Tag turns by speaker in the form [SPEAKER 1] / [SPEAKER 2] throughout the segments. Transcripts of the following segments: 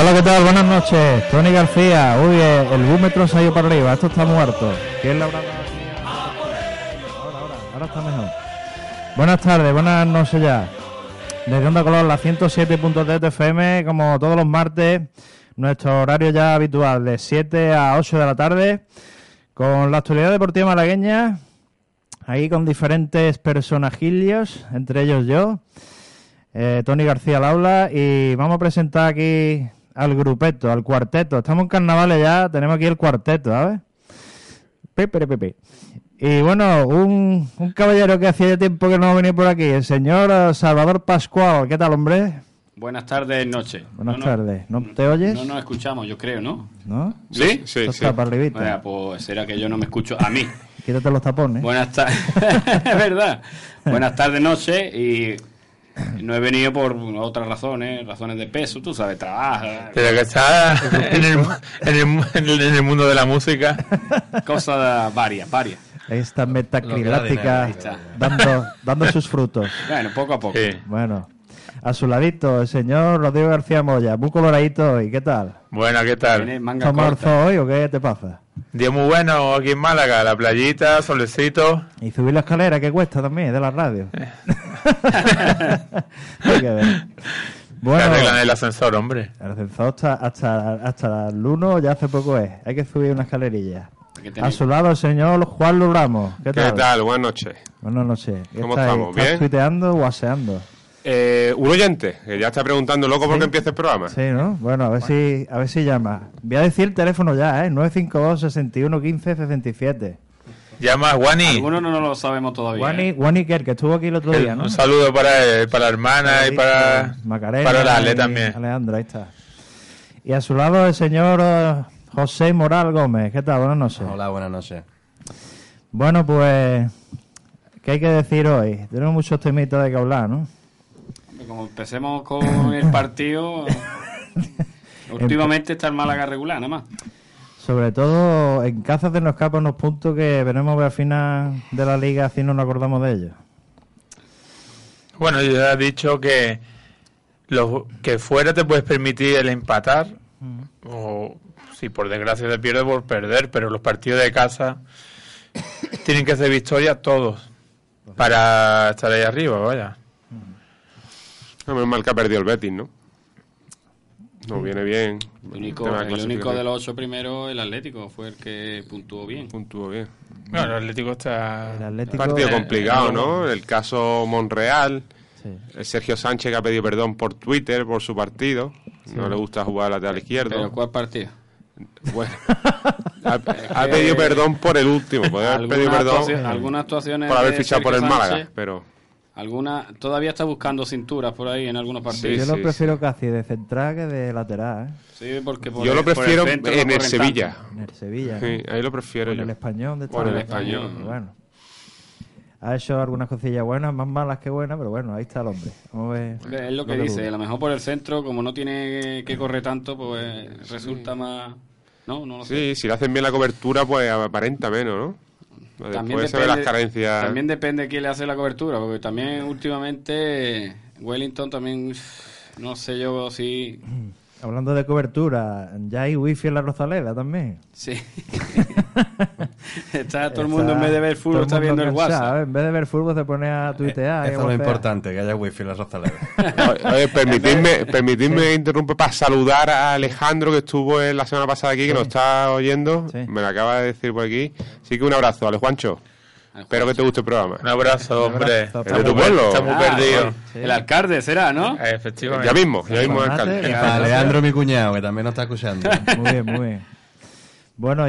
[SPEAKER 1] Hola, ¿qué tal? Buenas noches. Tony García. Uy, eh, el búmetro se ha ido para arriba. Esto está muerto. ¿Quién le habrá dado aquí? Ahora, ahora, ahora está mejor. Buenas tardes, buenas noches ya. Desde Onda Color, la 107.3 de FM, como todos los martes, nuestro horario ya habitual, de 7 a 8 de la tarde, con la actualidad deportiva malagueña, ahí con diferentes personajillos, entre ellos yo, eh, Tony García Laula, y vamos a presentar aquí al grupeto, al cuarteto. Estamos en carnavales ya, tenemos aquí el cuarteto, ¿sabes? Pepe, pepe. Y bueno, un, un caballero que hacía tiempo que no venía por aquí, el señor eh, Salvador Pascual. ¿Qué tal, hombre?
[SPEAKER 2] Buenas tardes, noche.
[SPEAKER 1] Buenas
[SPEAKER 2] No, no,
[SPEAKER 1] tardes. ¿No te oyes?
[SPEAKER 2] No nos escuchamos, yo creo, ¿no?
[SPEAKER 1] ¿No?
[SPEAKER 2] ¿Sí?
[SPEAKER 3] Sí,
[SPEAKER 1] Esto
[SPEAKER 3] sí.
[SPEAKER 1] está para arribita.
[SPEAKER 2] Vaya, pues será que yo no me escucho a mí.
[SPEAKER 1] Quítate los tapones.
[SPEAKER 2] Buenas tardes. es verdad. Buenas tardes, noche. Y no he venido por otras razones, razones de peso, tú sabes, trabaja,
[SPEAKER 3] Pero que está en el, mu- en el mu- en el- en el mundo de la música.
[SPEAKER 2] cosas varias, varias.
[SPEAKER 1] Esta
[SPEAKER 2] Ahí
[SPEAKER 1] metacrilática
[SPEAKER 2] está.
[SPEAKER 1] dando, dando sus frutos.
[SPEAKER 2] Bueno, poco a poco.
[SPEAKER 3] Sí.
[SPEAKER 1] Bueno, a su ladito, el señor Rodrigo García Moya, muy coloradito hoy. ¿Qué tal?
[SPEAKER 3] Bueno, ¿qué
[SPEAKER 2] Tiene
[SPEAKER 3] tal?
[SPEAKER 2] manga
[SPEAKER 1] ¿Estás marzo
[SPEAKER 2] corta.
[SPEAKER 1] hoy o qué te pasa?
[SPEAKER 3] Día muy bueno aquí en Málaga, la playita, solecito.
[SPEAKER 1] Y subir la escalera, que cuesta también, de la radio. Hay que ver.
[SPEAKER 3] Que
[SPEAKER 1] Bueno,
[SPEAKER 3] arreglan el ascensor, hombre.
[SPEAKER 1] el ascensor hasta, hasta, hasta el 1 ya hace poco es. Hay que subir una escalerilla.
[SPEAKER 2] Aquí
[SPEAKER 1] A
[SPEAKER 2] tenéis.
[SPEAKER 1] su lado, el señor Juan Luramos. ¿Qué
[SPEAKER 4] ¿Qué
[SPEAKER 1] tal?
[SPEAKER 4] tal? Buenas noches.
[SPEAKER 1] Buenas noches. ¿Qué
[SPEAKER 4] ¿Cómo
[SPEAKER 1] estáis?
[SPEAKER 4] estamos?
[SPEAKER 1] ¿Estás
[SPEAKER 4] ¿Bien?
[SPEAKER 1] tuiteando o aseando?
[SPEAKER 4] Eh, un oyente que ya está preguntando loco por qué empieza el programa.
[SPEAKER 1] Sí, ¿no? Bueno, a ver si a ver si llama. Voy a decir el teléfono ya, ¿eh? 952 61 15 67.
[SPEAKER 3] Llamas Juani.
[SPEAKER 2] Algunos no lo sabemos todavía.
[SPEAKER 1] Juani,
[SPEAKER 2] ¿eh?
[SPEAKER 1] Juani Kerr, que estuvo aquí el otro día, ¿no?
[SPEAKER 3] Un saludo para, él, para la hermana y para,
[SPEAKER 1] Macarena.
[SPEAKER 3] para la Ale
[SPEAKER 1] y
[SPEAKER 3] también.
[SPEAKER 1] Alejandra, ahí está. Y a su lado el señor eh, José Moral Gómez. ¿Qué tal? Buenas noches.
[SPEAKER 5] Hola, buenas noches.
[SPEAKER 1] Bueno, pues, ¿qué hay que decir hoy? Tenemos muchos temitas de que hablar, ¿no?
[SPEAKER 2] Como empecemos con el partido. Últimamente está el Málaga regular, nada más.
[SPEAKER 1] Sobre todo en casa se nos escapan unos puntos que veremos a ver al final de la liga si no nos acordamos de ellos.
[SPEAKER 3] Bueno, yo ya he dicho que los que fuera te puedes permitir el empatar
[SPEAKER 1] Mm.
[SPEAKER 3] o si por desgracia te pierdes por perder, pero los partidos de casa tienen que ser victoria todos para estar ahí arriba, vaya.
[SPEAKER 4] No, menos mal que ha perdido el Betis, ¿no? No viene bien.
[SPEAKER 2] El único,
[SPEAKER 4] Tema
[SPEAKER 2] el único
[SPEAKER 4] clasificatorio.
[SPEAKER 2] de los ocho primeros, el Atlético, fue el que puntuó bien.
[SPEAKER 4] Puntúo bien.
[SPEAKER 3] Bueno, el Atlético está
[SPEAKER 1] El Atlético.
[SPEAKER 4] Partido
[SPEAKER 3] Eh,
[SPEAKER 4] complicado,
[SPEAKER 3] eh,
[SPEAKER 4] ¿no? El caso Monreal.
[SPEAKER 1] Sí.
[SPEAKER 4] eh, Sergio Sánchez que ha pedido perdón por Twitter por su partido. No le gusta jugar lateral
[SPEAKER 2] Eh, Pero
[SPEAKER 4] izquierdo.
[SPEAKER 2] ¿cuál partido?
[SPEAKER 4] Bueno, ha, ha
[SPEAKER 2] Eh,
[SPEAKER 4] pedido perdón por el último. Podría haber pedido
[SPEAKER 2] Algunas
[SPEAKER 4] perdón
[SPEAKER 2] actuaciones- algunas actuaciones
[SPEAKER 4] por haber
[SPEAKER 2] de
[SPEAKER 4] fichado por el
[SPEAKER 2] Sergio
[SPEAKER 4] Málaga.
[SPEAKER 2] Sánchez,
[SPEAKER 4] Pero
[SPEAKER 2] alguna, todavía está buscando cinturas por ahí en algunos
[SPEAKER 1] Yo
[SPEAKER 2] partidos.
[SPEAKER 1] lo
[SPEAKER 4] sí,
[SPEAKER 1] prefiero casi de central que de lateral, ¿eh?
[SPEAKER 2] Sí, porque por
[SPEAKER 4] yo
[SPEAKER 2] el-
[SPEAKER 4] lo
[SPEAKER 2] por el
[SPEAKER 4] prefiero
[SPEAKER 2] centro no
[SPEAKER 4] en el
[SPEAKER 2] corren
[SPEAKER 4] Sevilla.
[SPEAKER 2] tanto.
[SPEAKER 1] En el Sevilla.
[SPEAKER 4] Sí,
[SPEAKER 1] ¿no?
[SPEAKER 4] ahí lo prefiero
[SPEAKER 1] Con
[SPEAKER 4] yo.
[SPEAKER 1] el español de esta
[SPEAKER 4] Con el
[SPEAKER 1] vez,
[SPEAKER 4] español.
[SPEAKER 1] pero pues Bueno. Ha hecho algunas cosillas buenas, más malas que buenas, pero bueno, ahí está el hombre. Vamos a ver.
[SPEAKER 2] Es lo que
[SPEAKER 1] No te
[SPEAKER 2] dice,
[SPEAKER 1] dudo.
[SPEAKER 2] a lo mejor por el centro, como no tiene que correr tanto, pues resulta más... No, no lo sé.
[SPEAKER 4] Sí, si le hacen bien la cobertura, pues aparenta menos, ¿no? Después se ven pues las carencias.
[SPEAKER 2] también depende de quién le hace la cobertura, porque también últimamente Wellington también, uff, no sé yo si...
[SPEAKER 1] Hablando de cobertura, ya hay wifi en la Rosaleda también.
[SPEAKER 2] Sí. está todo el mundo en vez de ver fútbol,
[SPEAKER 1] todo
[SPEAKER 2] está viendo el
[SPEAKER 1] mundo cansado,
[SPEAKER 2] WhatsApp.
[SPEAKER 1] ¿eh? En vez de ver fútbol se pone a tuitear. y a
[SPEAKER 5] Eso es lo
[SPEAKER 1] WhatsApp.
[SPEAKER 5] importante, que haya wifi en la Rosaleda.
[SPEAKER 4] O- Oye, permitidme, permitidme interrumpir para saludar a Alejandro que estuvo en la semana pasada aquí, que nos está oyendo.
[SPEAKER 1] Sí.
[SPEAKER 4] Me lo acaba de decir por aquí. Así que un abrazo, Ale Juancho. Espero que te guste el programa.
[SPEAKER 3] Un abrazo,
[SPEAKER 1] Un abrazo.
[SPEAKER 3] hombre.
[SPEAKER 1] Está
[SPEAKER 3] Está
[SPEAKER 4] de tu
[SPEAKER 3] muy-
[SPEAKER 4] pueblo.
[SPEAKER 3] Está muy
[SPEAKER 4] Ah,
[SPEAKER 3] perdido.
[SPEAKER 1] Sí.
[SPEAKER 2] El alcalde será, ¿no?
[SPEAKER 3] Eh, Efectivamente.
[SPEAKER 4] Ya mismo, ya mismo,
[SPEAKER 1] Magnate,
[SPEAKER 5] y
[SPEAKER 4] alcalde.
[SPEAKER 5] para Leandro, mi cuñado, que también nos está escuchando.
[SPEAKER 1] Muy bien, muy bien. Bueno,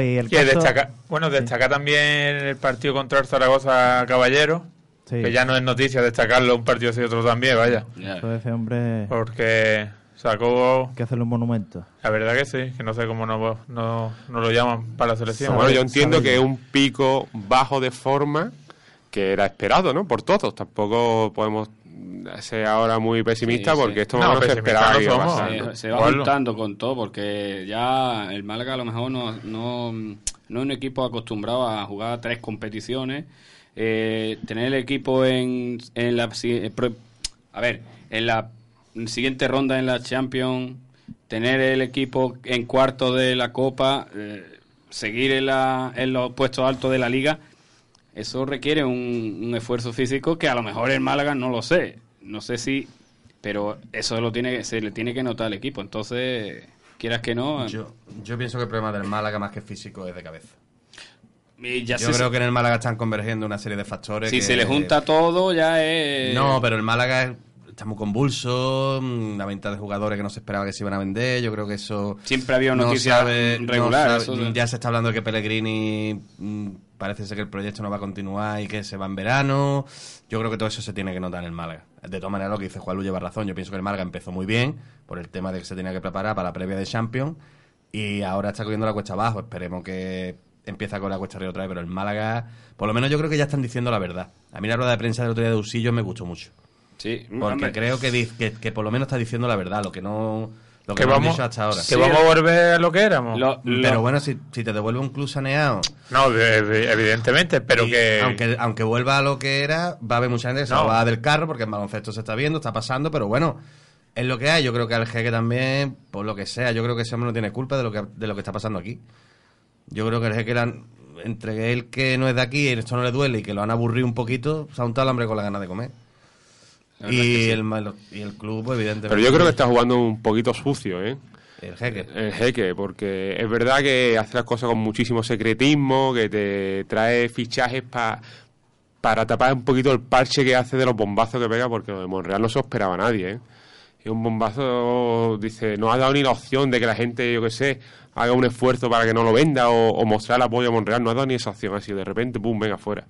[SPEAKER 1] y el
[SPEAKER 3] Que
[SPEAKER 1] caso-
[SPEAKER 3] destaca- bueno, destaca también el partido contra el Zaragoza Caballero,
[SPEAKER 1] Sí,
[SPEAKER 3] que ya no es noticia destacarlo un partido así otro también, vaya.
[SPEAKER 2] Ya.
[SPEAKER 1] todo ese hombre hay
[SPEAKER 3] Porque sacó,
[SPEAKER 1] que hacerle un monumento.
[SPEAKER 3] la verdad que sí, que no sé cómo no, no, no lo llaman para la selección.
[SPEAKER 4] Bueno, yo entiendo
[SPEAKER 1] sabe
[SPEAKER 4] que es
[SPEAKER 1] ya.
[SPEAKER 4] un pico bajo de forma que era esperado, ¿no? Por todos. Tampoco podemos ser ahora muy pesimistas
[SPEAKER 2] Sí, sí.
[SPEAKER 4] porque esto
[SPEAKER 3] No,
[SPEAKER 4] no, se
[SPEAKER 3] pesimistas
[SPEAKER 4] esperaba
[SPEAKER 3] no
[SPEAKER 4] que iba a
[SPEAKER 3] somos.
[SPEAKER 4] pasar,
[SPEAKER 2] Eh,
[SPEAKER 4] ¿no?
[SPEAKER 3] Bueno,
[SPEAKER 2] se va
[SPEAKER 3] bueno.
[SPEAKER 2] juntando con todo porque ya el Málaga a lo mejor no, no, no es un equipo acostumbrado a jugar tres competiciones. Eh, tener el equipo en, en la si- eh, pro- a ver en la siguiente ronda en la Champions tener el equipo en cuarto de la Copa, eh, seguir en, la- en los puestos altos de la Liga, eso requiere un, un esfuerzo físico que a lo mejor el Málaga no lo sé. No sé si, pero eso lo tiene, se le tiene que notar al equipo. Entonces, quieras que no,
[SPEAKER 5] Yo, yo pienso que el problema del Málaga más que físico es de cabeza.
[SPEAKER 2] y ya
[SPEAKER 5] Yo
[SPEAKER 2] se-
[SPEAKER 5] creo que en el Málaga están convergiendo una serie de factores.
[SPEAKER 2] si
[SPEAKER 5] que-
[SPEAKER 2] se le junta eh, todo, ya es...
[SPEAKER 5] No, pero el Málaga es- está muy convulso, mm, la venta de jugadores que no se esperaba que se iban a vender, yo creo que eso...
[SPEAKER 2] Siempre ha habido
[SPEAKER 5] no
[SPEAKER 2] noticias
[SPEAKER 5] sabe- no
[SPEAKER 2] regulares,
[SPEAKER 5] sabe-
[SPEAKER 2] eso-
[SPEAKER 5] ya se está hablando de que Pellegrini mm, parece ser que el proyecto no va a continuar y que se va en verano. Yo creo que todo eso se tiene que notar en el Málaga. De todas maneras, lo que dice Juan Luis lleva razón. Yo pienso que el Málaga empezó muy bien por el tema de que se tenía que preparar para la previa de Champions y ahora está cogiendo la cuesta abajo. Esperemos que empiece con la cuesta arriba otra vez, pero el Málaga, por lo menos yo creo que ya están diciendo la verdad. A mí la rueda de prensa del otro día de Usillo me gustó mucho.
[SPEAKER 2] Sí,
[SPEAKER 5] Porque
[SPEAKER 2] Mm, hombre.
[SPEAKER 5] creo que, di- que, que por lo menos está diciendo la verdad, lo que no, lo que
[SPEAKER 3] que
[SPEAKER 5] no han
[SPEAKER 3] vamos,
[SPEAKER 5] dicho hasta ahora.
[SPEAKER 3] que vamos a volver a lo que éramos.
[SPEAKER 2] Lo- lo-
[SPEAKER 5] Pero bueno, si, si te devuelve un club saneado,
[SPEAKER 3] No, de- de- evidentemente, pero
[SPEAKER 5] y
[SPEAKER 3] que...
[SPEAKER 5] aunque, aunque vuelva a lo que era, va a haber mucha gente que se
[SPEAKER 3] No.
[SPEAKER 5] va del carro porque en baloncesto se está viendo, está pasando, pero bueno, es lo que hay. Yo creo que al jeque también, por lo que sea, yo creo que ese hombre no tiene culpa de lo que, de lo que está pasando aquí. Yo creo que el jeque, la- entre él que no es de aquí, esto no le duele y que lo han aburrido un poquito, se ha untado el hambre con la ganas de comer.
[SPEAKER 2] La verdad
[SPEAKER 5] Y el, malo- y el club, pues, evidentemente.
[SPEAKER 4] Pero yo creo que está jugando un poquito sucio, ¿eh?
[SPEAKER 5] El jeque.
[SPEAKER 4] El jeque, porque es verdad que hace las cosas con muchísimo secretismo, que te trae fichajes pa- para tapar un poquito el parche que hace de los bombazos que pega, porque lo de Monreal no se lo esperaba nadie. ¿eh? Y un bombazo, dice, no ha dado ni la opción de que la gente, yo qué sé, haga un esfuerzo para que no lo venda o, o mostrar el apoyo a Monreal, no ha dado ni esa opción, así de repente, pum, venga afuera.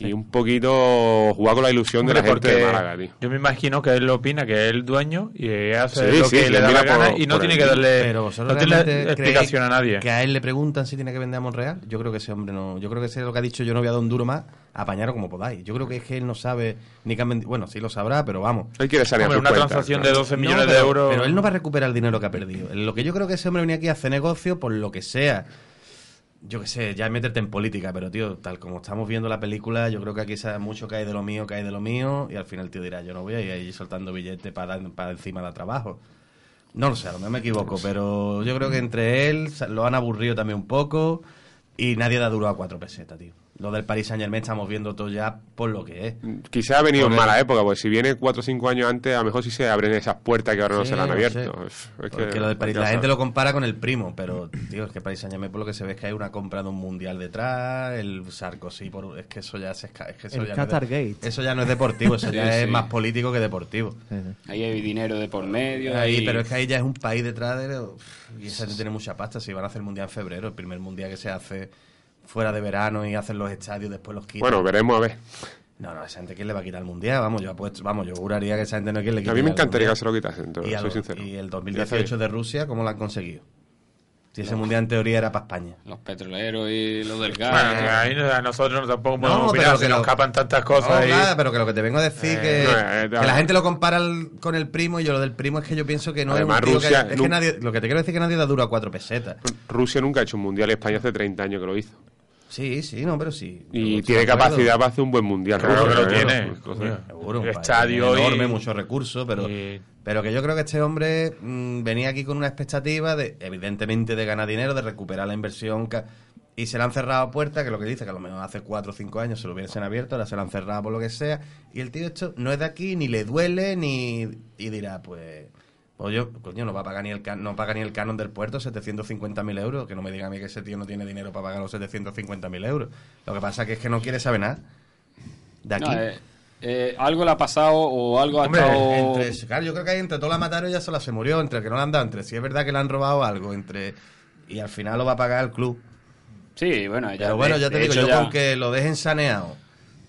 [SPEAKER 4] Y un poquito jugar con la ilusión
[SPEAKER 3] Hombre,
[SPEAKER 4] de la gente
[SPEAKER 3] porque
[SPEAKER 4] de Málaga, tío.
[SPEAKER 3] Yo me imagino que él lo opina, que es el dueño y él hace
[SPEAKER 4] Sí,
[SPEAKER 3] lo
[SPEAKER 4] sí,
[SPEAKER 3] que
[SPEAKER 4] le
[SPEAKER 3] le da la
[SPEAKER 4] mira por-
[SPEAKER 3] gana y no
[SPEAKER 4] por
[SPEAKER 3] tiene
[SPEAKER 4] el-
[SPEAKER 3] que darle
[SPEAKER 5] Pero vosotros
[SPEAKER 3] no tiene
[SPEAKER 5] realmente
[SPEAKER 3] explicación a
[SPEAKER 5] creéis
[SPEAKER 3] nadie.
[SPEAKER 5] Que a él le preguntan si tiene que vender a Monreal. Yo creo que ese hombre no. Yo creo que ese es lo que ha dicho. Yo no voy a dar un duro más. Apañaros como podáis. Yo creo que es que él no sabe ni que han vendido. Bueno, sí lo sabrá, pero vamos.
[SPEAKER 4] Él quiere salir a
[SPEAKER 3] Hombre,
[SPEAKER 4] sus
[SPEAKER 3] una
[SPEAKER 4] cuentas,
[SPEAKER 3] transacción
[SPEAKER 4] claro.
[SPEAKER 3] de 12 millones
[SPEAKER 5] No, pero-
[SPEAKER 3] de euros.
[SPEAKER 5] Pero él no va a recuperar el dinero que ha perdido. Lo que yo creo que ese hombre venía aquí a hacer negocio por lo que sea. Yo qué sé, ya meterte en política, pero tío, tal como estamos viendo la película, yo creo que aquí se- mucho cae de lo mío, cae de lo mío, y al final el tío dirá, yo no voy a ir ahí soltando billetes para, dar- para encima de trabajo. No lo sé, a lo mejor me equivoco, pero yo creo que entre él sa- lo han aburrido también un poco y nadie da duro a cuatro pesetas, tío. Lo del Paris Saint Germain estamos viendo todo ya por lo que es.
[SPEAKER 4] Quizá ha venido en
[SPEAKER 5] Por
[SPEAKER 4] mala época, porque si viene 4 o 5 años antes, a lo mejor sí se abren esas puertas que ahora no
[SPEAKER 5] Sí,
[SPEAKER 4] se las han
[SPEAKER 5] no
[SPEAKER 4] abierto.
[SPEAKER 5] sé.
[SPEAKER 4] Es- es que-
[SPEAKER 5] Porque lo del París- la
[SPEAKER 4] ya
[SPEAKER 5] gente
[SPEAKER 4] sabes.
[SPEAKER 5] lo compara con el primo, pero tío, es que París Saint Germain por lo que se ve es que hay una compra de un mundial detrás, el Sarkozy por es que eso ya se esca- es que eso
[SPEAKER 1] El
[SPEAKER 5] ya
[SPEAKER 1] Qatar
[SPEAKER 5] no es, de-
[SPEAKER 1] Gate.
[SPEAKER 5] Eso ya no es deportivo, eso ya
[SPEAKER 2] Sí,
[SPEAKER 5] es
[SPEAKER 2] sí.
[SPEAKER 5] más político que deportivo.
[SPEAKER 1] Sí, sí.
[SPEAKER 2] Ahí hay dinero de por medio.
[SPEAKER 5] Ahí,
[SPEAKER 2] ahí-
[SPEAKER 5] pero es que ahí ya es un país detrás de uf, y esa gente tiene mucha pasta, si van a hacer el mundial en febrero, el primer mundial que se hace fuera de verano y hacen los estadios, después los quitan.
[SPEAKER 4] Bueno, veremos a ver.
[SPEAKER 5] no, no, esa gente quién le va a quitar el mundial, vamos, yo apuesto, vamos, yo juraría que esa gente no es quien le
[SPEAKER 4] A
[SPEAKER 5] quita
[SPEAKER 4] mí me
[SPEAKER 5] el
[SPEAKER 4] encantaría
[SPEAKER 5] mundial.
[SPEAKER 4] que se lo quitasen, te-
[SPEAKER 5] Y, al-
[SPEAKER 4] soy sincero.
[SPEAKER 5] y el
[SPEAKER 4] Ya está bien.
[SPEAKER 5] 2018 de Rusia, ¿cómo lo han conseguido? Si ese mundial en teoría era para España.
[SPEAKER 2] Los petroleros y los del gas.
[SPEAKER 3] Bueno, que ahí no- a nosotros tampoco
[SPEAKER 5] No,
[SPEAKER 3] podemos opinar,
[SPEAKER 5] pero
[SPEAKER 3] se
[SPEAKER 5] que
[SPEAKER 3] nos
[SPEAKER 5] lo-
[SPEAKER 3] escapan tantas cosas.
[SPEAKER 5] No,
[SPEAKER 3] ahí.
[SPEAKER 5] nada, pero que lo que te vengo a decir que,
[SPEAKER 4] no, eh, eh,
[SPEAKER 5] que la gente lo compara al- con el primo y yo lo del primo es que yo pienso que no
[SPEAKER 4] Además,
[SPEAKER 5] es un tío que-
[SPEAKER 4] Rusia
[SPEAKER 5] es que,
[SPEAKER 4] nu-
[SPEAKER 5] nadie, lo que te quiero decir es que nadie da duro a cuatro pesetas.
[SPEAKER 4] Rusia nunca ha hecho un mundial, España hace 30 años que lo hizo.
[SPEAKER 5] Sí, sí, no, pero sí.
[SPEAKER 4] Y
[SPEAKER 5] Estoy
[SPEAKER 4] tiene
[SPEAKER 5] de acuerdo.
[SPEAKER 4] capacidad para hacer un buen mundial.
[SPEAKER 3] Claro que
[SPEAKER 4] Rusia,
[SPEAKER 3] lo
[SPEAKER 4] ¿eh?
[SPEAKER 3] tiene.
[SPEAKER 4] Entonces,
[SPEAKER 5] Seguro, un país
[SPEAKER 3] Estadio y-
[SPEAKER 5] enorme, muchos recursos, pero,
[SPEAKER 3] y-
[SPEAKER 5] pero que yo creo que este hombre mm, venía aquí con una expectativa de, evidentemente, de ganar dinero, de recuperar la inversión ca- y se le han cerrado puertas, que lo que dice, que a lo menos hace cuatro o cinco años se lo hubiesen abierto, ahora se le han cerrado por lo que sea, y el tío esto no es de aquí, ni le duele, ni y dirá, pues, pues yo, coño, no va a pagar ni el can- no paga ni el canon del puerto, 750.000 euros, que no me diga a mí que ese tío no tiene dinero para pagar los 750.000 euros. Lo que pasa que es que no quiere saber nada. De aquí.
[SPEAKER 2] No, eh, eh, algo le ha pasado o algo ha
[SPEAKER 3] Hombre,
[SPEAKER 2] estado...
[SPEAKER 5] Entre, claro, yo creo que hay entre toda la mataron ya sola se murió, entre que no la han dado, entre si es verdad que le han robado algo, entre y al final lo va a pagar el club.
[SPEAKER 2] Sí, bueno, ya,
[SPEAKER 5] Pero bueno,
[SPEAKER 2] de-
[SPEAKER 5] ya te
[SPEAKER 2] de
[SPEAKER 5] digo,
[SPEAKER 2] hecho
[SPEAKER 5] yo
[SPEAKER 2] ya-
[SPEAKER 5] con que lo dejen saneado,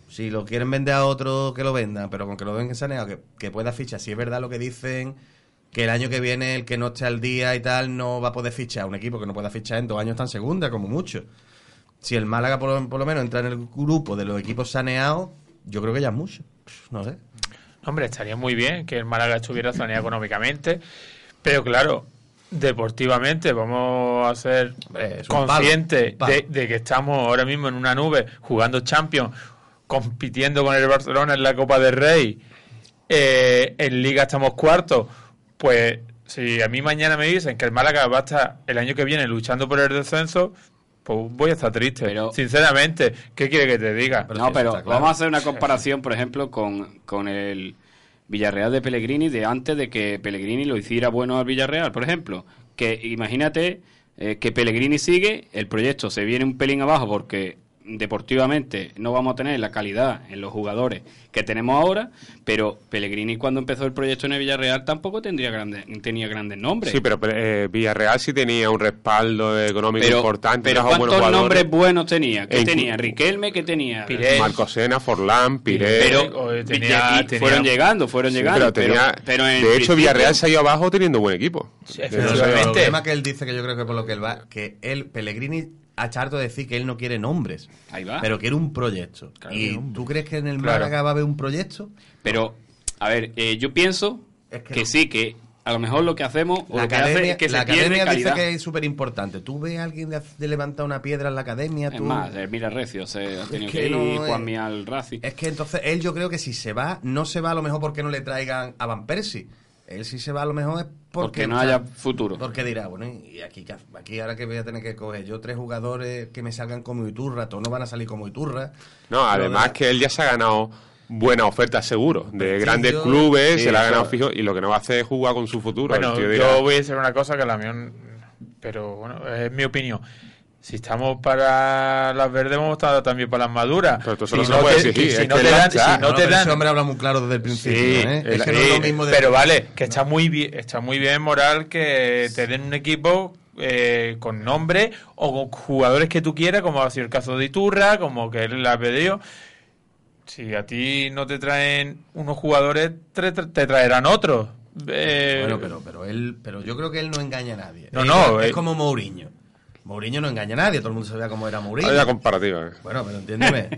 [SPEAKER 5] si lo quieren vender a otro, que lo vendan, pero con que lo dejen saneado, que, que pueda fichar, si es verdad lo que dicen, que el año que viene el que no esté al día y tal no va a poder fichar, un equipo que no pueda fichar en dos años está en segunda, como mucho. Si el Málaga por, lo- por lo menos entra en el grupo de los equipos saneados, yo creo que ya es mucho. No sé.
[SPEAKER 3] Hombre, estaría muy bien que el Málaga estuviera saneado económicamente, pero claro, deportivamente vamos a ser
[SPEAKER 5] Hombre, es un palo,
[SPEAKER 3] conscientes
[SPEAKER 5] un palo.
[SPEAKER 3] de, de que estamos ahora mismo en una nube jugando Champions, compitiendo con el Barcelona en la Copa del Rey, eh, en Liga estamos cuartos, pues si a mí mañana me dicen que el Málaga va a estar el año que viene luchando por el descenso, pues voy a estar triste.
[SPEAKER 2] Pero-
[SPEAKER 3] Sinceramente, ¿qué quiere que te diga?
[SPEAKER 5] Pero sí,
[SPEAKER 2] no, pero
[SPEAKER 5] está claro.
[SPEAKER 2] vamos a hacer una comparación, por ejemplo, con, con el Villarreal de Pellegrini, de antes de que Pellegrini lo hiciera bueno al Villarreal, por ejemplo. Que imagínate eh, que Pellegrini sigue, el proyecto se viene un pelín abajo porque deportivamente no vamos a tener la calidad en los jugadores que tenemos ahora, pero Pellegrini cuando empezó el proyecto en el Villarreal tampoco tendría grandes, tenía grandes nombres.
[SPEAKER 4] Sí, pero eh, Villarreal sí tenía un respaldo económico
[SPEAKER 2] Pero-
[SPEAKER 4] importante.
[SPEAKER 2] pero
[SPEAKER 4] trajo buenos
[SPEAKER 2] ¿cuántos
[SPEAKER 4] jugadores.
[SPEAKER 2] nombres buenos tenía? ¿Qué
[SPEAKER 4] E inclu-
[SPEAKER 2] tenía? ¿Riquelme? ¿Qué tenía?
[SPEAKER 3] Piré. nombres?
[SPEAKER 4] Marco Sena, Forlán, Piré.
[SPEAKER 3] Pero
[SPEAKER 2] Pero
[SPEAKER 3] eh, tenía,
[SPEAKER 2] Villa- y
[SPEAKER 3] tenía-
[SPEAKER 2] fueron llegando, fueron
[SPEAKER 4] Sí,
[SPEAKER 2] llegando.
[SPEAKER 4] pero tenía-
[SPEAKER 2] pero en
[SPEAKER 4] de hecho,
[SPEAKER 2] principio-
[SPEAKER 4] Villarreal se ha ido abajo teniendo buen equipo.
[SPEAKER 3] Sí,
[SPEAKER 4] De hecho,
[SPEAKER 5] Pero
[SPEAKER 3] efectivamente.
[SPEAKER 5] el
[SPEAKER 3] Obviamente.
[SPEAKER 5] problema que él dice que yo creo que por lo que él va, que él, Pellegrini, ha charto de decir que él no quiere nombres,
[SPEAKER 2] Ahí va.
[SPEAKER 5] pero quiere un proyecto. ¿Y tú crees que en el
[SPEAKER 3] Claro.
[SPEAKER 5] Málaga va a haber un proyecto?
[SPEAKER 2] Pero, a ver, eh, yo pienso
[SPEAKER 5] Es que
[SPEAKER 2] que,
[SPEAKER 5] no.
[SPEAKER 2] sí, que a lo mejor lo que hacemos o
[SPEAKER 5] La
[SPEAKER 2] lo que hace
[SPEAKER 5] academia,
[SPEAKER 2] es que
[SPEAKER 5] la
[SPEAKER 2] se
[SPEAKER 5] academia
[SPEAKER 2] pierde
[SPEAKER 5] dice
[SPEAKER 2] calidad.
[SPEAKER 5] que es súper importante. ¿Tú ves a alguien de, hac- de levantar una piedra en la academia?
[SPEAKER 2] Es
[SPEAKER 5] tú-
[SPEAKER 2] más, eh, mira Recio, se ha tenido
[SPEAKER 5] que
[SPEAKER 2] que, ir,
[SPEAKER 5] no, eh.
[SPEAKER 2] Juanmi al Racing.
[SPEAKER 5] Es que entonces él yo creo que si se va, no se va a lo mejor porque no le traigan a Van Persie. Él si se va a lo mejor es porque,
[SPEAKER 2] porque no haya futuro.
[SPEAKER 5] Porque dirá, bueno, y aquí, qué hace- aquí ahora que voy a tener que coger yo tres jugadores que me salgan como Iturra, todos no van a salir como Iturra.
[SPEAKER 4] No, además
[SPEAKER 5] Lo de-
[SPEAKER 4] que él ya se ha ganado buenas ofertas seguro de
[SPEAKER 5] Prestigio.
[SPEAKER 4] grandes clubes,
[SPEAKER 2] Sí,
[SPEAKER 4] se la ha ganado
[SPEAKER 2] eso.
[SPEAKER 4] fijo y lo que no va a hacer es jugar con su futuro. El
[SPEAKER 3] Bueno,
[SPEAKER 4] tío
[SPEAKER 3] yo
[SPEAKER 4] dirá,
[SPEAKER 3] voy a decir una cosa que la mía... n- Pero bueno, es mi opinión. Si estamos para las verdes, vamos a estar también para las maduras.
[SPEAKER 4] Pero tú
[SPEAKER 3] Si
[SPEAKER 4] solo se
[SPEAKER 3] no
[SPEAKER 4] puedes
[SPEAKER 3] te-
[SPEAKER 4] exigir,
[SPEAKER 3] Si
[SPEAKER 4] es
[SPEAKER 3] no
[SPEAKER 4] que
[SPEAKER 3] te dan... Si
[SPEAKER 4] lanza.
[SPEAKER 3] Ah, no
[SPEAKER 5] Bueno,
[SPEAKER 3] te
[SPEAKER 5] pero
[SPEAKER 3] dan...
[SPEAKER 5] ese hombre habla muy claro desde el
[SPEAKER 3] Sí,
[SPEAKER 5] principio. ¿eh?
[SPEAKER 3] el-
[SPEAKER 5] Es que no es lo
[SPEAKER 3] sí,
[SPEAKER 5] mismo de-
[SPEAKER 3] pero vale, que está muy bien, está muy bien moral que te den un equipo eh, con nombre o con jugadores que tú quieras, como ha sido el caso de Iturra, como que él la ha pedido. Si a ti no te traen unos jugadores, tra- tra- te traerán otros. Eh,
[SPEAKER 5] Bueno, pero, pero él, pero yo creo que él no engaña a nadie.
[SPEAKER 3] No,
[SPEAKER 5] Es
[SPEAKER 3] no,
[SPEAKER 5] igual- es
[SPEAKER 3] eh.
[SPEAKER 5] como Mourinho. Mourinho no engaña a nadie, todo el mundo sabía cómo era Mourinho.
[SPEAKER 4] Vaya comparativa. eh.
[SPEAKER 5] Bueno, pero entiéndeme.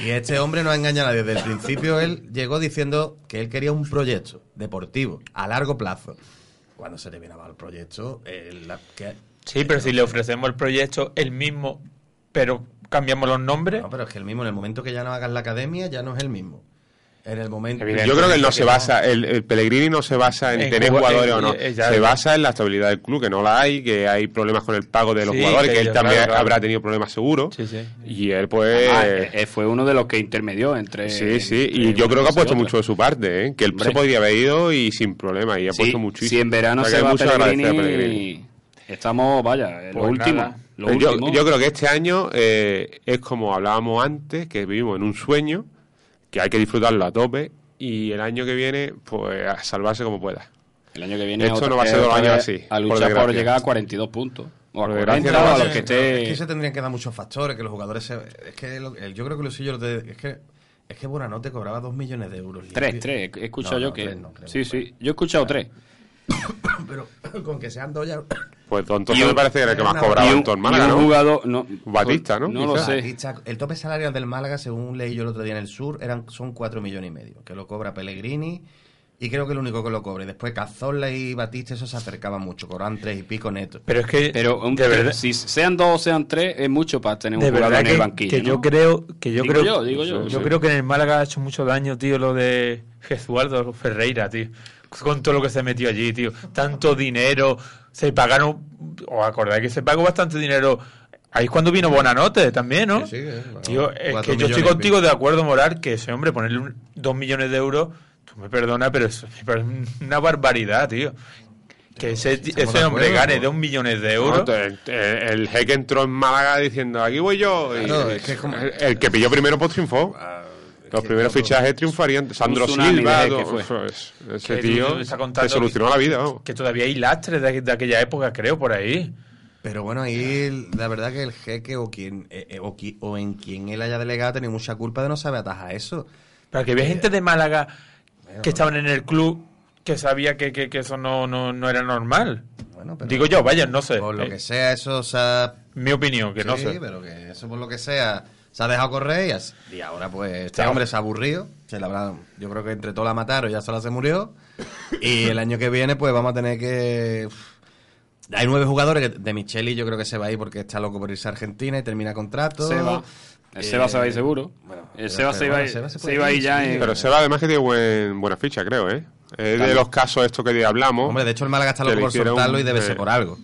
[SPEAKER 5] Y este hombre no ha engañado a nadie. Desde el principio él llegó diciendo que él quería un proyecto deportivo a largo plazo. Cuando se le viene abajo el proyecto, él la- que-
[SPEAKER 3] sí, pero si le ofrecemos el proyecto el mismo, pero cambiamos los nombres.
[SPEAKER 5] no, pero es que el mismo, en el momento que ya no hagas la academia, ya no es el mismo. En el momento.
[SPEAKER 4] Yo creo que él no se basa, el, el Pellegrini no se basa en,
[SPEAKER 3] En
[SPEAKER 4] tener
[SPEAKER 3] jugar-
[SPEAKER 4] jugadores
[SPEAKER 3] en-
[SPEAKER 4] o no,
[SPEAKER 3] eh, ya-
[SPEAKER 4] se basa en la estabilidad del club, que no la hay, que hay problemas con el pago de los
[SPEAKER 3] Sí,
[SPEAKER 4] jugadores, que,
[SPEAKER 3] que
[SPEAKER 4] él
[SPEAKER 3] yo-
[SPEAKER 4] también
[SPEAKER 3] claro, claro.
[SPEAKER 4] habrá tenido problemas seguro,
[SPEAKER 3] Sí, sí.
[SPEAKER 4] y él pues...
[SPEAKER 2] Ah, eh, eh, fue uno de los que intermedió
[SPEAKER 3] eh,
[SPEAKER 2] entre.
[SPEAKER 4] Sí, sí,
[SPEAKER 2] entre
[SPEAKER 4] y yo
[SPEAKER 2] una
[SPEAKER 4] creo que ha
[SPEAKER 2] cosa y
[SPEAKER 4] puesto
[SPEAKER 2] otra.
[SPEAKER 4] mucho de su parte, ¿eh? que él se
[SPEAKER 2] Hombre.
[SPEAKER 4] podía haber ido y sin problema, y ha
[SPEAKER 2] Sí,
[SPEAKER 4] puesto muchísimo.
[SPEAKER 2] Si en verano
[SPEAKER 4] O sea,
[SPEAKER 2] se
[SPEAKER 4] que
[SPEAKER 2] va
[SPEAKER 4] mucho que agradecer
[SPEAKER 2] Pellegrini,
[SPEAKER 4] a
[SPEAKER 2] estamos, vaya, eh, lo
[SPEAKER 3] Pues
[SPEAKER 2] último.
[SPEAKER 3] nada.
[SPEAKER 2] Lo
[SPEAKER 4] Yo-
[SPEAKER 2] último.
[SPEAKER 4] Yo, creo que este año eh, es como hablábamos antes, que vivimos en un sueño, que hay que disfrutarlo a tope, y el año que viene, pues a salvarse como pueda.
[SPEAKER 2] El año que viene
[SPEAKER 4] Esto
[SPEAKER 2] otra-
[SPEAKER 4] no va a ser dos
[SPEAKER 2] otra
[SPEAKER 4] años
[SPEAKER 2] vez
[SPEAKER 4] así,
[SPEAKER 2] A
[SPEAKER 4] por
[SPEAKER 2] luchar por,
[SPEAKER 4] desgracia.
[SPEAKER 2] llegar a 42 puntos. O a
[SPEAKER 4] Por desgracia
[SPEAKER 2] 40,
[SPEAKER 4] no va a
[SPEAKER 2] o a los
[SPEAKER 4] ser.
[SPEAKER 2] que
[SPEAKER 5] Es que se
[SPEAKER 2] esté.
[SPEAKER 5] tendrían que dar muchos factores, que los jugadores se- Es que lo- el- yo creo que Lucillo lo te- es que es que Buenanote cobraba dos millones de euros.
[SPEAKER 2] Tres,
[SPEAKER 5] limpios.
[SPEAKER 2] tres. He escuchado
[SPEAKER 5] No, no,
[SPEAKER 2] yo que.
[SPEAKER 5] tres no, creo.
[SPEAKER 2] sí, sí. Yo he escuchado tres.
[SPEAKER 5] Pero con que sean dos ya.
[SPEAKER 4] Pues Don
[SPEAKER 2] Y
[SPEAKER 4] Toso me
[SPEAKER 2] un-
[SPEAKER 4] parece que era el que más
[SPEAKER 5] y
[SPEAKER 4] cobraba
[SPEAKER 2] y
[SPEAKER 4] en
[SPEAKER 2] un,
[SPEAKER 4] todo el
[SPEAKER 2] y
[SPEAKER 4] Málaga,
[SPEAKER 2] un
[SPEAKER 4] ¿no?
[SPEAKER 2] jugador. No,
[SPEAKER 4] Batista, ¿no?
[SPEAKER 2] No lo
[SPEAKER 4] Quizás.
[SPEAKER 2] sé.
[SPEAKER 5] Batista, el tope salarial del Málaga, según leí yo el otro día en el sur, eran, son 4 millones y medio, que lo cobra Pellegrini y creo que el único que lo cobre. Después Cazorla y Batista, eso se acercaban mucho, cobraban tres y pico netos.
[SPEAKER 3] Pero es que
[SPEAKER 2] Pero un-
[SPEAKER 3] de verdad,
[SPEAKER 2] si sean dos o sean tres, es mucho para tener un
[SPEAKER 3] de
[SPEAKER 2] jugador
[SPEAKER 3] verdad
[SPEAKER 2] en
[SPEAKER 3] que,
[SPEAKER 2] el banquillo.
[SPEAKER 3] que yo
[SPEAKER 2] ¿no?
[SPEAKER 3] creo que yo
[SPEAKER 2] Digo
[SPEAKER 3] creo
[SPEAKER 2] yo, digo yo.
[SPEAKER 3] yo creo que en el Málaga ha hecho mucho daño tío lo de Jesualdo Ferreira tío con todo lo que se metió allí tío tanto dinero se pagaron os acordáis que se pagó bastante dinero ahí es cuando vino Bonanote también no
[SPEAKER 5] Sí, sí, eh, bueno,
[SPEAKER 3] tío es
[SPEAKER 5] cuatro
[SPEAKER 3] que yo estoy
[SPEAKER 5] millones,
[SPEAKER 3] contigo de acuerdo Moral que ese hombre ponerle un- dos millones de euros tú me perdonas pero eso me parece una barbaridad tío que ese,
[SPEAKER 5] estamos de
[SPEAKER 3] ese hombre
[SPEAKER 5] acuerdo, pues.
[SPEAKER 3] gane
[SPEAKER 5] ¿no?
[SPEAKER 3] dos millones de
[SPEAKER 4] No,
[SPEAKER 3] euros
[SPEAKER 4] el, el- el jeque entró en Málaga diciendo, aquí voy yo. y-
[SPEAKER 5] Claro, es que es como-
[SPEAKER 4] el, el que pilló primero pues triunfó.
[SPEAKER 2] Ah,
[SPEAKER 4] Los primeros fichajes triunfarían. Sandro
[SPEAKER 2] tsunami
[SPEAKER 4] Silva,
[SPEAKER 2] de jeque fue.
[SPEAKER 4] todo- eso es- ese
[SPEAKER 3] Que
[SPEAKER 4] tío
[SPEAKER 3] tú estás
[SPEAKER 4] te
[SPEAKER 3] contando
[SPEAKER 4] solucionó la vida. vamos.
[SPEAKER 3] Que todavía hay lastres de, de aquella época, creo, por ahí.
[SPEAKER 5] Pero bueno, ahí la verdad que el jeque o, quien, eh, eh, o, qui- o en quien él haya delegado tenía mucha culpa de no saber atajar eso.
[SPEAKER 3] Para que había gente de Málaga que estaban en el club que sabía que, que- que eso no, no, no era normal.
[SPEAKER 5] Bueno, pero-
[SPEAKER 3] Digo yo, vaya, no sé.
[SPEAKER 5] Por lo
[SPEAKER 3] Eh,
[SPEAKER 5] que sea, eso se ha...
[SPEAKER 3] Mi opinión, que no
[SPEAKER 5] sí,
[SPEAKER 3] sé.
[SPEAKER 5] pero que eso por lo que sea se ha dejado correr y, as- y ahora pues este
[SPEAKER 3] Claro.
[SPEAKER 5] hombre se ha aburrido. Se la habrá- yo creo que entre todo la mataron, ya sola se murió. Y el año que viene pues vamos a tener que... uf. Hay nueve jugadores que de Micheli yo creo que se va a ir porque está loco por irse a Argentina y termina contrato.
[SPEAKER 2] Seba. El Seba se va a ir seguro. El
[SPEAKER 5] pero-
[SPEAKER 2] Seba se
[SPEAKER 5] pero
[SPEAKER 2] iba a
[SPEAKER 5] bueno,
[SPEAKER 2] ir-
[SPEAKER 5] Seba se
[SPEAKER 2] se
[SPEAKER 5] puede
[SPEAKER 2] iba a ir
[SPEAKER 5] ir,
[SPEAKER 2] ya
[SPEAKER 5] sí.
[SPEAKER 2] en.
[SPEAKER 4] Pero Seba además que tiene buen, buena ficha, creo, ¿eh? Es de los casos estos que hablamos.
[SPEAKER 5] Hombre, de hecho el Málaga está loco
[SPEAKER 4] Que le
[SPEAKER 5] por
[SPEAKER 4] hicieron,
[SPEAKER 5] soltarlo y debe
[SPEAKER 4] eh,
[SPEAKER 5] ser por algo.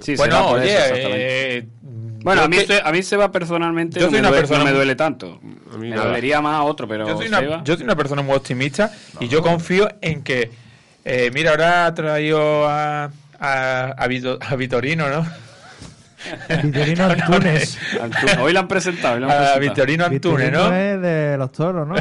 [SPEAKER 2] Sí, será
[SPEAKER 3] Bueno,
[SPEAKER 2] por
[SPEAKER 3] oye,
[SPEAKER 2] eso, exactamente.
[SPEAKER 3] eh,
[SPEAKER 2] Bueno,
[SPEAKER 3] yo
[SPEAKER 2] a mí,
[SPEAKER 3] que-
[SPEAKER 2] se, a mí Seba personalmente
[SPEAKER 3] Yo soy
[SPEAKER 2] no, me
[SPEAKER 3] una
[SPEAKER 2] duele,
[SPEAKER 3] persona
[SPEAKER 2] no me
[SPEAKER 3] muy-
[SPEAKER 2] duele tanto.
[SPEAKER 4] A mí
[SPEAKER 2] me
[SPEAKER 4] nada.
[SPEAKER 2] dolería más a otro, pero
[SPEAKER 3] yo soy,
[SPEAKER 2] Seba-
[SPEAKER 3] una, yo soy una persona muy optimista y yo confío en que. eh, mira, ahora ha traído a, a, a, Vito- a Vitorino, ¿no?
[SPEAKER 1] Vitorino Antunes.
[SPEAKER 2] Antuna, Hoy la han presentado. Hoy la han
[SPEAKER 3] A
[SPEAKER 2] presentado.
[SPEAKER 3] Vitorino Antunes,
[SPEAKER 1] Vitorino
[SPEAKER 3] ¿no?
[SPEAKER 1] es de los toros, ¿no?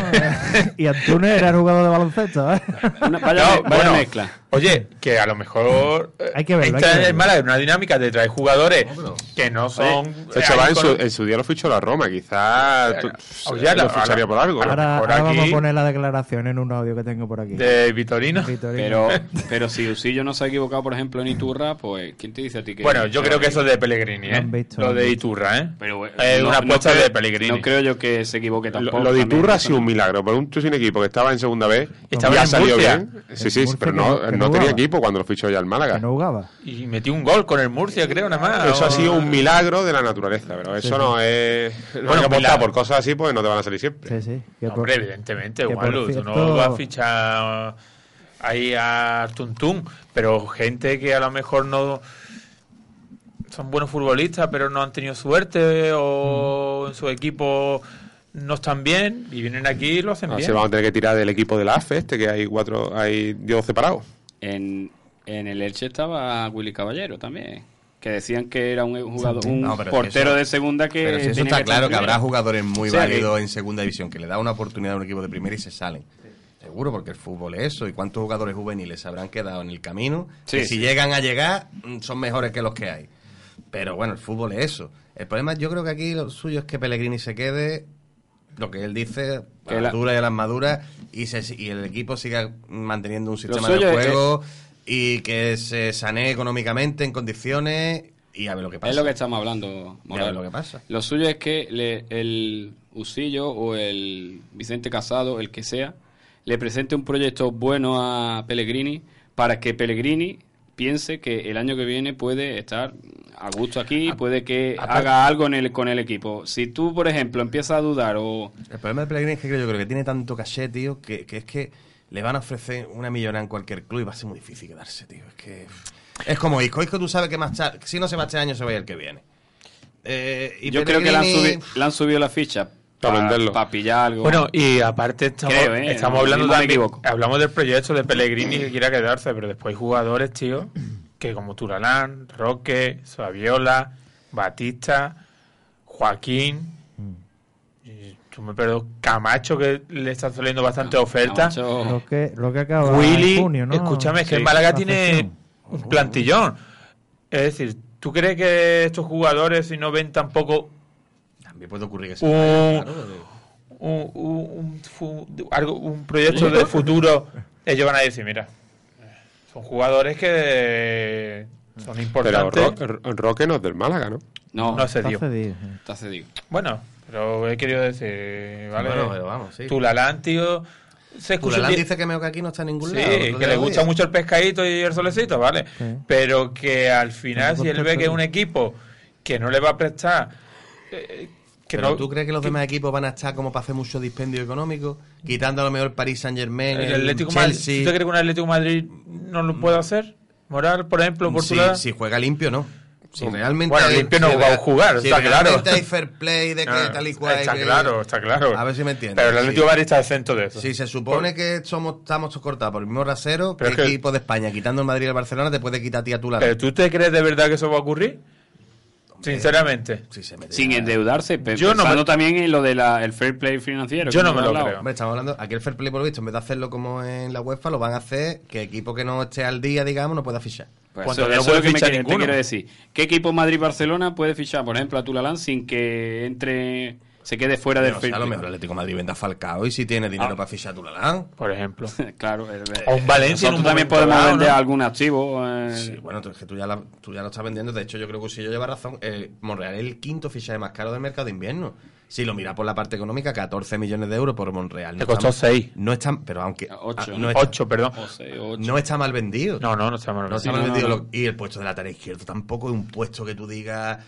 [SPEAKER 1] y Antunes era el jugador de baloncesto, ¿eh?
[SPEAKER 2] Una- vaya
[SPEAKER 3] No,
[SPEAKER 2] me- vaya
[SPEAKER 3] bueno,
[SPEAKER 2] mezcla.
[SPEAKER 3] Oye, que a lo mejor. eh,
[SPEAKER 1] Hay que verlo,
[SPEAKER 3] Esta
[SPEAKER 1] hay que
[SPEAKER 3] es
[SPEAKER 1] verlo.
[SPEAKER 3] mala, es una dinámica de traer jugadores que no son.
[SPEAKER 4] Ese
[SPEAKER 3] eh,
[SPEAKER 4] chaval en
[SPEAKER 3] algo-
[SPEAKER 4] su, en su día lo fichó la Roma, quizás tú-
[SPEAKER 3] oye, ahora-
[SPEAKER 4] lo ficharía
[SPEAKER 3] ahora-
[SPEAKER 4] por algo. ¿no?
[SPEAKER 1] Ahora,
[SPEAKER 3] mejor
[SPEAKER 1] ahora vamos
[SPEAKER 3] aquí-
[SPEAKER 1] a poner la declaración en un audio que tengo por aquí.
[SPEAKER 3] De Vitorino.
[SPEAKER 1] Vitorino.
[SPEAKER 2] Pero, pero si Usillo no se ha equivocado, por ejemplo, en Iturra, pues ¿quién te dice a ti que.?
[SPEAKER 3] Bueno, yo
[SPEAKER 2] Seba
[SPEAKER 3] creo que
[SPEAKER 2] Rico?
[SPEAKER 3] eso es de Pellegrini,
[SPEAKER 1] Lo
[SPEAKER 3] ¿eh?
[SPEAKER 1] han visto, lo
[SPEAKER 3] Lo
[SPEAKER 1] han
[SPEAKER 3] de
[SPEAKER 1] visto.
[SPEAKER 3] Iturra, ¿eh?
[SPEAKER 2] Pero, bueno,
[SPEAKER 3] es
[SPEAKER 2] no-
[SPEAKER 3] una
[SPEAKER 2] no
[SPEAKER 3] apuesta
[SPEAKER 2] creo-
[SPEAKER 3] de Pellegrini.
[SPEAKER 2] No creo yo que se equivoque tampoco.
[SPEAKER 4] Lo, lo de
[SPEAKER 2] también,
[SPEAKER 4] Iturra ha
[SPEAKER 2] eso
[SPEAKER 4] sido un
[SPEAKER 2] no.
[SPEAKER 4] milagro. Por un tío sin equipo que estaba en segunda vez,
[SPEAKER 3] Estaba
[SPEAKER 4] ya
[SPEAKER 3] en
[SPEAKER 4] salió
[SPEAKER 3] Murcia.
[SPEAKER 4] bien. Sí,
[SPEAKER 1] En
[SPEAKER 4] sí,
[SPEAKER 1] Murcia
[SPEAKER 4] pero
[SPEAKER 1] que
[SPEAKER 4] no,
[SPEAKER 1] no- que
[SPEAKER 4] no
[SPEAKER 1] no
[SPEAKER 4] tenía
[SPEAKER 1] jugaba.
[SPEAKER 4] equipo cuando lo fichó ya el Málaga.
[SPEAKER 1] Que no jugaba.
[SPEAKER 3] Y metió un gol con el Murcia, creo, nada más.
[SPEAKER 4] Eso
[SPEAKER 3] o-
[SPEAKER 4] ha sido un milagro de la naturaleza, pero eso no es. No
[SPEAKER 3] Bueno,
[SPEAKER 4] hay que apostar
[SPEAKER 3] milagro.
[SPEAKER 4] por cosas así porque no te van a salir siempre.
[SPEAKER 1] Sí, sí. Que por-
[SPEAKER 3] Hombre, evidentemente,
[SPEAKER 1] que por
[SPEAKER 3] Walu, tú
[SPEAKER 1] cierto-
[SPEAKER 3] no vas a fichar ahí a Tuntún, pero gente que a lo mejor no son buenos futbolistas, pero no han tenido suerte
[SPEAKER 1] Mm.
[SPEAKER 3] o en su equipo no están bien y vienen aquí y lo hacen
[SPEAKER 1] Ah,
[SPEAKER 4] Ahora
[SPEAKER 3] bien.
[SPEAKER 4] se van a tener que tirar del equipo de la AFE, este que hay cuatro, hay 12 separados.
[SPEAKER 2] En, en el Elche estaba Willy Caballero también. Que decían que era un jugador, un
[SPEAKER 5] No, pero es que
[SPEAKER 2] portero
[SPEAKER 5] eso-
[SPEAKER 2] de segunda que.
[SPEAKER 5] Pero si eso
[SPEAKER 2] tenía
[SPEAKER 5] está
[SPEAKER 2] estar
[SPEAKER 5] claro, que
[SPEAKER 2] primero.
[SPEAKER 5] habrá jugadores muy
[SPEAKER 2] O sea,
[SPEAKER 5] válidos en segunda división que le da una oportunidad a un equipo de primera y se salen. Seguro, porque el fútbol es eso. ¿Y cuántos jugadores juveniles se habrán quedado en el camino?
[SPEAKER 2] Sí,
[SPEAKER 5] que si
[SPEAKER 2] sí.
[SPEAKER 5] llegan a llegar, mm, son mejores que los que hay. Pero bueno, el fútbol es eso. El problema, yo creo que aquí lo suyo es que Pellegrini se quede, lo que él dice, a
[SPEAKER 2] Que la-
[SPEAKER 5] las duras y a las maduras, y, se- y el equipo siga manteniendo un sistema
[SPEAKER 2] suyo
[SPEAKER 5] de
[SPEAKER 2] es-
[SPEAKER 5] juego y que se sanee económicamente en condiciones y a ver lo que pasa.
[SPEAKER 2] Es lo que estamos hablando, Moral.
[SPEAKER 5] lo que pasa.
[SPEAKER 2] Lo suyo es que le- el Usillo o el Vicente Casado, el que sea, le presente un proyecto bueno a Pellegrini para que Pellegrini piense que el año que viene puede estar a gusto aquí, puede que haga algo en el, con el equipo. Si tú, por ejemplo, empiezas a dudar o...
[SPEAKER 5] El problema de Pellegrini es que creo- yo creo que tiene tanto caché, tío, que, que es que le van a ofrecer una millonada en cualquier club y va a ser muy difícil quedarse, tío. Es que es como Isco. Isco tú sabes que más tarde, si no se va este año, se va a ir el que viene. Eh, y
[SPEAKER 2] yo creo que le han,
[SPEAKER 5] Pellegrini-
[SPEAKER 2] subi- le han subido la ficha
[SPEAKER 4] Para venderlo.
[SPEAKER 2] para pillar algo.
[SPEAKER 3] Bueno, y aparte estamos,
[SPEAKER 2] Creo, ¿eh?
[SPEAKER 3] estamos
[SPEAKER 2] No,
[SPEAKER 3] hablando
[SPEAKER 2] no me
[SPEAKER 3] también-
[SPEAKER 2] equivoco.
[SPEAKER 3] hablamos del proyecto de Pellegrini que quiera quedarse, pero después hay jugadores, tío, que como Turalán, Roque, Saviola, Batista, Joaquín, y yo me pierdo, Camacho que le está saliendo bastante oferta.
[SPEAKER 2] Camacho-
[SPEAKER 1] Lo que, lo que acaba
[SPEAKER 3] Willy,
[SPEAKER 1] Ah, en junio, ¿no?
[SPEAKER 3] escúchame, es que
[SPEAKER 1] Sí.
[SPEAKER 3] el Málaga
[SPEAKER 1] La
[SPEAKER 3] tiene
[SPEAKER 1] afición.
[SPEAKER 3] un plantillón. Es decir, ¿tú crees que estos jugadores si no ven tampoco
[SPEAKER 5] También puede ocurrir que se
[SPEAKER 3] un,
[SPEAKER 5] vaya, claro, de-
[SPEAKER 3] un, un- un fu- algo- un proyecto de futuro, ellos van a decir, mira, son jugadores que son
[SPEAKER 4] Pero
[SPEAKER 3] importantes.
[SPEAKER 4] Ro- Ro- Roque no es del Málaga, ¿no?
[SPEAKER 2] no,
[SPEAKER 3] no se
[SPEAKER 1] Está
[SPEAKER 3] dio.
[SPEAKER 1] cedido, sí.
[SPEAKER 2] está cedido.
[SPEAKER 3] Bueno, pero he querido decir, ¿vale?
[SPEAKER 5] Bueno, pero vamos, sí.
[SPEAKER 3] Tulalán, tío, se escucha
[SPEAKER 5] Tulalán
[SPEAKER 3] bien-
[SPEAKER 5] dice que Meo que aquí no está en ningún
[SPEAKER 3] Sí,
[SPEAKER 5] lado. el otro
[SPEAKER 3] que
[SPEAKER 5] día
[SPEAKER 3] le
[SPEAKER 5] lo
[SPEAKER 3] gusta
[SPEAKER 5] vi.
[SPEAKER 3] mucho el pescadito y el solecito, ¿vale?
[SPEAKER 1] Sí.
[SPEAKER 3] Pero que al final, si él ve que es un equipo que no le va a prestar... eh, que
[SPEAKER 5] Pero
[SPEAKER 3] no-
[SPEAKER 5] tú crees que los demás equipos van a estar como para hacer mucho dispendio económico, quitando a lo mejor el Paris Saint Germain,
[SPEAKER 3] El
[SPEAKER 5] el,
[SPEAKER 3] Atlético Madrid, ¿tú
[SPEAKER 5] Chelsea.
[SPEAKER 3] te crees que un Atlético Madrid no lo puede hacer? Moral, por ejemplo, por
[SPEAKER 5] si,
[SPEAKER 3] tu lado.
[SPEAKER 5] si juega limpio, no. Si realmente
[SPEAKER 3] Bueno,
[SPEAKER 5] hay-
[SPEAKER 3] limpio
[SPEAKER 5] si
[SPEAKER 3] no va a
[SPEAKER 5] rea-
[SPEAKER 3] jugar,
[SPEAKER 5] si
[SPEAKER 3] está claro.
[SPEAKER 5] realmente hay fair play de que
[SPEAKER 3] Ah,
[SPEAKER 5] tal y cual.
[SPEAKER 3] está
[SPEAKER 5] que-
[SPEAKER 3] claro, está claro.
[SPEAKER 5] A ver si me entiendes.
[SPEAKER 3] Pero el Atlético
[SPEAKER 5] Sí.
[SPEAKER 3] Madrid está exento de eso.
[SPEAKER 5] Si se supone que somos, estamos cortados por el mismo rasero,
[SPEAKER 3] Pero
[SPEAKER 5] ¿qué
[SPEAKER 3] es que- Eh,
[SPEAKER 5] equipo de España, quitando el Madrid y el Barcelona, te puede quitar a ti a tu lado?
[SPEAKER 3] ¿Pero tú te crees de verdad que eso va a ocurrir? Sinceramente.
[SPEAKER 5] Si se mete-
[SPEAKER 2] Sin endeudarse, pero
[SPEAKER 3] Yo no
[SPEAKER 2] pensando
[SPEAKER 3] me-
[SPEAKER 2] también en lo del fair play financiero.
[SPEAKER 3] Yo
[SPEAKER 2] que
[SPEAKER 3] no
[SPEAKER 2] hemos
[SPEAKER 3] me lo
[SPEAKER 2] hablado.
[SPEAKER 3] creo.
[SPEAKER 5] Hombre, estamos hablando, aquí el fair play por lo visto, en vez de hacerlo como en la UEFA, lo van a hacer que equipo que no esté al día, digamos, no pueda fichar.
[SPEAKER 2] Pues
[SPEAKER 3] Cuando
[SPEAKER 2] eso,
[SPEAKER 3] no
[SPEAKER 2] eso
[SPEAKER 3] puede
[SPEAKER 2] es lo que me
[SPEAKER 3] fichar
[SPEAKER 2] quiere- te
[SPEAKER 3] ninguno.
[SPEAKER 2] quiero decir. ¿Qué equipo Madrid-Barcelona puede fichar, por ejemplo, a Tulalán sin que entre, se quede fuera del
[SPEAKER 5] Pero, o sea,
[SPEAKER 2] fair
[SPEAKER 5] a lo
[SPEAKER 2] play?
[SPEAKER 5] mejor el Atlético de Madrid venda a Falcao y si tiene dinero
[SPEAKER 2] Ah.
[SPEAKER 5] para fichar a tu Lalán.
[SPEAKER 3] Por ejemplo.
[SPEAKER 2] claro. el-
[SPEAKER 3] O un Valencia en
[SPEAKER 2] Nosotros
[SPEAKER 3] un
[SPEAKER 2] también
[SPEAKER 3] momento
[SPEAKER 2] podemos
[SPEAKER 3] dado,
[SPEAKER 2] vender
[SPEAKER 3] ¿no?
[SPEAKER 2] algún activo. eh,
[SPEAKER 5] Sí, bueno, tú, es que tú ya, la- tú ya lo estás vendiendo. De hecho, yo creo que Usillo lleva razón. Eh, Monreal es el quinto fichaje más caro del mercado de invierno. Si lo miras por la parte económica, 14 millones de euros por Monreal.
[SPEAKER 3] Te costó
[SPEAKER 5] está-
[SPEAKER 3] 6.
[SPEAKER 5] No está, pero aunque.
[SPEAKER 2] Ocho.
[SPEAKER 5] ah, no, está,
[SPEAKER 3] 8, perdón.
[SPEAKER 2] o seis, o ocho.
[SPEAKER 5] no está mal vendido.
[SPEAKER 3] No, no, no está mal.
[SPEAKER 5] No
[SPEAKER 3] Sí,
[SPEAKER 5] está mal
[SPEAKER 2] no,
[SPEAKER 5] vendido.
[SPEAKER 2] no.
[SPEAKER 5] Lo- y el puesto de lateral izquierdo tampoco es un puesto que tú digas.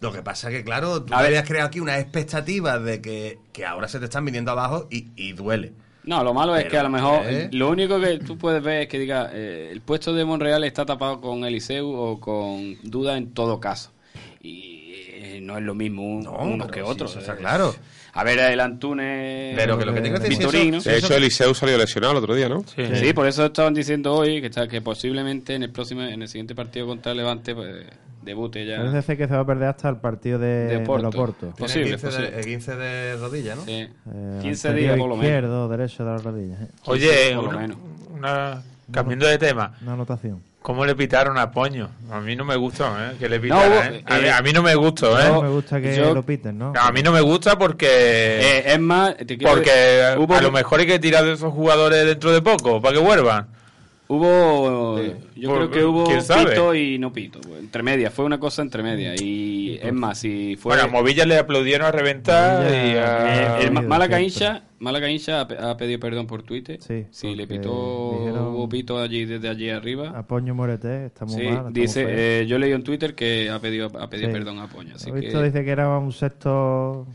[SPEAKER 5] Lo que pasa que, claro, tú
[SPEAKER 2] A ver.
[SPEAKER 5] habías creado aquí unas expectativas de que, que ahora se te están viniendo abajo y, y duele.
[SPEAKER 2] No, lo malo es
[SPEAKER 5] Pero,
[SPEAKER 2] que a lo mejor
[SPEAKER 5] ¿eh?
[SPEAKER 2] lo único que tú puedes ver es que diga eh, el puesto de Monreal está tapado con Eliseu o con Duda en todo caso. Y eh, no es lo mismo un-
[SPEAKER 5] No,
[SPEAKER 2] unos
[SPEAKER 5] pero
[SPEAKER 2] que
[SPEAKER 5] sí,
[SPEAKER 2] otros.
[SPEAKER 5] eso está
[SPEAKER 2] eh.
[SPEAKER 5] claro.
[SPEAKER 2] A ver, el Antunes.
[SPEAKER 5] Pero que lo que te quiero
[SPEAKER 2] eh,
[SPEAKER 5] decir es que eso-
[SPEAKER 2] Vitorino.
[SPEAKER 5] sí,
[SPEAKER 4] De hecho, Eliseu salió lesionado el otro día, ¿no?
[SPEAKER 3] Sí.
[SPEAKER 2] Sí, por eso estaban diciendo hoy que, está- que posiblemente en el próximo, en el siguiente partido contra el Levante pues, debute ya.
[SPEAKER 1] Parece ser que se va a perder hasta el partido de,
[SPEAKER 2] De
[SPEAKER 1] de
[SPEAKER 2] Porto.
[SPEAKER 1] Loporto.
[SPEAKER 5] Tiene
[SPEAKER 2] Posible,
[SPEAKER 5] 15 de,
[SPEAKER 2] posible.
[SPEAKER 5] eh, 15 de rodilla, ¿no?
[SPEAKER 2] Sí.
[SPEAKER 1] Eh,
[SPEAKER 2] 15
[SPEAKER 1] anterior
[SPEAKER 2] días por lo menos.
[SPEAKER 1] Izquierdo, derecho de las rodillas. ¿eh?
[SPEAKER 3] Oye,
[SPEAKER 2] por lo
[SPEAKER 3] una-
[SPEAKER 2] menos.
[SPEAKER 3] una- cambiando de tema,
[SPEAKER 1] Una anotación.
[SPEAKER 3] ¿cómo le pitaron a Poño? A mí no me gusta ¿eh? que le
[SPEAKER 2] No,
[SPEAKER 3] pitaran.
[SPEAKER 2] hubo-
[SPEAKER 3] ¿eh? A, mí,
[SPEAKER 2] eh,
[SPEAKER 3] a mí no me gusta, ¿eh?
[SPEAKER 1] No me gusta que
[SPEAKER 2] yo-
[SPEAKER 1] lo piten, ¿no?
[SPEAKER 3] No, a mí no me gusta porque...
[SPEAKER 2] Eh, es más, te quiero-
[SPEAKER 3] porque
[SPEAKER 2] hubo-
[SPEAKER 3] a lo mejor hay que tirar de esos jugadores dentro de poco para que vuelvan.
[SPEAKER 2] Hubo. Yo
[SPEAKER 3] Por-
[SPEAKER 2] creo que hubo
[SPEAKER 3] ¿quién sabe?
[SPEAKER 2] pito y no pito. pues, Entre medias, fue una cosa entre medias. Y es más, si fue.
[SPEAKER 3] bueno, a Movilla le aplaudieron a reventar
[SPEAKER 1] Movilla-
[SPEAKER 3] y a...
[SPEAKER 2] Eh, el Ma-
[SPEAKER 1] Oído,
[SPEAKER 2] Málaga
[SPEAKER 1] cierto.
[SPEAKER 2] Hincha, Málaga Hincha ha pe- ha pedido perdón por Twitter.
[SPEAKER 1] Sí,
[SPEAKER 2] Sí, le
[SPEAKER 1] porque
[SPEAKER 2] pitó,
[SPEAKER 1] dijeron-
[SPEAKER 2] hubo pito allí desde allí arriba.
[SPEAKER 1] A Poño Morete, está muy
[SPEAKER 2] Sí,
[SPEAKER 1] mal. está muy
[SPEAKER 2] dice,
[SPEAKER 1] feo.
[SPEAKER 2] eh, yo leí en Twitter que ha pedido, ha pedido
[SPEAKER 1] Sí.
[SPEAKER 2] perdón a Poño. Así
[SPEAKER 1] Lo
[SPEAKER 2] que,
[SPEAKER 1] visto dice que era un sexto.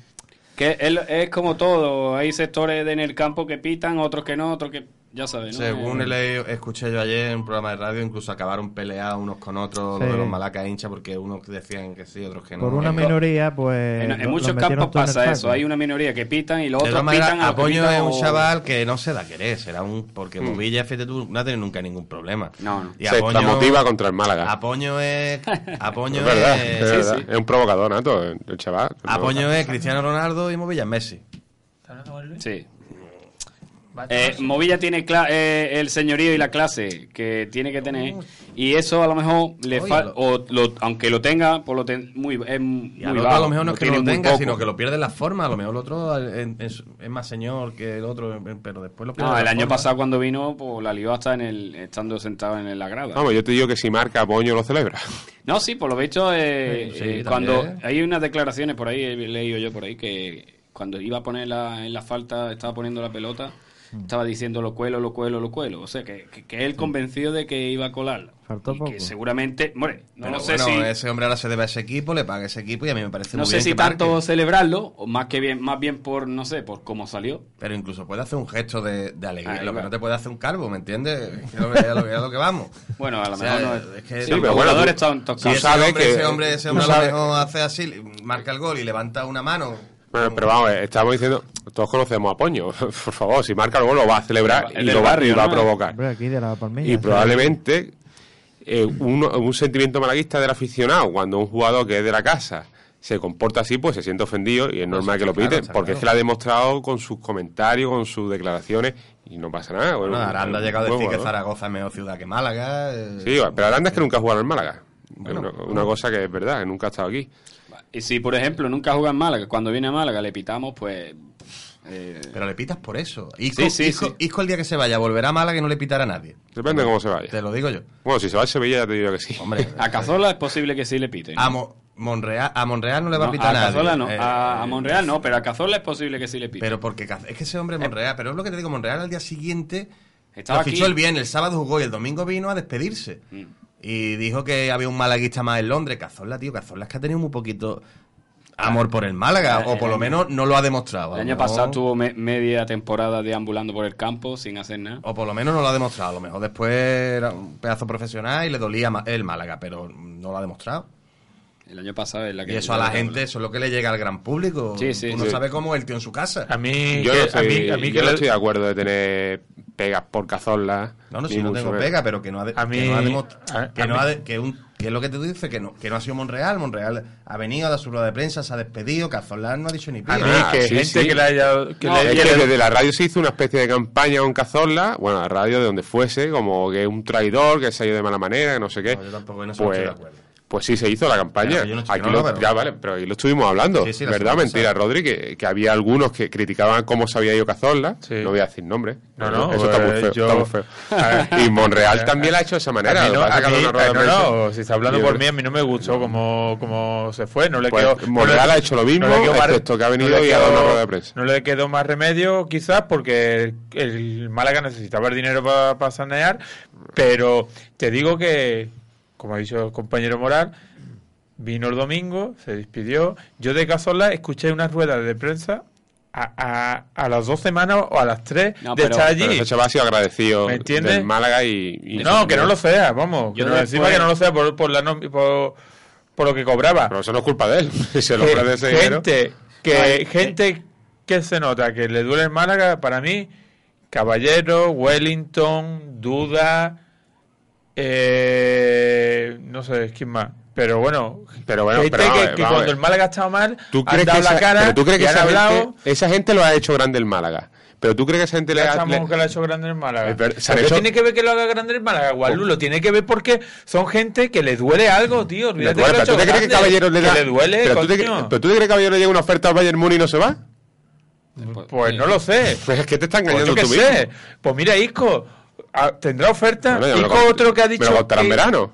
[SPEAKER 2] que es, es como todo, hay sectores de- en el campo que pitan, otros que no, otros que ya sabes. ¿no?
[SPEAKER 5] Según
[SPEAKER 2] Eh,
[SPEAKER 5] he leído- escuché yo ayer en un programa de radio, incluso acabaron peleados unos con otros,
[SPEAKER 1] Sí.
[SPEAKER 5] los de los malacas e hinchas, porque unos decían que sí, otros que no.
[SPEAKER 1] Por una
[SPEAKER 5] Esto-
[SPEAKER 1] minoría, pues.
[SPEAKER 2] En, en
[SPEAKER 1] lo-
[SPEAKER 2] muchos
[SPEAKER 1] lo metieron
[SPEAKER 2] campos
[SPEAKER 1] todo en el
[SPEAKER 2] pasa
[SPEAKER 1] saco.
[SPEAKER 2] eso, hay una minoría que pitan y los otros
[SPEAKER 5] De todas maneras,
[SPEAKER 2] pitan a los que
[SPEAKER 5] Apoño
[SPEAKER 2] pitan
[SPEAKER 5] es un
[SPEAKER 2] o- Hmm.
[SPEAKER 5] chaval que no se da a querer, será un. Porque Movilla, fíjate tú, no ha tenido nunca ningún problema.
[SPEAKER 2] No, no.
[SPEAKER 5] Y
[SPEAKER 4] se
[SPEAKER 5] Apoño-
[SPEAKER 4] motiva contra el Málaga.
[SPEAKER 5] Apoño es. Apoño
[SPEAKER 4] es verdad, es,
[SPEAKER 5] es.
[SPEAKER 4] verdad.
[SPEAKER 2] sí.
[SPEAKER 4] Es un provocador nato, el el chaval.
[SPEAKER 5] Apoño es Cristiano Ronaldo y Movilla es Messi.
[SPEAKER 2] Sí. Eh, Movilla tiene cla- eh, el señorío y la clase que tiene que tener y eso a lo mejor le
[SPEAKER 5] Oye,
[SPEAKER 2] fal-
[SPEAKER 5] lo-
[SPEAKER 2] o lo- aunque lo tenga pues lo ten- muy es muy
[SPEAKER 5] Y al otro
[SPEAKER 2] bajo,
[SPEAKER 5] a lo mejor no es que
[SPEAKER 2] tiene
[SPEAKER 5] no lo
[SPEAKER 2] muy
[SPEAKER 5] tenga,
[SPEAKER 2] poco.
[SPEAKER 5] sino que lo pierde en la forma. A lo mejor el otro eh, es, es más señor que el otro, eh, pero después lo pierde.
[SPEAKER 2] No,
[SPEAKER 5] en
[SPEAKER 2] el
[SPEAKER 5] la
[SPEAKER 2] año
[SPEAKER 5] forma.
[SPEAKER 2] pasado cuando vino pues la lió hasta en el estando sentado en la grada.
[SPEAKER 4] Vamos, yo te digo que si marca Apoño lo celebra.
[SPEAKER 2] No, sí, por lo visto, eh, eh,
[SPEAKER 5] Sí, sí, también.
[SPEAKER 2] cuando hay unas declaraciones por ahí, he leído yo por ahí, que cuando iba a poner la, en la falta, estaba poniendo la pelota,
[SPEAKER 5] Mm.
[SPEAKER 2] estaba diciendo lo cuelo, lo cuelo, lo cuelo. O sea, que, que, que él convencido de que iba a colarla.
[SPEAKER 1] Faltó
[SPEAKER 2] Y
[SPEAKER 1] poco.
[SPEAKER 2] Que seguramente, hombre, no
[SPEAKER 5] Pero
[SPEAKER 2] lo sé
[SPEAKER 5] bueno,
[SPEAKER 2] si...
[SPEAKER 5] ese hombre ahora se debe a ese equipo, le paga ese equipo y a mí me parece
[SPEAKER 2] No
[SPEAKER 5] muy
[SPEAKER 2] sé
[SPEAKER 5] bien
[SPEAKER 2] si
[SPEAKER 5] que marque.
[SPEAKER 2] tanto celebrarlo, o más que bien, más bien por, no sé, por cómo salió.
[SPEAKER 5] Pero incluso puede hacer un gesto de, de alegría,
[SPEAKER 2] Ahí
[SPEAKER 5] lo que
[SPEAKER 2] va.
[SPEAKER 5] no te puede hacer un calvo, ¿me entiendes? Es que lo que- es lo que- es lo que vamos.
[SPEAKER 2] Bueno, a lo
[SPEAKER 5] O sea,
[SPEAKER 2] mejor no
[SPEAKER 5] es que-
[SPEAKER 2] sí,
[SPEAKER 5] No,
[SPEAKER 2] los
[SPEAKER 4] pero bueno,
[SPEAKER 2] jugadores
[SPEAKER 4] tú-
[SPEAKER 2] están
[SPEAKER 5] Si
[SPEAKER 4] Tú
[SPEAKER 2] tocados.
[SPEAKER 5] ese
[SPEAKER 4] sabes
[SPEAKER 5] hombre,
[SPEAKER 4] que-
[SPEAKER 5] ese hombre,
[SPEAKER 4] tú
[SPEAKER 5] ese hombre a lo
[SPEAKER 4] sabes-
[SPEAKER 5] mejor hace así, marca el gol y levanta una mano.
[SPEAKER 4] Bueno, pero vamos, eh, estamos diciendo, todos conocemos a Apoño. Por favor, si marca el gol lo va a celebrar
[SPEAKER 2] El
[SPEAKER 4] y
[SPEAKER 2] del
[SPEAKER 4] lo va,
[SPEAKER 2] barrio,
[SPEAKER 4] y va
[SPEAKER 2] ¿no?
[SPEAKER 4] a provocar.
[SPEAKER 1] Hombre, aquí de la Palmilla.
[SPEAKER 4] Y
[SPEAKER 1] sí.
[SPEAKER 4] probablemente eh, uno- un sentimiento malaguista del aficionado, cuando un jugador que es de la casa se comporta así, pues se siente ofendido y es normal que lo
[SPEAKER 5] claro,
[SPEAKER 4] piten,
[SPEAKER 5] está
[SPEAKER 4] porque es
[SPEAKER 5] claro.
[SPEAKER 4] que lo ha demostrado con sus comentarios, con sus declaraciones y no pasa nada.
[SPEAKER 5] Bueno, Aranda ha llegado a
[SPEAKER 4] Buen
[SPEAKER 5] decir que
[SPEAKER 4] jugador.
[SPEAKER 5] Zaragoza es mejor ciudad que Málaga. eh,
[SPEAKER 4] Sí, pero Aranda es que nunca ha jugado en Málaga.
[SPEAKER 5] Bueno.
[SPEAKER 4] una, una cosa que es verdad, que nunca ha estado aquí.
[SPEAKER 2] Y si, por ejemplo, nunca juega en Málaga, cuando viene a Málaga le pitamos, pues... eh,
[SPEAKER 5] Pero le pitas por eso. Isco,
[SPEAKER 2] Sí, sí,
[SPEAKER 5] Isco-
[SPEAKER 2] sí.
[SPEAKER 5] Isco el día que se vaya volverá a Málaga y no le pitará a nadie.
[SPEAKER 4] Depende de cómo se
[SPEAKER 5] Te
[SPEAKER 4] vaya.
[SPEAKER 5] lo digo yo.
[SPEAKER 4] Bueno, si se va a Sevilla ya te digo que sí.
[SPEAKER 5] Hombre,
[SPEAKER 2] a Cazola es posible que sí le piten.
[SPEAKER 5] a, Mo- Monreal, a Monreal no le va
[SPEAKER 2] No,
[SPEAKER 5] a pitar nadie.
[SPEAKER 2] Cazorla no,
[SPEAKER 5] Eh,
[SPEAKER 2] a, a
[SPEAKER 5] eh,
[SPEAKER 2] Monreal no, pero a Cazola es posible que sí le pite.
[SPEAKER 5] Pero porque Caz- es que ese hombre Monreal, pero es lo que te digo, Monreal al día siguiente
[SPEAKER 2] Eh. Estaba
[SPEAKER 5] lo fichó
[SPEAKER 2] aquí. Mm.
[SPEAKER 5] el viernes, el sábado jugó y el domingo vino a despedirse. Y dijo que había un malaguista más en Londres. Cazorla, tío, Cazorla es que ha tenido muy poquito amor por el Málaga,
[SPEAKER 2] el
[SPEAKER 5] o por lo
[SPEAKER 2] año-
[SPEAKER 5] menos no lo ha demostrado.
[SPEAKER 2] el año
[SPEAKER 5] ¿no?
[SPEAKER 2] pasado tuvo me- media temporada deambulando por el campo sin hacer nada.
[SPEAKER 5] O por lo menos no lo ha demostrado. A lo mejor después era un pedazo profesional y le dolía ma- el Málaga, pero no lo ha demostrado.
[SPEAKER 2] El año pasado es la que...
[SPEAKER 5] Y eso a la gente, eso es lo que le llega al gran público.
[SPEAKER 2] Sí, sí,
[SPEAKER 5] Uno
[SPEAKER 2] sí.
[SPEAKER 5] sabe cómo es el tío en su casa.
[SPEAKER 3] A mí,
[SPEAKER 4] Yo
[SPEAKER 3] que-
[SPEAKER 4] no
[SPEAKER 3] a
[SPEAKER 4] estoy,
[SPEAKER 3] mí, a mí
[SPEAKER 4] yo
[SPEAKER 3] que
[SPEAKER 4] no
[SPEAKER 3] le-
[SPEAKER 4] estoy de acuerdo de tener pegas por cazorla.
[SPEAKER 5] No, no,
[SPEAKER 4] ni
[SPEAKER 5] si no
[SPEAKER 4] mucho
[SPEAKER 5] tengo
[SPEAKER 4] menos.
[SPEAKER 5] pega, pero que no ha, de-
[SPEAKER 3] A mí-
[SPEAKER 5] que no ha demostrado.
[SPEAKER 3] a-
[SPEAKER 5] que,
[SPEAKER 3] a
[SPEAKER 5] no
[SPEAKER 3] mí-
[SPEAKER 5] ha de- que un- que es lo que te dice, que no, que no ha sido Monreal. Monreal ha venido a dar su rueda de prensa, se ha despedido, Cazorla no ha dicho ni
[SPEAKER 3] a
[SPEAKER 5] pío.
[SPEAKER 3] mí
[SPEAKER 4] Ah,
[SPEAKER 3] que
[SPEAKER 4] sí,
[SPEAKER 3] gente
[SPEAKER 4] sí.
[SPEAKER 3] que le haya... Que
[SPEAKER 2] No,
[SPEAKER 3] le
[SPEAKER 4] Es
[SPEAKER 3] haya-
[SPEAKER 4] que desde la radio se hizo una especie de campaña con Cazorla, bueno, la radio de donde fuese, como que es un traidor, que se ha ido de mala manera, que no sé qué.
[SPEAKER 5] No, yo tampoco en eso no
[SPEAKER 4] pues,
[SPEAKER 5] estoy de acuerdo.
[SPEAKER 4] pues sí, se hizo la campaña.
[SPEAKER 5] Pero yo no estoy-
[SPEAKER 4] aquí
[SPEAKER 5] no,
[SPEAKER 4] lo,
[SPEAKER 5] pero-
[SPEAKER 4] ya vale, pero aquí lo estuvimos hablando.
[SPEAKER 5] Sí, sí, la
[SPEAKER 4] ¿Verdad?
[SPEAKER 5] semana
[SPEAKER 4] Mentira, Rodri, que, que había algunos que criticaban cómo se había ido Cazorla.
[SPEAKER 3] Sí.
[SPEAKER 4] No voy a decir nombres.
[SPEAKER 3] No, no,
[SPEAKER 4] Eso está
[SPEAKER 3] eh,
[SPEAKER 4] muy feo.
[SPEAKER 3] yo-
[SPEAKER 4] está muy feo. Y Monreal también la ha hecho de esa manera.
[SPEAKER 3] a mí
[SPEAKER 4] lo
[SPEAKER 3] no,
[SPEAKER 4] que pasa es que
[SPEAKER 3] a mí- eh,
[SPEAKER 4] habrá una rueda de
[SPEAKER 3] no,
[SPEAKER 4] prensa.
[SPEAKER 3] no, si está hablando
[SPEAKER 4] Y
[SPEAKER 3] por
[SPEAKER 4] el-
[SPEAKER 3] mí, a mí no me gustó como, como se fue. No le
[SPEAKER 4] Pues,
[SPEAKER 3] quedó.
[SPEAKER 4] Monreal
[SPEAKER 3] no le-
[SPEAKER 4] ha hecho lo mismo,
[SPEAKER 3] le quedó más-
[SPEAKER 4] excepto que ha venido
[SPEAKER 3] le
[SPEAKER 4] y ha dado
[SPEAKER 3] quedó-
[SPEAKER 4] una rueda de prensa.
[SPEAKER 3] No le quedó más remedio, quizás, porque el, el Málaga necesitaba el dinero para sanear. Pero te digo que, como ha dicho el compañero Moral, vino el domingo, se despidió. Yo de Casola escuché una rueda de prensa a, a- a las dos semanas o a las tres
[SPEAKER 2] No,
[SPEAKER 3] de
[SPEAKER 2] pero-
[SPEAKER 3] estar
[SPEAKER 4] Pero
[SPEAKER 3] allí.
[SPEAKER 4] ese chaval ha sido agradecido
[SPEAKER 3] ¿Me entiendes?
[SPEAKER 4] del Málaga y... y-
[SPEAKER 3] No, que no lo sea, vamos.
[SPEAKER 2] Yo
[SPEAKER 3] que no,
[SPEAKER 2] después-
[SPEAKER 3] encima que no lo sea por, por, la nom- por, por lo que cobraba.
[SPEAKER 4] Pero eso no es culpa de él. Se lo
[SPEAKER 3] Que
[SPEAKER 4] agradece dinero.
[SPEAKER 3] Eh, gente, que,
[SPEAKER 2] Ay,
[SPEAKER 3] gente que se nota que le duele el Málaga, para mí, Caballero, Wellington, Duda, eh, no sé quién más. Pero bueno,
[SPEAKER 4] Pero bueno,
[SPEAKER 3] gente
[SPEAKER 4] pero vamos a
[SPEAKER 3] que,
[SPEAKER 4] ver,
[SPEAKER 3] que
[SPEAKER 4] vamos a
[SPEAKER 3] cuando
[SPEAKER 4] ver.
[SPEAKER 3] el Málaga ha estado mal,
[SPEAKER 4] ¿Tú
[SPEAKER 3] han
[SPEAKER 4] crees que
[SPEAKER 3] dado
[SPEAKER 4] esa,
[SPEAKER 3] la cara,
[SPEAKER 4] pero tú crees que
[SPEAKER 3] y han
[SPEAKER 4] esa,
[SPEAKER 3] hablado,
[SPEAKER 4] gente, esa gente lo ha hecho grande el Málaga. Pero tú crees que esa gente le
[SPEAKER 3] ya
[SPEAKER 4] ha...
[SPEAKER 3] estamos
[SPEAKER 4] le-
[SPEAKER 3] que lo ha hecho grande el Málaga.
[SPEAKER 4] Eh, pero se han
[SPEAKER 3] Pero
[SPEAKER 4] hecho-
[SPEAKER 3] tiene que ver que lo haga grande el Málaga, Guadalu, lo tiene que ver porque son gente que le duele algo, tío.
[SPEAKER 4] Mm. le
[SPEAKER 3] olvídate que lo
[SPEAKER 4] duele,
[SPEAKER 3] ha
[SPEAKER 4] pero tú
[SPEAKER 3] hecho
[SPEAKER 4] te crees que
[SPEAKER 3] grande,
[SPEAKER 4] Caballero le
[SPEAKER 3] que
[SPEAKER 4] da...
[SPEAKER 3] le duele,
[SPEAKER 4] pero, tú te,
[SPEAKER 3] coño.
[SPEAKER 4] crees- pero tú te crees que Caballero llega una oferta al Bayern Múnich y no se va.
[SPEAKER 3] Pues no lo sé.
[SPEAKER 4] Pues es que te está
[SPEAKER 3] Pues
[SPEAKER 4] engañando
[SPEAKER 3] yo qué
[SPEAKER 4] tú mismo.
[SPEAKER 3] sé. Pues mira, Isco ah, tendrá oferta.
[SPEAKER 4] Bueno, ya me lo
[SPEAKER 3] Isco
[SPEAKER 4] cont-
[SPEAKER 3] otro que ha dicho.
[SPEAKER 4] Me lo contará en
[SPEAKER 3] que-
[SPEAKER 4] verano.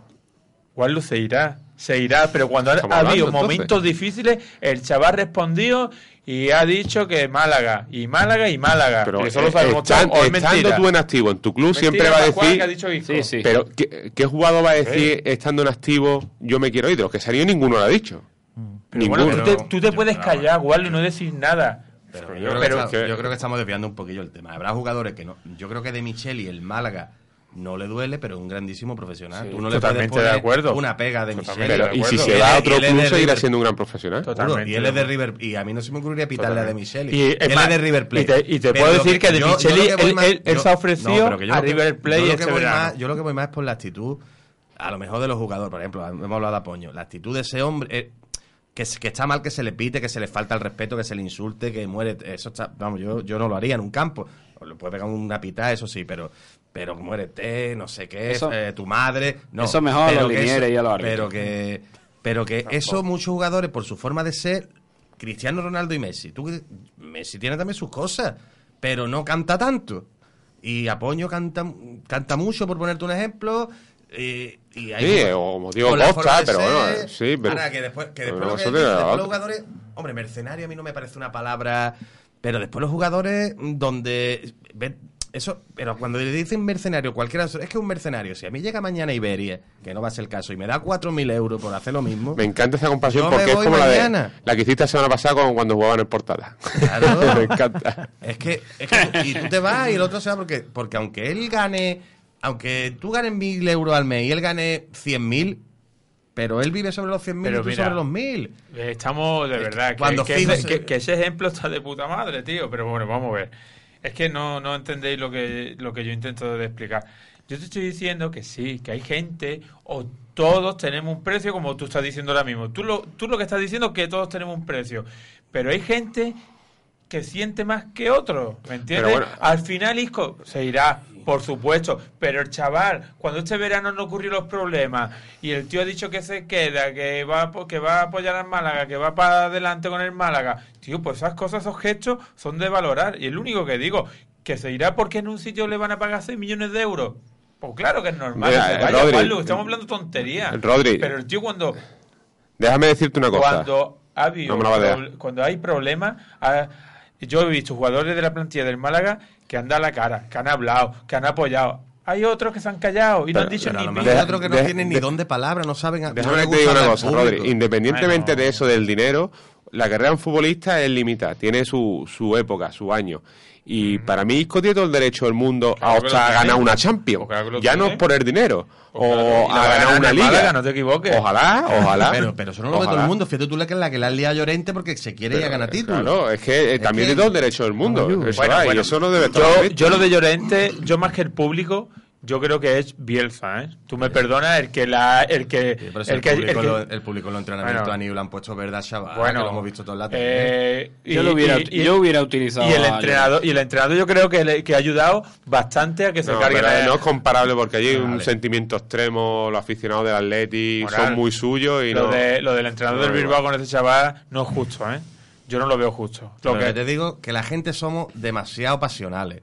[SPEAKER 3] Guarlo se irá. Se irá, pero cuando ha,
[SPEAKER 4] Estamos
[SPEAKER 3] ha habido
[SPEAKER 4] hablando, entonces.
[SPEAKER 3] momentos difíciles, el chaval ha respondido y ha dicho que Málaga, y Málaga, y Málaga.
[SPEAKER 4] Pero
[SPEAKER 3] que Ah, eso lo sabemos
[SPEAKER 4] estan-
[SPEAKER 3] todos, o es
[SPEAKER 4] estando
[SPEAKER 3] mentira.
[SPEAKER 4] tú en activo en tu club
[SPEAKER 3] Mentira,
[SPEAKER 4] siempre va a
[SPEAKER 3] Pascual, que ha
[SPEAKER 4] decir...
[SPEAKER 3] dicho Isco.
[SPEAKER 2] Sí, sí.
[SPEAKER 4] Pero ¿qué, qué jugador va a decir estando en activo yo me quiero ir? De los que salió ninguno lo ha dicho.
[SPEAKER 3] Pero bueno,
[SPEAKER 4] Ninguno.
[SPEAKER 3] tú te, tú te puedes callar, Guarlo, y no decir nada.
[SPEAKER 5] Pero yo, creo
[SPEAKER 3] Pero
[SPEAKER 5] que está-
[SPEAKER 4] que-
[SPEAKER 5] yo creo que estamos desviando un poquillo el tema. Habrá jugadores que no. Yo creo que de Micheli el Málaga no le duele, pero es un grandísimo profesional. Tú no le puedes
[SPEAKER 3] totalmente
[SPEAKER 5] poner
[SPEAKER 3] de acuerdo.
[SPEAKER 5] una pega de Micheli.
[SPEAKER 4] Pero,
[SPEAKER 3] de
[SPEAKER 4] y si
[SPEAKER 3] acuerdo.
[SPEAKER 4] se va a
[SPEAKER 5] Él-
[SPEAKER 4] otro
[SPEAKER 5] él es
[SPEAKER 4] club
[SPEAKER 5] de
[SPEAKER 4] seguirá
[SPEAKER 5] River-
[SPEAKER 4] siendo un gran profesional.
[SPEAKER 5] Seguro,
[SPEAKER 3] Totalmente,
[SPEAKER 5] y él es de
[SPEAKER 3] ¿no?
[SPEAKER 5] River y a mí no se me ocurriría pitarle a De Micheli.
[SPEAKER 3] Y, es
[SPEAKER 5] él
[SPEAKER 3] más,
[SPEAKER 5] es de River Plate.
[SPEAKER 3] Y te, y te
[SPEAKER 5] Pero
[SPEAKER 3] puedo
[SPEAKER 5] lo
[SPEAKER 3] decir que,
[SPEAKER 5] que
[SPEAKER 3] de
[SPEAKER 5] yo- yo
[SPEAKER 3] Micheli,
[SPEAKER 5] lo que voy
[SPEAKER 3] él,
[SPEAKER 5] más-
[SPEAKER 3] él- él
[SPEAKER 5] yo-
[SPEAKER 3] se ha
[SPEAKER 5] no,
[SPEAKER 3] ofrecido
[SPEAKER 5] pero que yo
[SPEAKER 3] a
[SPEAKER 5] lo que-
[SPEAKER 3] River
[SPEAKER 5] yo
[SPEAKER 3] Plate
[SPEAKER 5] lo
[SPEAKER 3] este
[SPEAKER 5] que voy
[SPEAKER 3] verano.
[SPEAKER 5] más- yo lo que voy más es por la actitud, a lo mejor de los jugadores, por ejemplo, hemos hablado de Apoño, la actitud de ese hombre, eh, que, es- que está mal que se le pite, que se le falta el respeto, que se le insulte, que muere, eso está, vamos, yo, yo no lo haría en un campo, O le puede pegar una pita, eso sí, pero... Pero muérete, no sé qué,
[SPEAKER 2] Eso-
[SPEAKER 5] eh, tu madre. No,
[SPEAKER 2] eso mejor a
[SPEAKER 5] pero
[SPEAKER 2] los
[SPEAKER 5] que eso-
[SPEAKER 2] linieres y a los árbitros.
[SPEAKER 5] Pero que, pero que eso muchos jugadores, por su forma de ser, Cristiano Ronaldo y Messi. Tú, que- Messi tiene también sus cosas, pero no canta tanto. Y Apoño canta, canta mucho, por ponerte un ejemplo. eh, y hay
[SPEAKER 4] Sí,
[SPEAKER 5] jugadores-
[SPEAKER 4] o como digo,
[SPEAKER 5] con la
[SPEAKER 4] Costa,
[SPEAKER 5] forma de
[SPEAKER 4] pero bueno,
[SPEAKER 5] ser.
[SPEAKER 4] eh, sí, pero-
[SPEAKER 5] Ahora, que después, que
[SPEAKER 4] pero
[SPEAKER 5] después lo que
[SPEAKER 4] nosotros
[SPEAKER 5] dicen,
[SPEAKER 4] era
[SPEAKER 5] después los
[SPEAKER 4] otro.
[SPEAKER 5] jugadores... Hombre, mercenario a mí no me parece una palabra... Pero después los jugadores mm, donde... ve- Eso, pero cuando le dicen mercenario, cualquiera... Es que un mercenario, si a mí llega mañana Iberia, que no va a ser el caso, y me da 4.000 euros por hacer lo mismo...
[SPEAKER 4] Me encanta esa comparación
[SPEAKER 5] Yo me
[SPEAKER 4] porque es
[SPEAKER 5] voy
[SPEAKER 4] como la, de,
[SPEAKER 5] mañana.
[SPEAKER 4] la que hiciste la semana pasada con cuando jugaban en portada.
[SPEAKER 5] Claro.
[SPEAKER 4] Me encanta.
[SPEAKER 5] Es que, es que- y tú te vas y el otro se va porque, porque aunque él gane, aunque tú ganes mil euros al mes y él gane cien mil, pero él vive sobre los cien mil y
[SPEAKER 3] Pero
[SPEAKER 5] tú
[SPEAKER 3] mira,
[SPEAKER 5] sobre los mil.
[SPEAKER 3] Estamos de verdad. que-
[SPEAKER 5] cuando
[SPEAKER 3] que,
[SPEAKER 5] Figo
[SPEAKER 3] ese,
[SPEAKER 5] se-
[SPEAKER 3] que- que ese ejemplo está de puta madre, tío. Pero bueno, vamos a ver. Es que no, no entendéis lo que, lo que yo intento de explicar. Yo te estoy diciendo que sí, que hay gente o todos tenemos un precio, como tú estás diciendo ahora mismo. Tú lo, tú lo que estás diciendo es que todos tenemos un precio. Pero hay gente que siente más que otro, ¿me entiendes?
[SPEAKER 4] Pero bueno.
[SPEAKER 3] Al final Isco se irá, por supuesto, pero el chaval, cuando este verano no ocurrió los problemas y el tío ha dicho que se queda, que va, a apo- que va a apoyar al Málaga, que va para adelante con el Málaga, tío, pues esas cosas, esos gestos son de valorar. Y es lo único que digo, que se irá porque en un sitio le van a pagar 6 millones de euros. Pues claro que es normal,
[SPEAKER 4] Mira,
[SPEAKER 3] que se
[SPEAKER 4] eh,
[SPEAKER 3] vaya,
[SPEAKER 4] Rodri,
[SPEAKER 3] Juanlu, estamos hablando tonterías.
[SPEAKER 4] Rodri.
[SPEAKER 3] Pero el tío cuando
[SPEAKER 4] Déjame decirte una cosa.
[SPEAKER 3] cuando ha habido
[SPEAKER 4] No me la va a dejar.
[SPEAKER 3] proble- cuando hay problemas ha- yo he visto jugadores de la plantilla del Málaga que han dado la cara que han hablado que han apoyado hay otros que se han callado y no han dicho
[SPEAKER 5] Pero a
[SPEAKER 3] ni
[SPEAKER 5] lo
[SPEAKER 3] pi-
[SPEAKER 5] mejor hay otros que no
[SPEAKER 4] deja-
[SPEAKER 5] tienen ni
[SPEAKER 4] de-
[SPEAKER 5] don de palabra, no saben... a- no
[SPEAKER 4] Déjame
[SPEAKER 5] les
[SPEAKER 4] que te diga
[SPEAKER 5] gusta
[SPEAKER 4] una
[SPEAKER 5] hablar
[SPEAKER 4] cosa,
[SPEAKER 5] al público.
[SPEAKER 4] Rodri. Independientemente
[SPEAKER 3] Bueno.
[SPEAKER 4] de eso del dinero, la carrera de un futbolista es limitada. Tiene su, su época, su año. Y para mí, Isco tiene todo el derecho del mundo
[SPEAKER 3] Claro
[SPEAKER 4] a
[SPEAKER 3] que
[SPEAKER 4] hasta
[SPEAKER 3] lo tiene.
[SPEAKER 4] ganar una Champions.
[SPEAKER 3] Pues claro que lo
[SPEAKER 4] ya no
[SPEAKER 3] tiene.
[SPEAKER 4] es por el dinero.
[SPEAKER 3] Pues claro, y
[SPEAKER 4] o
[SPEAKER 3] la va
[SPEAKER 4] a
[SPEAKER 3] a
[SPEAKER 4] ganar
[SPEAKER 3] ganar
[SPEAKER 4] una
[SPEAKER 3] el
[SPEAKER 4] liga.
[SPEAKER 3] Málaga, no te equivoques.
[SPEAKER 4] Ojalá, ojalá.
[SPEAKER 5] Pero, pero eso no lo ve todo el
[SPEAKER 4] Ojalá.
[SPEAKER 5] mundo. Fíjate tú la que la que la han liado a Llorente porque se quiere ir a ganar títulos.
[SPEAKER 4] Claro, es que eh,
[SPEAKER 5] Es
[SPEAKER 4] también
[SPEAKER 5] que-
[SPEAKER 4] tiene todo el derecho del mundo.
[SPEAKER 1] Bueno,
[SPEAKER 4] Eso
[SPEAKER 3] bueno,
[SPEAKER 4] va, y
[SPEAKER 3] bueno.
[SPEAKER 4] eso no debe estar
[SPEAKER 3] yo,
[SPEAKER 4] previsto.
[SPEAKER 3] yo lo de Llorente yo más que el público yo creo que es Bielsa ¿eh? tú me perdonas el que la el que
[SPEAKER 5] Sí, pero si el,
[SPEAKER 3] que-
[SPEAKER 5] público,
[SPEAKER 3] que-
[SPEAKER 5] lo- el público en los entrenamientos
[SPEAKER 3] Bueno.
[SPEAKER 5] a Nilo le han puesto verdad, chaval.
[SPEAKER 3] bueno
[SPEAKER 5] que lo hemos visto todo en la tele.
[SPEAKER 3] eh,
[SPEAKER 2] yo, lo hubiera, yo hubiera utilizado.
[SPEAKER 3] y el
[SPEAKER 2] a Llorente.
[SPEAKER 3] entrenador y el entrenador yo creo que, le- que ha ayudado bastante a que se
[SPEAKER 4] No,
[SPEAKER 3] carguen
[SPEAKER 4] pero
[SPEAKER 3] a-
[SPEAKER 4] no es comparable porque allí hay un
[SPEAKER 5] Vale.
[SPEAKER 4] sentimiento extremo, los aficionados del Atleti
[SPEAKER 3] Moral.
[SPEAKER 4] son muy suyos y
[SPEAKER 3] lo,
[SPEAKER 4] no...
[SPEAKER 3] de, lo del entrenador
[SPEAKER 4] No,
[SPEAKER 3] del
[SPEAKER 4] igual.
[SPEAKER 3] Bilbao con ese chaval no es justo, ¿eh? Yo no lo veo justo. Lo
[SPEAKER 5] Lo que te
[SPEAKER 3] que,
[SPEAKER 5] digo que la gente somos demasiado pasionales.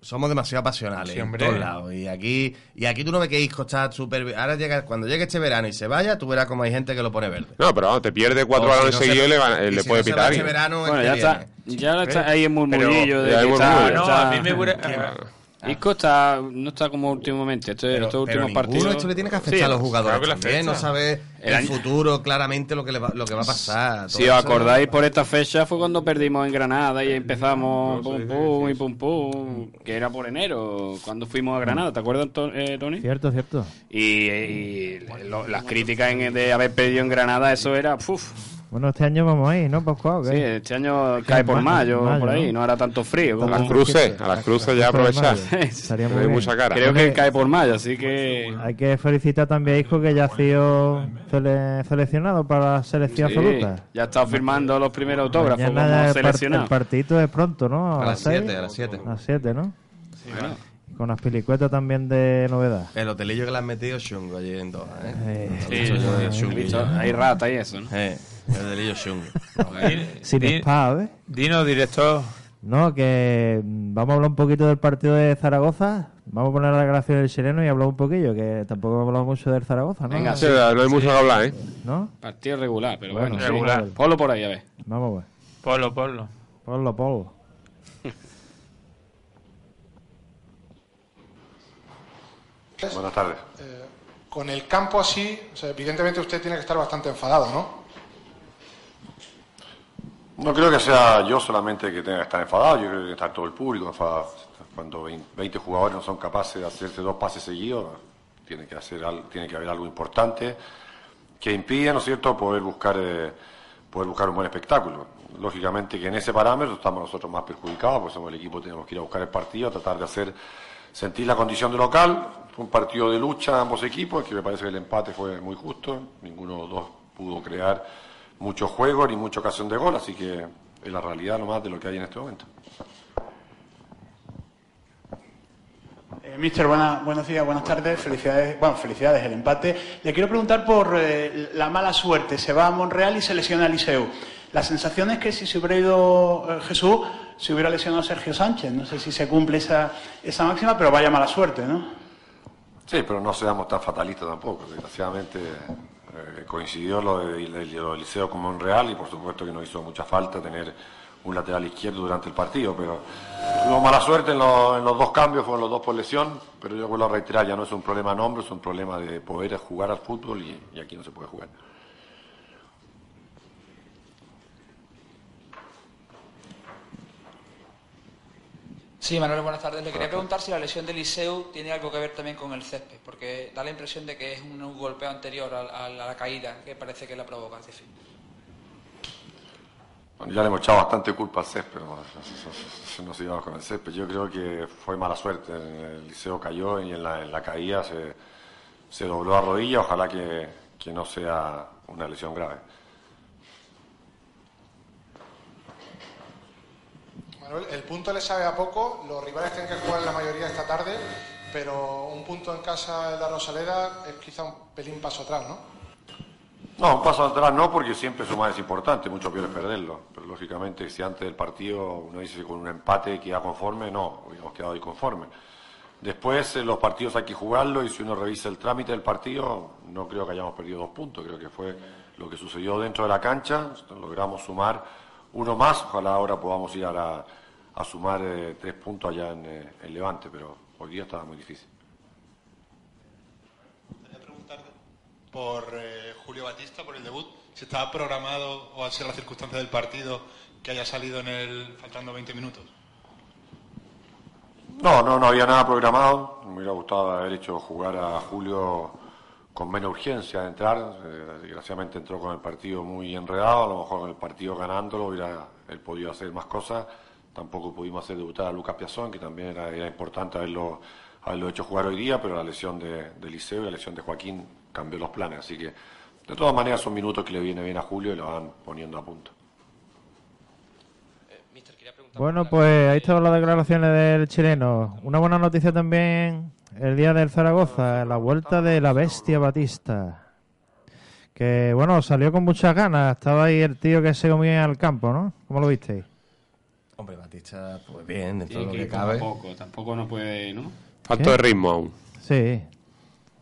[SPEAKER 5] Somos demasiado pasionales
[SPEAKER 3] Sí,
[SPEAKER 5] en
[SPEAKER 3] hombre.
[SPEAKER 5] todos lados. Y aquí, y aquí tú no ves que Isco está súper. Ahora llega, cuando llegue este verano y se vaya, tú verás como hay gente que lo pone verde.
[SPEAKER 4] No, pero vamos, te pierde cuatro
[SPEAKER 5] O si
[SPEAKER 4] balones
[SPEAKER 5] no se-
[SPEAKER 4] seguidos y le, van-
[SPEAKER 5] y
[SPEAKER 4] le
[SPEAKER 5] si
[SPEAKER 4] puede
[SPEAKER 5] no se va
[SPEAKER 4] pitar.
[SPEAKER 5] este
[SPEAKER 4] alguien.
[SPEAKER 5] verano, el
[SPEAKER 2] Bueno,
[SPEAKER 5] que
[SPEAKER 2] ya
[SPEAKER 5] viene.
[SPEAKER 2] está, ya está ahí el murmurillo
[SPEAKER 4] ya
[SPEAKER 2] de
[SPEAKER 4] hay
[SPEAKER 2] que está-
[SPEAKER 4] murmullo.
[SPEAKER 3] Ah, no,
[SPEAKER 2] está-
[SPEAKER 3] a mí me hubiera.
[SPEAKER 4] Qué
[SPEAKER 3] a-
[SPEAKER 4] raro.
[SPEAKER 2] Isco está, no está como últimamente. Este,
[SPEAKER 5] Pero-
[SPEAKER 2] estos
[SPEAKER 5] pero
[SPEAKER 2] últimos
[SPEAKER 5] ninguno
[SPEAKER 2] partidos.
[SPEAKER 5] esto le tiene que
[SPEAKER 3] Sí,
[SPEAKER 5] afectar a los jugadores.
[SPEAKER 3] claro que le
[SPEAKER 5] también,
[SPEAKER 3] afecta.
[SPEAKER 5] no sabe
[SPEAKER 2] El
[SPEAKER 5] el,
[SPEAKER 2] año-
[SPEAKER 5] futuro claramente lo que, le va, lo que va a pasar.
[SPEAKER 2] Si
[SPEAKER 5] todo
[SPEAKER 2] os
[SPEAKER 5] eso-
[SPEAKER 2] acordáis, por esta fecha fue cuando perdimos en Granada y empezamos pum pum y pum pum, que era por enero, cuando fuimos a Granada, ¿te acuerdas, Ton- eh, Tony?
[SPEAKER 1] Cierto, cierto.
[SPEAKER 2] Y, y lo- las críticas en- de haber perdido en Granada, eso era, puf,
[SPEAKER 1] Bueno, este año vamos ahí, ¿no, Pascual?
[SPEAKER 2] sí,
[SPEAKER 1] ¿Qué?
[SPEAKER 2] este año cae por
[SPEAKER 1] mayo,
[SPEAKER 2] mayo,
[SPEAKER 1] mayo,
[SPEAKER 2] por ahí,
[SPEAKER 1] ¿no?
[SPEAKER 2] no hará tanto frío.
[SPEAKER 4] A
[SPEAKER 2] como-
[SPEAKER 5] uh,
[SPEAKER 4] las cruces, a las cruces ya
[SPEAKER 1] Otro de
[SPEAKER 4] aprovechar.
[SPEAKER 1] mayo. Estaría muy
[SPEAKER 4] Hay
[SPEAKER 1] bien.
[SPEAKER 4] mucha cara.
[SPEAKER 2] Creo que cae por mayo, así que...
[SPEAKER 1] Hay que felicitar también a Isco que ya ha sido sele- seleccionado para la selección
[SPEAKER 2] sí,
[SPEAKER 1] absoluta.
[SPEAKER 2] ya está firmando los primeros autógrafos
[SPEAKER 1] Mañana
[SPEAKER 2] como
[SPEAKER 1] el, par-
[SPEAKER 2] seleccionado.
[SPEAKER 1] el partidito es pronto, ¿no?
[SPEAKER 5] A las
[SPEAKER 1] seis.
[SPEAKER 5] 7, a las 7.
[SPEAKER 1] A las 7, ¿no?
[SPEAKER 2] Bueno,
[SPEAKER 1] Con las pelicuetas también de novedad.
[SPEAKER 5] El hotelillo que le han metido chungo allí en Doha, ¿eh?
[SPEAKER 1] Eh,
[SPEAKER 5] El
[SPEAKER 2] ah. sí,
[SPEAKER 5] hotelillo
[SPEAKER 2] he
[SPEAKER 5] chungo.
[SPEAKER 2] visto, hay rata y eso, ¿no?
[SPEAKER 5] Eh, el hotelillo chungo.
[SPEAKER 1] sin ¿eh?
[SPEAKER 3] Di-
[SPEAKER 1] spa, ¿ves?
[SPEAKER 3] Dinos, director,
[SPEAKER 1] No, que mm, vamos a hablar un poquito del partido de Zaragoza. Vamos a poner la gracia del chileno y hablar un poquillo, que tampoco hemos hablado mucho del Zaragoza, ¿no?
[SPEAKER 2] Venga,
[SPEAKER 4] Sí, no hay mucho que hablar, ¿eh?
[SPEAKER 1] ¿No?
[SPEAKER 2] Partido regular, pero
[SPEAKER 1] Bueno,
[SPEAKER 2] bueno, sí.
[SPEAKER 1] regular.
[SPEAKER 2] Ponlo por ahí, a ver.
[SPEAKER 1] Vamos, pues.
[SPEAKER 3] Polo, Polo.
[SPEAKER 1] Ponlo, ponlo.
[SPEAKER 6] Buenas tardes. con el campo así, o sea, evidentemente usted tiene que estar bastante enfadado, ¿no?
[SPEAKER 7] No creo que sea yo solamente que tenga que estar enfadado, yo creo que está todo el público enfadado. Cuando vein- 20 jugadores no son capaces de hacerse dos pases seguidos, tiene que, hacer al- tiene que haber algo importante que impida, ¿no es cierto?, poder buscar, eh, poder buscar un buen espectáculo. Lógicamente que en ese parámetro estamos nosotros más perjudicados, porque somos el equipo que tenemos que ir a buscar el partido, tratar de hacer sentir la condición de local. Fue un partido de lucha ambos equipos, que me parece que el empate fue muy justo, ninguno de los dos pudo crear mucho juego ni mucha ocasión de gol, así que es la realidad nomás de lo que hay en este momento.
[SPEAKER 8] Eh, Mister, buena- buenos días, buenas tardes. Felicidades, bueno, felicidades el empate. Le quiero preguntar por eh, la mala suerte. Se va a Monreal y se lesiona a Liceu. La sensación es que si se hubiera ido eh, Jesús, se hubiera lesionado Sergio Sánchez. No sé si se cumple esa, esa máxima, pero vaya mala suerte, ¿no?
[SPEAKER 7] Sí, pero no seamos tan fatalistas tampoco. Desgraciadamente eh, coincidió lo de, lo de- lo de Liceo con Monreal y por supuesto que nos hizo mucha falta tener un lateral izquierdo durante el partido, pero tuvo mala suerte en, lo- en los dos cambios, fueron los dos por lesión, pero yo vuelvo a reiterar, ya no es un problema de nombre, es un problema de poder jugar al fútbol y- y aquí no se puede jugar.
[SPEAKER 9] Sí, Manuel, buenas tardes. Le quería preguntar si la lesión de Liceu tiene algo que ver también con el césped, porque da la impresión de que es un, un golpeo anterior al- al- a, la caída que parece que la provoca. en fin.
[SPEAKER 7] Bueno, ya le hemos echado bastante culpa al césped, no, no sigamos con el césped. Yo creo que fue mala suerte. El liceo cayó y en la, en la caída se, se dobló la rodilla. Ojalá que, que no sea una lesión grave.
[SPEAKER 6] Manuel, el punto le sabe a poco, los rivales tienen que jugar la mayoría esta tarde, pero un punto en casa en la Rosaleda es quizá un pelín paso atrás, ¿no?
[SPEAKER 7] No, un paso atrás no, porque siempre sumar es importante, mucho peor es perderlo. Pero lógicamente, si antes del partido uno dice que con un empate queda conforme, no, hubiéramos quedado ahí conforme. Después, eh, los partidos hay que jugarlos y si uno revisa el trámite del partido, no creo que hayamos perdido dos puntos, creo que fue lo que sucedió dentro de la cancha, logramos sumar uno más, ojalá ahora podamos ir a, la- a sumar eh, tres puntos allá en, eh, en Levante, pero hoy día estaba muy difícil.
[SPEAKER 10] Quería preguntarte por eh, Julio Batista, por el debut, si estaba programado o al ser la circunstancia del partido que haya salido en el faltando 20 minutos.
[SPEAKER 7] No, no, no había nada programado. Me hubiera gustado haber hecho jugar a Julio con menos urgencia de entrar. Eh, desgraciadamente entró con el partido muy enredado. A lo mejor con el partido ganándolo hubiera él podido hacer más cosas. Tampoco pudimos hacer debutar a Lucas Piazón, que también era, era importante haberlo, haberlo hecho jugar hoy día, pero la lesión de, de Liceo y la lesión de Joaquín cambió los planes. Así que, de todas maneras, son minutos que le viene bien a Julio y lo van poniendo a punto.
[SPEAKER 9] Eh, mister, quería preguntar
[SPEAKER 1] Bueno,
[SPEAKER 9] por la-
[SPEAKER 1] pues ahí están las declaraciones del chileno. Una buena noticia también el día del Zaragoza, la vuelta de la bestia Batista. Que bueno, salió con muchas ganas. Estaba ahí el tío que se comía al campo, ¿no? ¿Cómo lo visteis?
[SPEAKER 5] Hombre, Batista, pues bien, dentro
[SPEAKER 2] Tiene
[SPEAKER 5] de lo
[SPEAKER 2] que
[SPEAKER 5] que
[SPEAKER 2] ir poco a
[SPEAKER 5] cabe.
[SPEAKER 2] poco, tampoco no puede, ¿no?
[SPEAKER 4] Falta de ritmo aún.
[SPEAKER 1] Sí.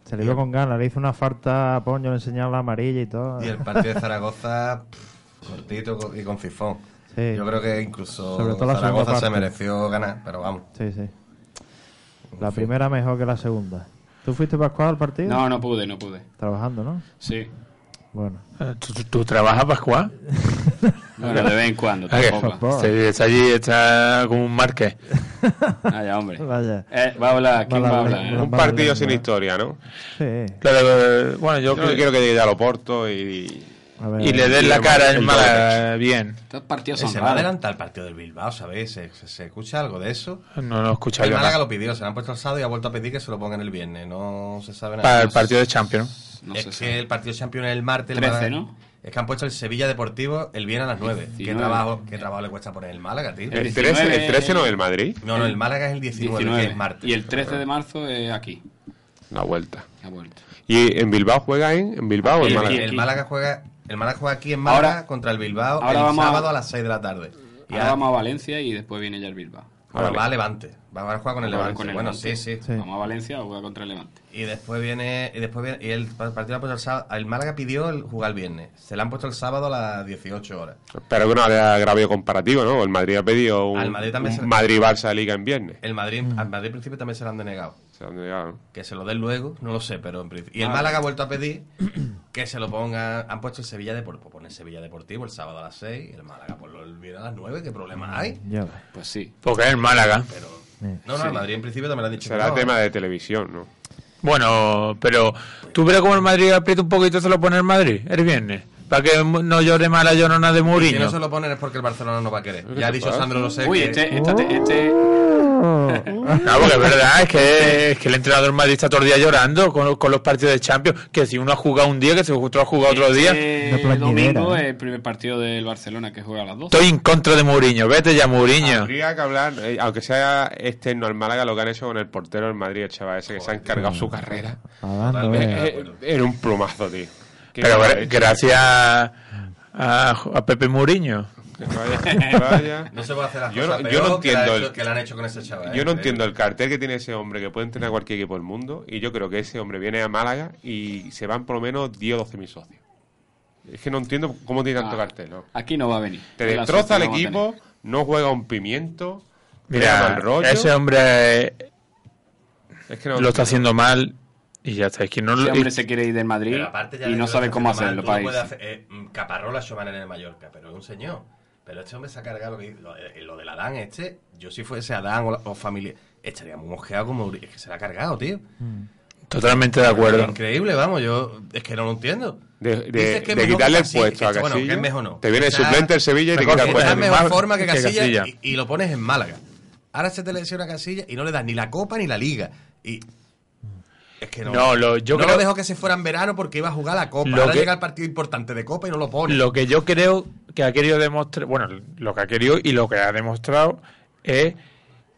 [SPEAKER 1] Se le vio con ganas. Le hizo una falta a Poño, le enseñaron la amarilla y todo.
[SPEAKER 5] Y el partido de Zaragoza, pff, cortito co- y con fifón.
[SPEAKER 1] Sí.
[SPEAKER 5] Yo creo que incluso
[SPEAKER 1] Sobre todo la segunda
[SPEAKER 5] Zaragoza se
[SPEAKER 1] parte.
[SPEAKER 5] mereció ganar, pero vamos.
[SPEAKER 1] Sí, sí. La primera mejor que la segunda. ¿Tú fuiste Pascual al partido?
[SPEAKER 2] No, no pude, no pude.
[SPEAKER 1] Trabajando, ¿no?
[SPEAKER 2] Sí.
[SPEAKER 1] Bueno.
[SPEAKER 3] Eh, ¿Tú, tú- tú trabajas, Pascual?
[SPEAKER 2] Bueno, de vez en cuando,
[SPEAKER 3] Ah, que-
[SPEAKER 2] tampoco.
[SPEAKER 3] se- Está allí, está como un marqués.
[SPEAKER 2] Vaya, hombre.
[SPEAKER 1] Vaya.
[SPEAKER 2] Eh, va a hablar, ¿quién va a hablar? eh?
[SPEAKER 4] Un partido sin historia, ¿no?
[SPEAKER 1] Sí.
[SPEAKER 3] Claro, eh, bueno, yo,
[SPEAKER 4] Yo creo que quiero que llegue a Loporto y...
[SPEAKER 1] A ver.
[SPEAKER 3] Y le des la cara en Málaga, bien.
[SPEAKER 2] Estos partidos
[SPEAKER 5] Se
[SPEAKER 2] son
[SPEAKER 5] va a
[SPEAKER 2] raros.
[SPEAKER 5] adelantar el partido del Bilbao, ¿sabéis? ¿Se, se- se escucha algo de eso?
[SPEAKER 3] No lo escucha
[SPEAKER 5] El
[SPEAKER 3] yo
[SPEAKER 5] Málaga
[SPEAKER 3] nada.
[SPEAKER 5] lo pidió, se lo han puesto el sábado y ha vuelto a pedir que se lo pongan el viernes. No se sabe nada.
[SPEAKER 3] Para el partido de Champions.
[SPEAKER 2] No
[SPEAKER 5] es
[SPEAKER 2] sé
[SPEAKER 5] que
[SPEAKER 2] si-
[SPEAKER 5] el partido Champions es el martes. el
[SPEAKER 2] 13,
[SPEAKER 5] Málaga-
[SPEAKER 2] ¿no?
[SPEAKER 5] Es que han puesto el Sevilla Deportivo el viernes a las 9. ¿Qué
[SPEAKER 2] 19.
[SPEAKER 5] trabajo, ¿Qué trabajo le cuesta poner el eh. Málaga, tío?
[SPEAKER 4] El
[SPEAKER 2] 19
[SPEAKER 4] 13, el 13 no
[SPEAKER 2] es-
[SPEAKER 4] del Madrid,
[SPEAKER 5] No, no, el Málaga es el 19, que
[SPEAKER 2] 19.
[SPEAKER 5] es martes.
[SPEAKER 2] Y el 13 de marzo es aquí.
[SPEAKER 4] la vuelta.
[SPEAKER 2] Ha vuelto.
[SPEAKER 4] ¿Y en Bilbao juega en, en Bilbao o en
[SPEAKER 5] El-
[SPEAKER 4] Málaga?
[SPEAKER 5] el Málaga juega el Málaga juega aquí en Málaga
[SPEAKER 2] Ahora-
[SPEAKER 5] contra el Bilbao
[SPEAKER 2] ahora
[SPEAKER 5] el
[SPEAKER 2] vamos a-
[SPEAKER 5] sábado a... las 6 de la tarde. Y
[SPEAKER 2] Ahora
[SPEAKER 5] ahora-
[SPEAKER 2] vamos a Valencia y después viene ya el Bilbao.
[SPEAKER 5] bueno,
[SPEAKER 4] Vale.
[SPEAKER 5] va a Levante. Va a jugar con el
[SPEAKER 2] Ahora
[SPEAKER 5] Levante.
[SPEAKER 2] con el
[SPEAKER 5] bueno,
[SPEAKER 2] Levante.
[SPEAKER 5] sí, sí.
[SPEAKER 1] Sí.
[SPEAKER 2] Vamos a Valencia o juega contra el Levante.
[SPEAKER 5] Y después viene. Y después viene. Y el pa- partido lo ha puesto el sábado. El Málaga pidió el jugar el viernes. Se le han puesto el sábado a las 18 horas.
[SPEAKER 4] Espero que no haya agravio comparativo, ¿no? El Madrid ha pedido un,
[SPEAKER 5] Al Madrid también
[SPEAKER 4] un
[SPEAKER 5] se-
[SPEAKER 4] Madrid-Barça Liga en viernes.
[SPEAKER 5] El Madrid,
[SPEAKER 4] Mm.
[SPEAKER 5] al Madrid en principio también se lo han denegado.
[SPEAKER 4] O sea, no llega, ¿no?
[SPEAKER 5] Que se lo den luego, no lo sé, pero en principio. Y
[SPEAKER 4] Ah.
[SPEAKER 5] el Málaga ha vuelto a pedir que se lo ponga. Han puesto el Sevilla Deportivo. Ponen Sevilla Deportivo el sábado a las 6. Y el Málaga, pues lo viernes a las 9. ¿Qué
[SPEAKER 4] Mm.
[SPEAKER 5] problema hay?
[SPEAKER 1] Ya ves.
[SPEAKER 2] Pues sí.
[SPEAKER 3] Porque es el Málaga.
[SPEAKER 5] No, no, el Madrid en principio también lo han dicho. que
[SPEAKER 4] Será
[SPEAKER 5] no.
[SPEAKER 4] tema de televisión, ¿no?
[SPEAKER 3] Bueno, pero tú verás como el Madrid aprieta un poquito se lo pone el Madrid el viernes. Para que no llore mala llorona de
[SPEAKER 5] Si no
[SPEAKER 3] Mourinho.
[SPEAKER 5] se lo ponen es porque el Barcelona no va a querer. Ya ha dicho Sandro, no sé.
[SPEAKER 2] Uy,
[SPEAKER 5] que-
[SPEAKER 2] este, esta te- este,
[SPEAKER 3] No, porque es verdad, es que, es que el entrenador Madrid está todo el día llorando con, con los partidos de Champions. Que si uno ha jugado un día, que se otro ha jugado otro día.
[SPEAKER 1] Una
[SPEAKER 2] este
[SPEAKER 1] plañidera,
[SPEAKER 2] domingo
[SPEAKER 1] ¿eh?
[SPEAKER 2] es el primer partido del Barcelona que juega a las 12.
[SPEAKER 3] Estoy en contra de Mourinho, vete ya Mourinho.
[SPEAKER 4] Habría que hablar, eh, aunque sea externo al Málaga, lo que han hecho con el portero del Madrid, el chaval ese, que se ha encargado su carrera.
[SPEAKER 1] Hablando,
[SPEAKER 4] Eh,
[SPEAKER 1] eh.
[SPEAKER 4] eh, Era un plumazo, tío. Qué
[SPEAKER 3] Ah, Pero
[SPEAKER 4] mal
[SPEAKER 3] gra-
[SPEAKER 4] hecho.
[SPEAKER 3] gracias a, a Pepe Mourinho.
[SPEAKER 4] Que vaya, que vaya.
[SPEAKER 5] No se puede hacer las
[SPEAKER 4] Yo
[SPEAKER 5] cosas
[SPEAKER 4] no- yo
[SPEAKER 5] peor
[SPEAKER 4] no
[SPEAKER 5] que la ha
[SPEAKER 4] entiendo
[SPEAKER 5] hecho-
[SPEAKER 4] el-
[SPEAKER 5] que la han hecho con ese chaval.
[SPEAKER 4] Yo
[SPEAKER 5] ¿eh?
[SPEAKER 4] no entiendo el cartel que tiene ese hombre, que puede entrenar cualquier equipo del mundo, y yo creo que ese hombre viene a Málaga y se van por lo menos 10 o 12 mil socios. Es que no entiendo cómo tiene tanto
[SPEAKER 2] Ah,
[SPEAKER 4] cartel, ¿no?
[SPEAKER 2] Aquí no va a venir.
[SPEAKER 4] Te
[SPEAKER 2] La
[SPEAKER 4] destroza el
[SPEAKER 2] suerte no va a
[SPEAKER 4] equipo, no juega un pimiento, mira
[SPEAKER 3] Mira,
[SPEAKER 4] mal rollo.
[SPEAKER 3] ese hombre eh,
[SPEAKER 4] es que no
[SPEAKER 3] lo está haciendo mal y ya está. Es que no
[SPEAKER 2] tener. Ese
[SPEAKER 3] lo-
[SPEAKER 2] hombre
[SPEAKER 3] y-
[SPEAKER 2] se quiere ir del Madrid
[SPEAKER 5] Pero aparte ya
[SPEAKER 2] y
[SPEAKER 5] de
[SPEAKER 2] no
[SPEAKER 5] que
[SPEAKER 2] sabe
[SPEAKER 5] lo
[SPEAKER 2] cómo
[SPEAKER 5] está haciendo
[SPEAKER 2] hacerlo
[SPEAKER 5] mal,
[SPEAKER 2] para
[SPEAKER 5] este tú no
[SPEAKER 2] irse.
[SPEAKER 5] puedes hacer- eh, mm, Caparrola Schumann en el Mallorca, pero es un señor. Pero este hombre se ha cargado lo, que, lo, eh, lo del Adán este. Yo si fuese Adán o, la- o familia, estaría muy mosqueado como... Es que se la ha cargado, tío.
[SPEAKER 3] totalmente de acuerdo.
[SPEAKER 5] Increíble, vamos, yo... Es que no lo entiendo.
[SPEAKER 4] De, de-
[SPEAKER 5] Dices que es
[SPEAKER 4] de
[SPEAKER 5] mejor
[SPEAKER 4] quitarle
[SPEAKER 5] que
[SPEAKER 4] el
[SPEAKER 5] Casillas,
[SPEAKER 4] puesto a
[SPEAKER 5] que- bueno, que
[SPEAKER 4] Casillas.
[SPEAKER 5] es mejor no.
[SPEAKER 4] Te viene el
[SPEAKER 5] Está-
[SPEAKER 4] suplente el Sevilla y te
[SPEAKER 3] mejor
[SPEAKER 4] quita el
[SPEAKER 3] que
[SPEAKER 5] Está
[SPEAKER 4] puesto.
[SPEAKER 5] en mejor forma que
[SPEAKER 3] que
[SPEAKER 5] Casilla,
[SPEAKER 3] Casilla.
[SPEAKER 5] Y, y lo pones en Málaga. Ahora se te lesiona Casilla y no le das ni la copa ni la liga. Y es que no.
[SPEAKER 3] No, lo- yo
[SPEAKER 5] No
[SPEAKER 3] creo-
[SPEAKER 5] lo dejó que se fuera en verano porque iba a jugar la copa.
[SPEAKER 3] Lo
[SPEAKER 5] Ahora
[SPEAKER 3] que-
[SPEAKER 5] llega el partido importante de copa y no lo pone.
[SPEAKER 3] Lo que yo creo que ha querido demostrar, bueno, lo que ha querido y lo que ha demostrado es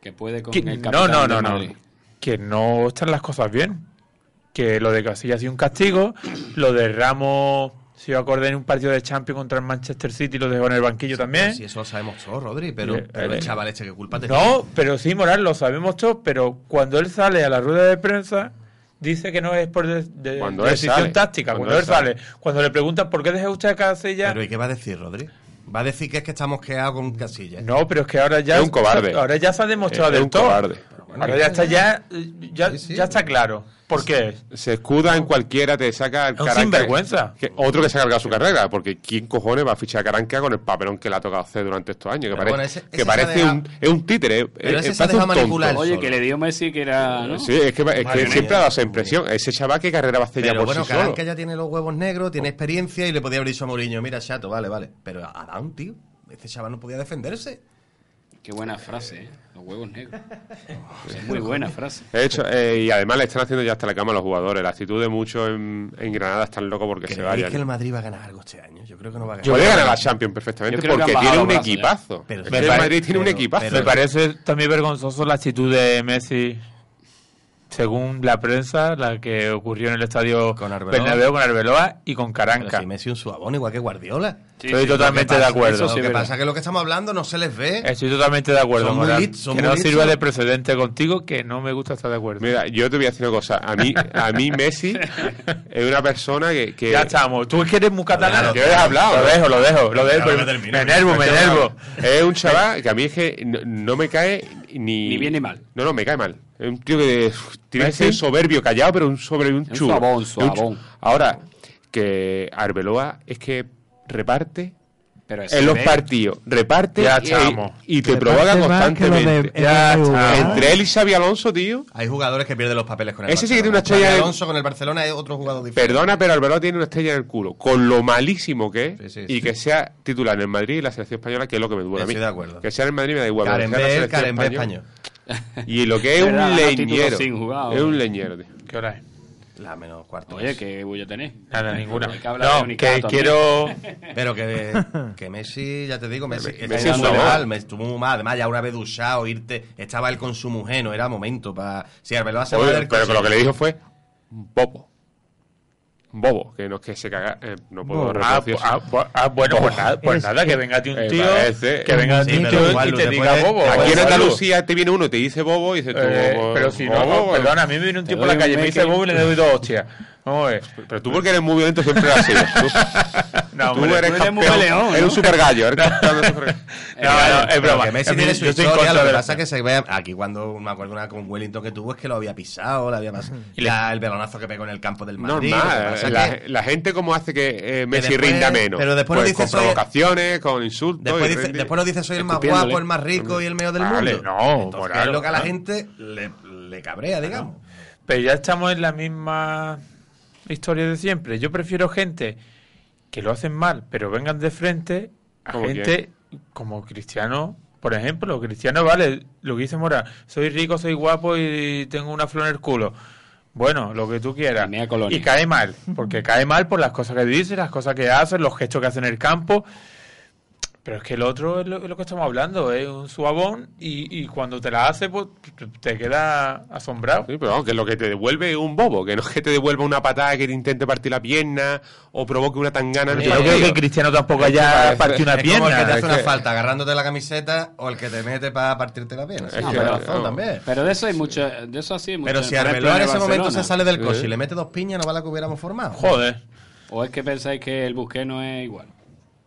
[SPEAKER 2] Que puede con
[SPEAKER 3] que
[SPEAKER 2] el
[SPEAKER 3] no,
[SPEAKER 2] capitán
[SPEAKER 3] no,
[SPEAKER 2] del
[SPEAKER 3] no, no,
[SPEAKER 2] Madrid.
[SPEAKER 3] que no están las cosas bien. Que lo de Casillas ha sido un castigo, lo de Ramos, si yo acordé en un partido de Champions contra el Manchester City, lo dejó en el banquillo también.
[SPEAKER 5] Si eso lo sabemos todos, Rodri, pero,
[SPEAKER 3] Eh,
[SPEAKER 5] pero
[SPEAKER 3] eh,
[SPEAKER 5] el chaval este que culpa tenía.
[SPEAKER 3] No, pero sí, Moral, lo sabemos todos, pero cuando él sale a la rueda de prensa, dice que no es por de- de-
[SPEAKER 4] Cuando él
[SPEAKER 3] decisión
[SPEAKER 4] sale,
[SPEAKER 3] táctica, cuando, él sale. Cuando le preguntan por qué deja usted a Casilla,
[SPEAKER 5] Pero ¿y qué va a decir, Rodri? Va a decir que es que está mosqueado con Casilla.
[SPEAKER 3] no, pero es que ahora ya...
[SPEAKER 4] Es un cobarde.
[SPEAKER 3] Ahora ya se ha demostrado
[SPEAKER 4] Es- es
[SPEAKER 3] del
[SPEAKER 4] un
[SPEAKER 3] todo.
[SPEAKER 4] cobarde.
[SPEAKER 3] Ahora ya está, ya, ya,
[SPEAKER 5] Sí, sí.
[SPEAKER 3] ya está claro. ¿Por qué?
[SPEAKER 4] Se escuda en cualquiera, te saca el
[SPEAKER 3] Es un
[SPEAKER 4] Caranca.
[SPEAKER 3] sinvergüenza.
[SPEAKER 4] Que- otro que se ha cargado su carrera, porque ¿quién cojones va a fichar a Caranca con el papelón que le ha tocado hacer durante estos años? Que
[SPEAKER 5] Pero
[SPEAKER 4] parece,
[SPEAKER 5] bueno, ese-
[SPEAKER 4] que
[SPEAKER 5] ese se ha
[SPEAKER 4] parece
[SPEAKER 5] dejado-
[SPEAKER 4] un, es un títere.
[SPEAKER 5] Pero
[SPEAKER 4] eh,
[SPEAKER 5] ese se
[SPEAKER 4] parece
[SPEAKER 5] ha dejado
[SPEAKER 4] un tonto.
[SPEAKER 5] manipular.
[SPEAKER 2] Oye,
[SPEAKER 5] solo.
[SPEAKER 2] que le dio Messi que era. ¿no?
[SPEAKER 4] Sí, es que, es que
[SPEAKER 5] Marioneta.
[SPEAKER 4] siempre ha dado esa impresión. Ese chaval que carrera va a hacer ya
[SPEAKER 5] Pero
[SPEAKER 4] por
[SPEAKER 5] bueno,
[SPEAKER 4] sí solo.
[SPEAKER 5] Caranca ya tiene los huevos negros, tiene experiencia y le podía haber dicho a Mourinho, mira, chato, vale, vale. Pero a Adán, tío, este chaval no podía defenderse.
[SPEAKER 2] Qué buena frase, ¿eh? Los huevos negros. Es muy buena frase.
[SPEAKER 4] De hecho, eh, y además le están haciendo ya hasta la cama a los jugadores. La actitud de muchos en, en Granada están locos porque se
[SPEAKER 5] ¿Creéis
[SPEAKER 4] vayan.
[SPEAKER 5] que el Madrid va a ganar algo este año? Yo creo que no va a ganar.
[SPEAKER 4] Puede ganar la Champions perfectamente
[SPEAKER 2] Yo creo que
[SPEAKER 4] porque
[SPEAKER 2] han bajado
[SPEAKER 4] tiene un
[SPEAKER 2] los brazos,
[SPEAKER 4] equipazo.
[SPEAKER 5] Pero-
[SPEAKER 4] Es
[SPEAKER 5] Me
[SPEAKER 4] que el
[SPEAKER 3] pare-
[SPEAKER 4] Madrid tiene un
[SPEAKER 5] pero-
[SPEAKER 4] equipazo.
[SPEAKER 5] pero-
[SPEAKER 3] Me parece también vergonzoso la actitud de Messi, según la prensa, la que ocurrió en el estadio
[SPEAKER 5] Con Arbeloa.
[SPEAKER 3] Bernabéu con Arbeloa y con
[SPEAKER 5] Pero
[SPEAKER 3] Caranca.
[SPEAKER 5] si Messi es un suabón igual que Guardiola.
[SPEAKER 3] Estoy totalmente
[SPEAKER 5] Lo que
[SPEAKER 3] de
[SPEAKER 5] pasa-
[SPEAKER 3] acuerdo.
[SPEAKER 5] Lo que pasa es que lo que estamos hablando no se les ve.
[SPEAKER 3] Estoy totalmente de acuerdo,
[SPEAKER 5] Son muy
[SPEAKER 3] Morán.
[SPEAKER 5] lit- son
[SPEAKER 3] que
[SPEAKER 5] muy
[SPEAKER 3] no
[SPEAKER 5] lit-
[SPEAKER 3] sirva
[SPEAKER 5] son-
[SPEAKER 3] de precedente contigo, que no me gusta estar de acuerdo.
[SPEAKER 4] Mira, yo te voy a decir una cosa. A mí, a mí Messi es una persona que... que-
[SPEAKER 5] eh,
[SPEAKER 3] ya estamos. Tú es que eres muy catalán.
[SPEAKER 5] Claro,
[SPEAKER 4] que has hablado.
[SPEAKER 3] Lo
[SPEAKER 4] ¿no?
[SPEAKER 3] dejo, lo dejo, lo dejo.
[SPEAKER 5] Claro,
[SPEAKER 3] me
[SPEAKER 5] me ¿eh? termino.
[SPEAKER 3] enervo, me enervo.
[SPEAKER 4] Es un chaval que a mí es que no, no me cae ni.
[SPEAKER 2] Ni bien ni mal.
[SPEAKER 4] No, no, me cae mal. Es un tío que uf, tiene que ser soberbio, callado, pero un soberbio, un
[SPEAKER 2] Un
[SPEAKER 4] chulo.
[SPEAKER 2] suavón,
[SPEAKER 4] Es chu-
[SPEAKER 2] suavón.
[SPEAKER 4] Ahora, que Arbeloa es que reparte
[SPEAKER 2] Pero es
[SPEAKER 4] en los
[SPEAKER 2] severo.
[SPEAKER 4] partidos. Reparte
[SPEAKER 3] Ya
[SPEAKER 4] y-
[SPEAKER 3] estamos.
[SPEAKER 4] y, te
[SPEAKER 1] Reparte
[SPEAKER 4] provoca
[SPEAKER 1] más que lo de-
[SPEAKER 4] constantemente.
[SPEAKER 1] Ya
[SPEAKER 4] Entre
[SPEAKER 1] estamos.
[SPEAKER 4] Entre él y Xavi Alonso, tío.
[SPEAKER 5] Hay jugadores que pierden los papeles con el
[SPEAKER 4] Ese sí que tiene
[SPEAKER 5] Barcelona.
[SPEAKER 4] una estrella
[SPEAKER 5] Xabi
[SPEAKER 4] de-
[SPEAKER 5] Alonso con el Barcelona es otro jugador diferente.
[SPEAKER 4] Perdona, pero Alberto tiene una estrella en el culo. Con lo malísimo que es.
[SPEAKER 5] Sí, sí,
[SPEAKER 4] y
[SPEAKER 5] sí.
[SPEAKER 4] que sea titular en el Madrid y la selección española, que es lo que me duele a mí.
[SPEAKER 5] Estoy de acuerdo.
[SPEAKER 4] Que sea en el Madrid me da igual. pero
[SPEAKER 5] Karen
[SPEAKER 4] que sea en la
[SPEAKER 5] Bell,
[SPEAKER 4] selección
[SPEAKER 5] Karen Bell
[SPEAKER 4] española.
[SPEAKER 5] español.
[SPEAKER 4] Y lo que es
[SPEAKER 2] De
[SPEAKER 4] un
[SPEAKER 2] verdad, ha ganado títulos
[SPEAKER 4] leñero.
[SPEAKER 2] sin jugar,
[SPEAKER 4] es
[SPEAKER 2] o-
[SPEAKER 4] un leñero, tío.
[SPEAKER 3] ¿Qué hora es?
[SPEAKER 5] La menos cuarto.
[SPEAKER 2] Oye, ¿qué voy a tener?
[SPEAKER 3] Nada, ninguna.
[SPEAKER 2] Hay que hablar de
[SPEAKER 3] No,
[SPEAKER 2] Unicaja
[SPEAKER 3] que
[SPEAKER 2] también.
[SPEAKER 3] quiero.
[SPEAKER 5] Pero que, que Messi, ya te digo, Messi, está
[SPEAKER 4] Messi es
[SPEAKER 5] muy
[SPEAKER 4] un
[SPEAKER 5] mal,
[SPEAKER 4] horror.
[SPEAKER 5] me estuvo muy mal. Además, ya una vez duchado, irte, estaba él con su mujer, no era momento para. Si Arbeloa se va
[SPEAKER 4] Oye,
[SPEAKER 5] del
[SPEAKER 4] pero que
[SPEAKER 5] coche.
[SPEAKER 4] lo que le dijo fue un bobo. Un bobo, que no es que se caga. eh, no puedo
[SPEAKER 3] Ah,
[SPEAKER 4] reproducir
[SPEAKER 3] pues- ah, pues- ah, bueno, pues nada, pues
[SPEAKER 1] Eres-
[SPEAKER 3] nada, que venga a ti un
[SPEAKER 4] eh,
[SPEAKER 3] tío,
[SPEAKER 4] parece-
[SPEAKER 3] que venga a ti
[SPEAKER 5] Sí,
[SPEAKER 3] un
[SPEAKER 5] pero
[SPEAKER 3] tío
[SPEAKER 5] igual
[SPEAKER 3] y
[SPEAKER 5] lo
[SPEAKER 3] te
[SPEAKER 5] te
[SPEAKER 3] diga
[SPEAKER 5] puede-
[SPEAKER 3] bobo.
[SPEAKER 5] te
[SPEAKER 4] Aquí en
[SPEAKER 5] Pues,
[SPEAKER 4] Andalucía te viene uno y te dice bobo y dices tú.
[SPEAKER 3] Eh,
[SPEAKER 4] bobo,
[SPEAKER 3] pero si no,
[SPEAKER 4] bobo,
[SPEAKER 3] perdona, a mí me viene un
[SPEAKER 2] Te
[SPEAKER 3] tío por la
[SPEAKER 2] doy un
[SPEAKER 3] calle, me dice
[SPEAKER 2] meque.
[SPEAKER 3] bobo y le doy dos hostias. Vamos a ver.
[SPEAKER 4] Pero tú porque eres muy violento siempre lo has sido. Tú,
[SPEAKER 3] No,
[SPEAKER 4] tú
[SPEAKER 3] hombre,
[SPEAKER 4] eres
[SPEAKER 2] tú eres muy
[SPEAKER 4] campeón,
[SPEAKER 2] peleón, ¿no?
[SPEAKER 4] eres un super gallo. Eres campeón de supergallo.
[SPEAKER 3] No, no, es
[SPEAKER 5] Pero
[SPEAKER 3] broma.
[SPEAKER 5] que Messi
[SPEAKER 3] A mí-
[SPEAKER 5] tiene su
[SPEAKER 3] yo estoy en
[SPEAKER 5] historia,
[SPEAKER 3] contra
[SPEAKER 5] lo que
[SPEAKER 3] de la-
[SPEAKER 5] pasa es que se vea. Aquí cuando me acuerdo una con Wellington que tuvo es que lo había pisado, le había pasado. La- el velonazo que pegó en el campo del Madrid. lo que
[SPEAKER 4] Normal.
[SPEAKER 5] pasa es
[SPEAKER 4] la,
[SPEAKER 5] que
[SPEAKER 4] la gente como hace que eh, Messi
[SPEAKER 5] después-
[SPEAKER 4] rinda menos.
[SPEAKER 5] pero después
[SPEAKER 4] Pues
[SPEAKER 5] nos dice
[SPEAKER 4] con
[SPEAKER 5] soy-
[SPEAKER 4] provocaciones, con insultos.
[SPEAKER 5] Después,
[SPEAKER 4] y
[SPEAKER 5] dice-
[SPEAKER 4] rinde.
[SPEAKER 5] después nos dice soy el más
[SPEAKER 2] Escupiéndole.
[SPEAKER 5] guapo, el más rico y el mejor del
[SPEAKER 3] Vale,
[SPEAKER 5] mundo.
[SPEAKER 3] no,
[SPEAKER 5] Entonces,
[SPEAKER 3] por
[SPEAKER 5] que es
[SPEAKER 3] algo.
[SPEAKER 5] lo que a la gente le, le cabrea, digamos.
[SPEAKER 3] Pero ya estamos en la misma historia de siempre. Yo prefiero gente que lo hacen mal, pero vengan de frente a
[SPEAKER 4] ¿Cómo
[SPEAKER 3] gente como Cristiano, por ejemplo. Cristiano, vale, lo que dice Mora, soy rico, soy guapo y tengo una flor en el culo. Bueno, lo que tú quieras.
[SPEAKER 2] Y mea colonia.
[SPEAKER 3] Y cae mal, porque cae mal por las cosas que dice, las cosas que hace, los gestos que hace en el campo. Pero es que el otro es lo, es lo que estamos hablando, es un suavón y, y cuando te la hace, pues te queda asombrado.
[SPEAKER 4] Sí, pero vamos, que lo que te devuelve es un bobo, que no es que te devuelva una patada que te intente partir la pierna o provoque una tangana en el
[SPEAKER 3] Yo no creo
[SPEAKER 4] partido.
[SPEAKER 3] que Cristiano tampoco
[SPEAKER 4] Es que
[SPEAKER 3] haya partido
[SPEAKER 4] parece-
[SPEAKER 3] una
[SPEAKER 5] es como el que te
[SPEAKER 3] pierna.
[SPEAKER 5] hace
[SPEAKER 4] es
[SPEAKER 5] una
[SPEAKER 4] que-
[SPEAKER 5] falta agarrándote la camiseta o el que te mete para partirte la pierna. Sí,
[SPEAKER 4] Es que-
[SPEAKER 5] tiene razón
[SPEAKER 4] no.
[SPEAKER 5] también.
[SPEAKER 2] Pero de eso hay mucho, de eso así hay mucho.
[SPEAKER 5] Pero si
[SPEAKER 2] Por ejemplo,
[SPEAKER 5] Arbeloa en ese
[SPEAKER 2] Barcelona.
[SPEAKER 5] momento se sale del coche
[SPEAKER 4] Sí.
[SPEAKER 5] y le mete dos piñas, no vale la que hubiéramos formado.
[SPEAKER 3] Joder.
[SPEAKER 2] O es que pensáis que el busque no es igual.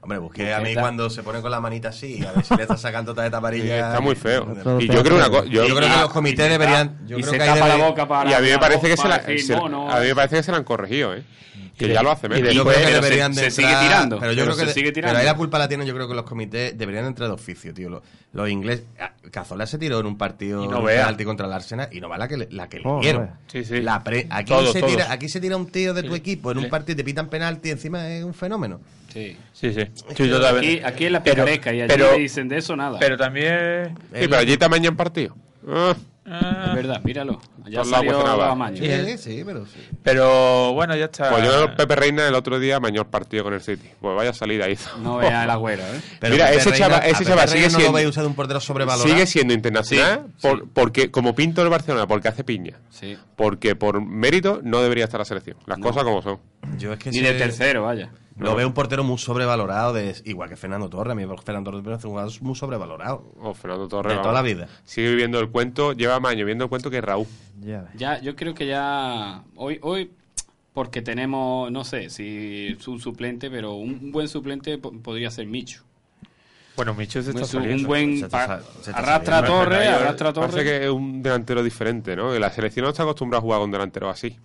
[SPEAKER 5] Hombre, busqué a mí
[SPEAKER 2] Está-
[SPEAKER 5] cuando se pone con la manita así, a ver si le está sacando
[SPEAKER 4] Sí,
[SPEAKER 5] tarjeta amarilla.
[SPEAKER 4] Está muy feo.
[SPEAKER 1] Otro
[SPEAKER 4] Y
[SPEAKER 1] tema.
[SPEAKER 4] yo Ah, creo una cosa.
[SPEAKER 5] Yo, creo que los
[SPEAKER 4] y
[SPEAKER 5] comités deberían. Yo
[SPEAKER 2] Ah, y
[SPEAKER 5] creo
[SPEAKER 2] se
[SPEAKER 5] que ahí
[SPEAKER 2] tapa la
[SPEAKER 5] debe-
[SPEAKER 2] boca para.
[SPEAKER 4] a mí me parece que se
[SPEAKER 2] para
[SPEAKER 4] la,
[SPEAKER 2] decir,
[SPEAKER 4] se-
[SPEAKER 2] no, no.
[SPEAKER 4] a mí me parece que se la han corregido, ¿eh? Que
[SPEAKER 3] de-
[SPEAKER 4] ya lo hace
[SPEAKER 3] y de-
[SPEAKER 4] menos.
[SPEAKER 5] Yo
[SPEAKER 3] Pues,
[SPEAKER 5] creo que
[SPEAKER 3] pero
[SPEAKER 5] deberían
[SPEAKER 2] se-
[SPEAKER 5] de
[SPEAKER 2] se
[SPEAKER 5] entrar-
[SPEAKER 2] sigue tirando.
[SPEAKER 5] Pero yo
[SPEAKER 2] Pero
[SPEAKER 5] creo que
[SPEAKER 2] se
[SPEAKER 5] de-
[SPEAKER 2] sigue
[SPEAKER 5] pero
[SPEAKER 2] tirando.
[SPEAKER 5] ahí la culpa la tienen, yo creo que los comités deberían entrar de oficio, tío. Los, los ingleses. ah, Cazorla se tiró en un partido
[SPEAKER 3] Y no
[SPEAKER 5] de un
[SPEAKER 3] vea.
[SPEAKER 5] penalti contra el Arsenal y Oh, no va la que le, la que le
[SPEAKER 1] Joder.
[SPEAKER 5] dieron.
[SPEAKER 3] Sí, sí.
[SPEAKER 5] La pre- aquí,
[SPEAKER 3] Todos,
[SPEAKER 5] se
[SPEAKER 3] todos.
[SPEAKER 5] tira, aquí se tira un tío de tu
[SPEAKER 3] Sí.
[SPEAKER 5] equipo en un
[SPEAKER 3] Sí.
[SPEAKER 5] partido y te pitan penalti encima es un fenómeno.
[SPEAKER 2] Sí.
[SPEAKER 3] Sí, sí. Sí, yo
[SPEAKER 2] Aquí,
[SPEAKER 3] también-
[SPEAKER 2] aquí es la
[SPEAKER 3] Pero-
[SPEAKER 2] picaresca y allí
[SPEAKER 3] pero-
[SPEAKER 2] le dicen de eso nada.
[SPEAKER 3] Pero también.
[SPEAKER 4] Sí, pero allí tamaño en partido. Ah,
[SPEAKER 2] es
[SPEAKER 3] ah,
[SPEAKER 2] verdad, míralo. Ya
[SPEAKER 4] Por la
[SPEAKER 2] salió
[SPEAKER 4] bocenada.
[SPEAKER 2] a Mancho.
[SPEAKER 5] Sí, eh. sí, sí, pero sí.
[SPEAKER 3] pero bueno, ya está.
[SPEAKER 4] Pues yo creo que Pepe Reina el otro día mayor partido con el City. Pues vaya salida hizo.
[SPEAKER 2] No vea el agüero, ¿eh?
[SPEAKER 5] Pero
[SPEAKER 4] Mira,
[SPEAKER 5] Pepe
[SPEAKER 4] ese
[SPEAKER 5] Reina-
[SPEAKER 4] chaval,
[SPEAKER 5] a
[SPEAKER 4] ese
[SPEAKER 5] Pepe
[SPEAKER 4] chaval
[SPEAKER 5] Reina
[SPEAKER 4] sigue
[SPEAKER 5] no
[SPEAKER 4] siendo.
[SPEAKER 5] lo veis usar un portero sobrevalorado.
[SPEAKER 4] Sigue siendo internacional
[SPEAKER 2] Sí,
[SPEAKER 4] por- porque como pinto el Barcelona, porque hace piña.
[SPEAKER 2] Sí.
[SPEAKER 4] Porque por mérito no debería estar la selección. Las cosas como son.
[SPEAKER 5] Yo es que
[SPEAKER 2] Ni
[SPEAKER 5] ese-
[SPEAKER 2] de tercero, vaya.
[SPEAKER 5] Lo veo un portero muy sobrevalorado, de, igual que Fernando Torres. A mí Fernando Torres es un jugador muy sobrevalorado.
[SPEAKER 4] O Oh, Fernando Torres.
[SPEAKER 5] De
[SPEAKER 4] vamos.
[SPEAKER 5] toda la vida.
[SPEAKER 4] Sigue viviendo el cuento, lleva más años viendo el cuento que Raúl.
[SPEAKER 1] Ya ves.
[SPEAKER 2] Ya, yo creo que ya hoy, hoy porque tenemos, no sé, si es un suplente, pero un buen suplente po- podría ser Michu.
[SPEAKER 3] Bueno, Micho se está
[SPEAKER 2] Michu,
[SPEAKER 3] saliendo.
[SPEAKER 2] un buen
[SPEAKER 5] se está
[SPEAKER 2] pa-
[SPEAKER 5] sal- se está
[SPEAKER 2] arrastra a
[SPEAKER 5] saliendo.
[SPEAKER 2] Torres,
[SPEAKER 4] Pero yo-
[SPEAKER 2] arrastra a
[SPEAKER 4] Parece
[SPEAKER 2] Torres.
[SPEAKER 4] que es un delantero diferente, ¿no? Que La selección no está acostumbrada a jugar con delanteros así.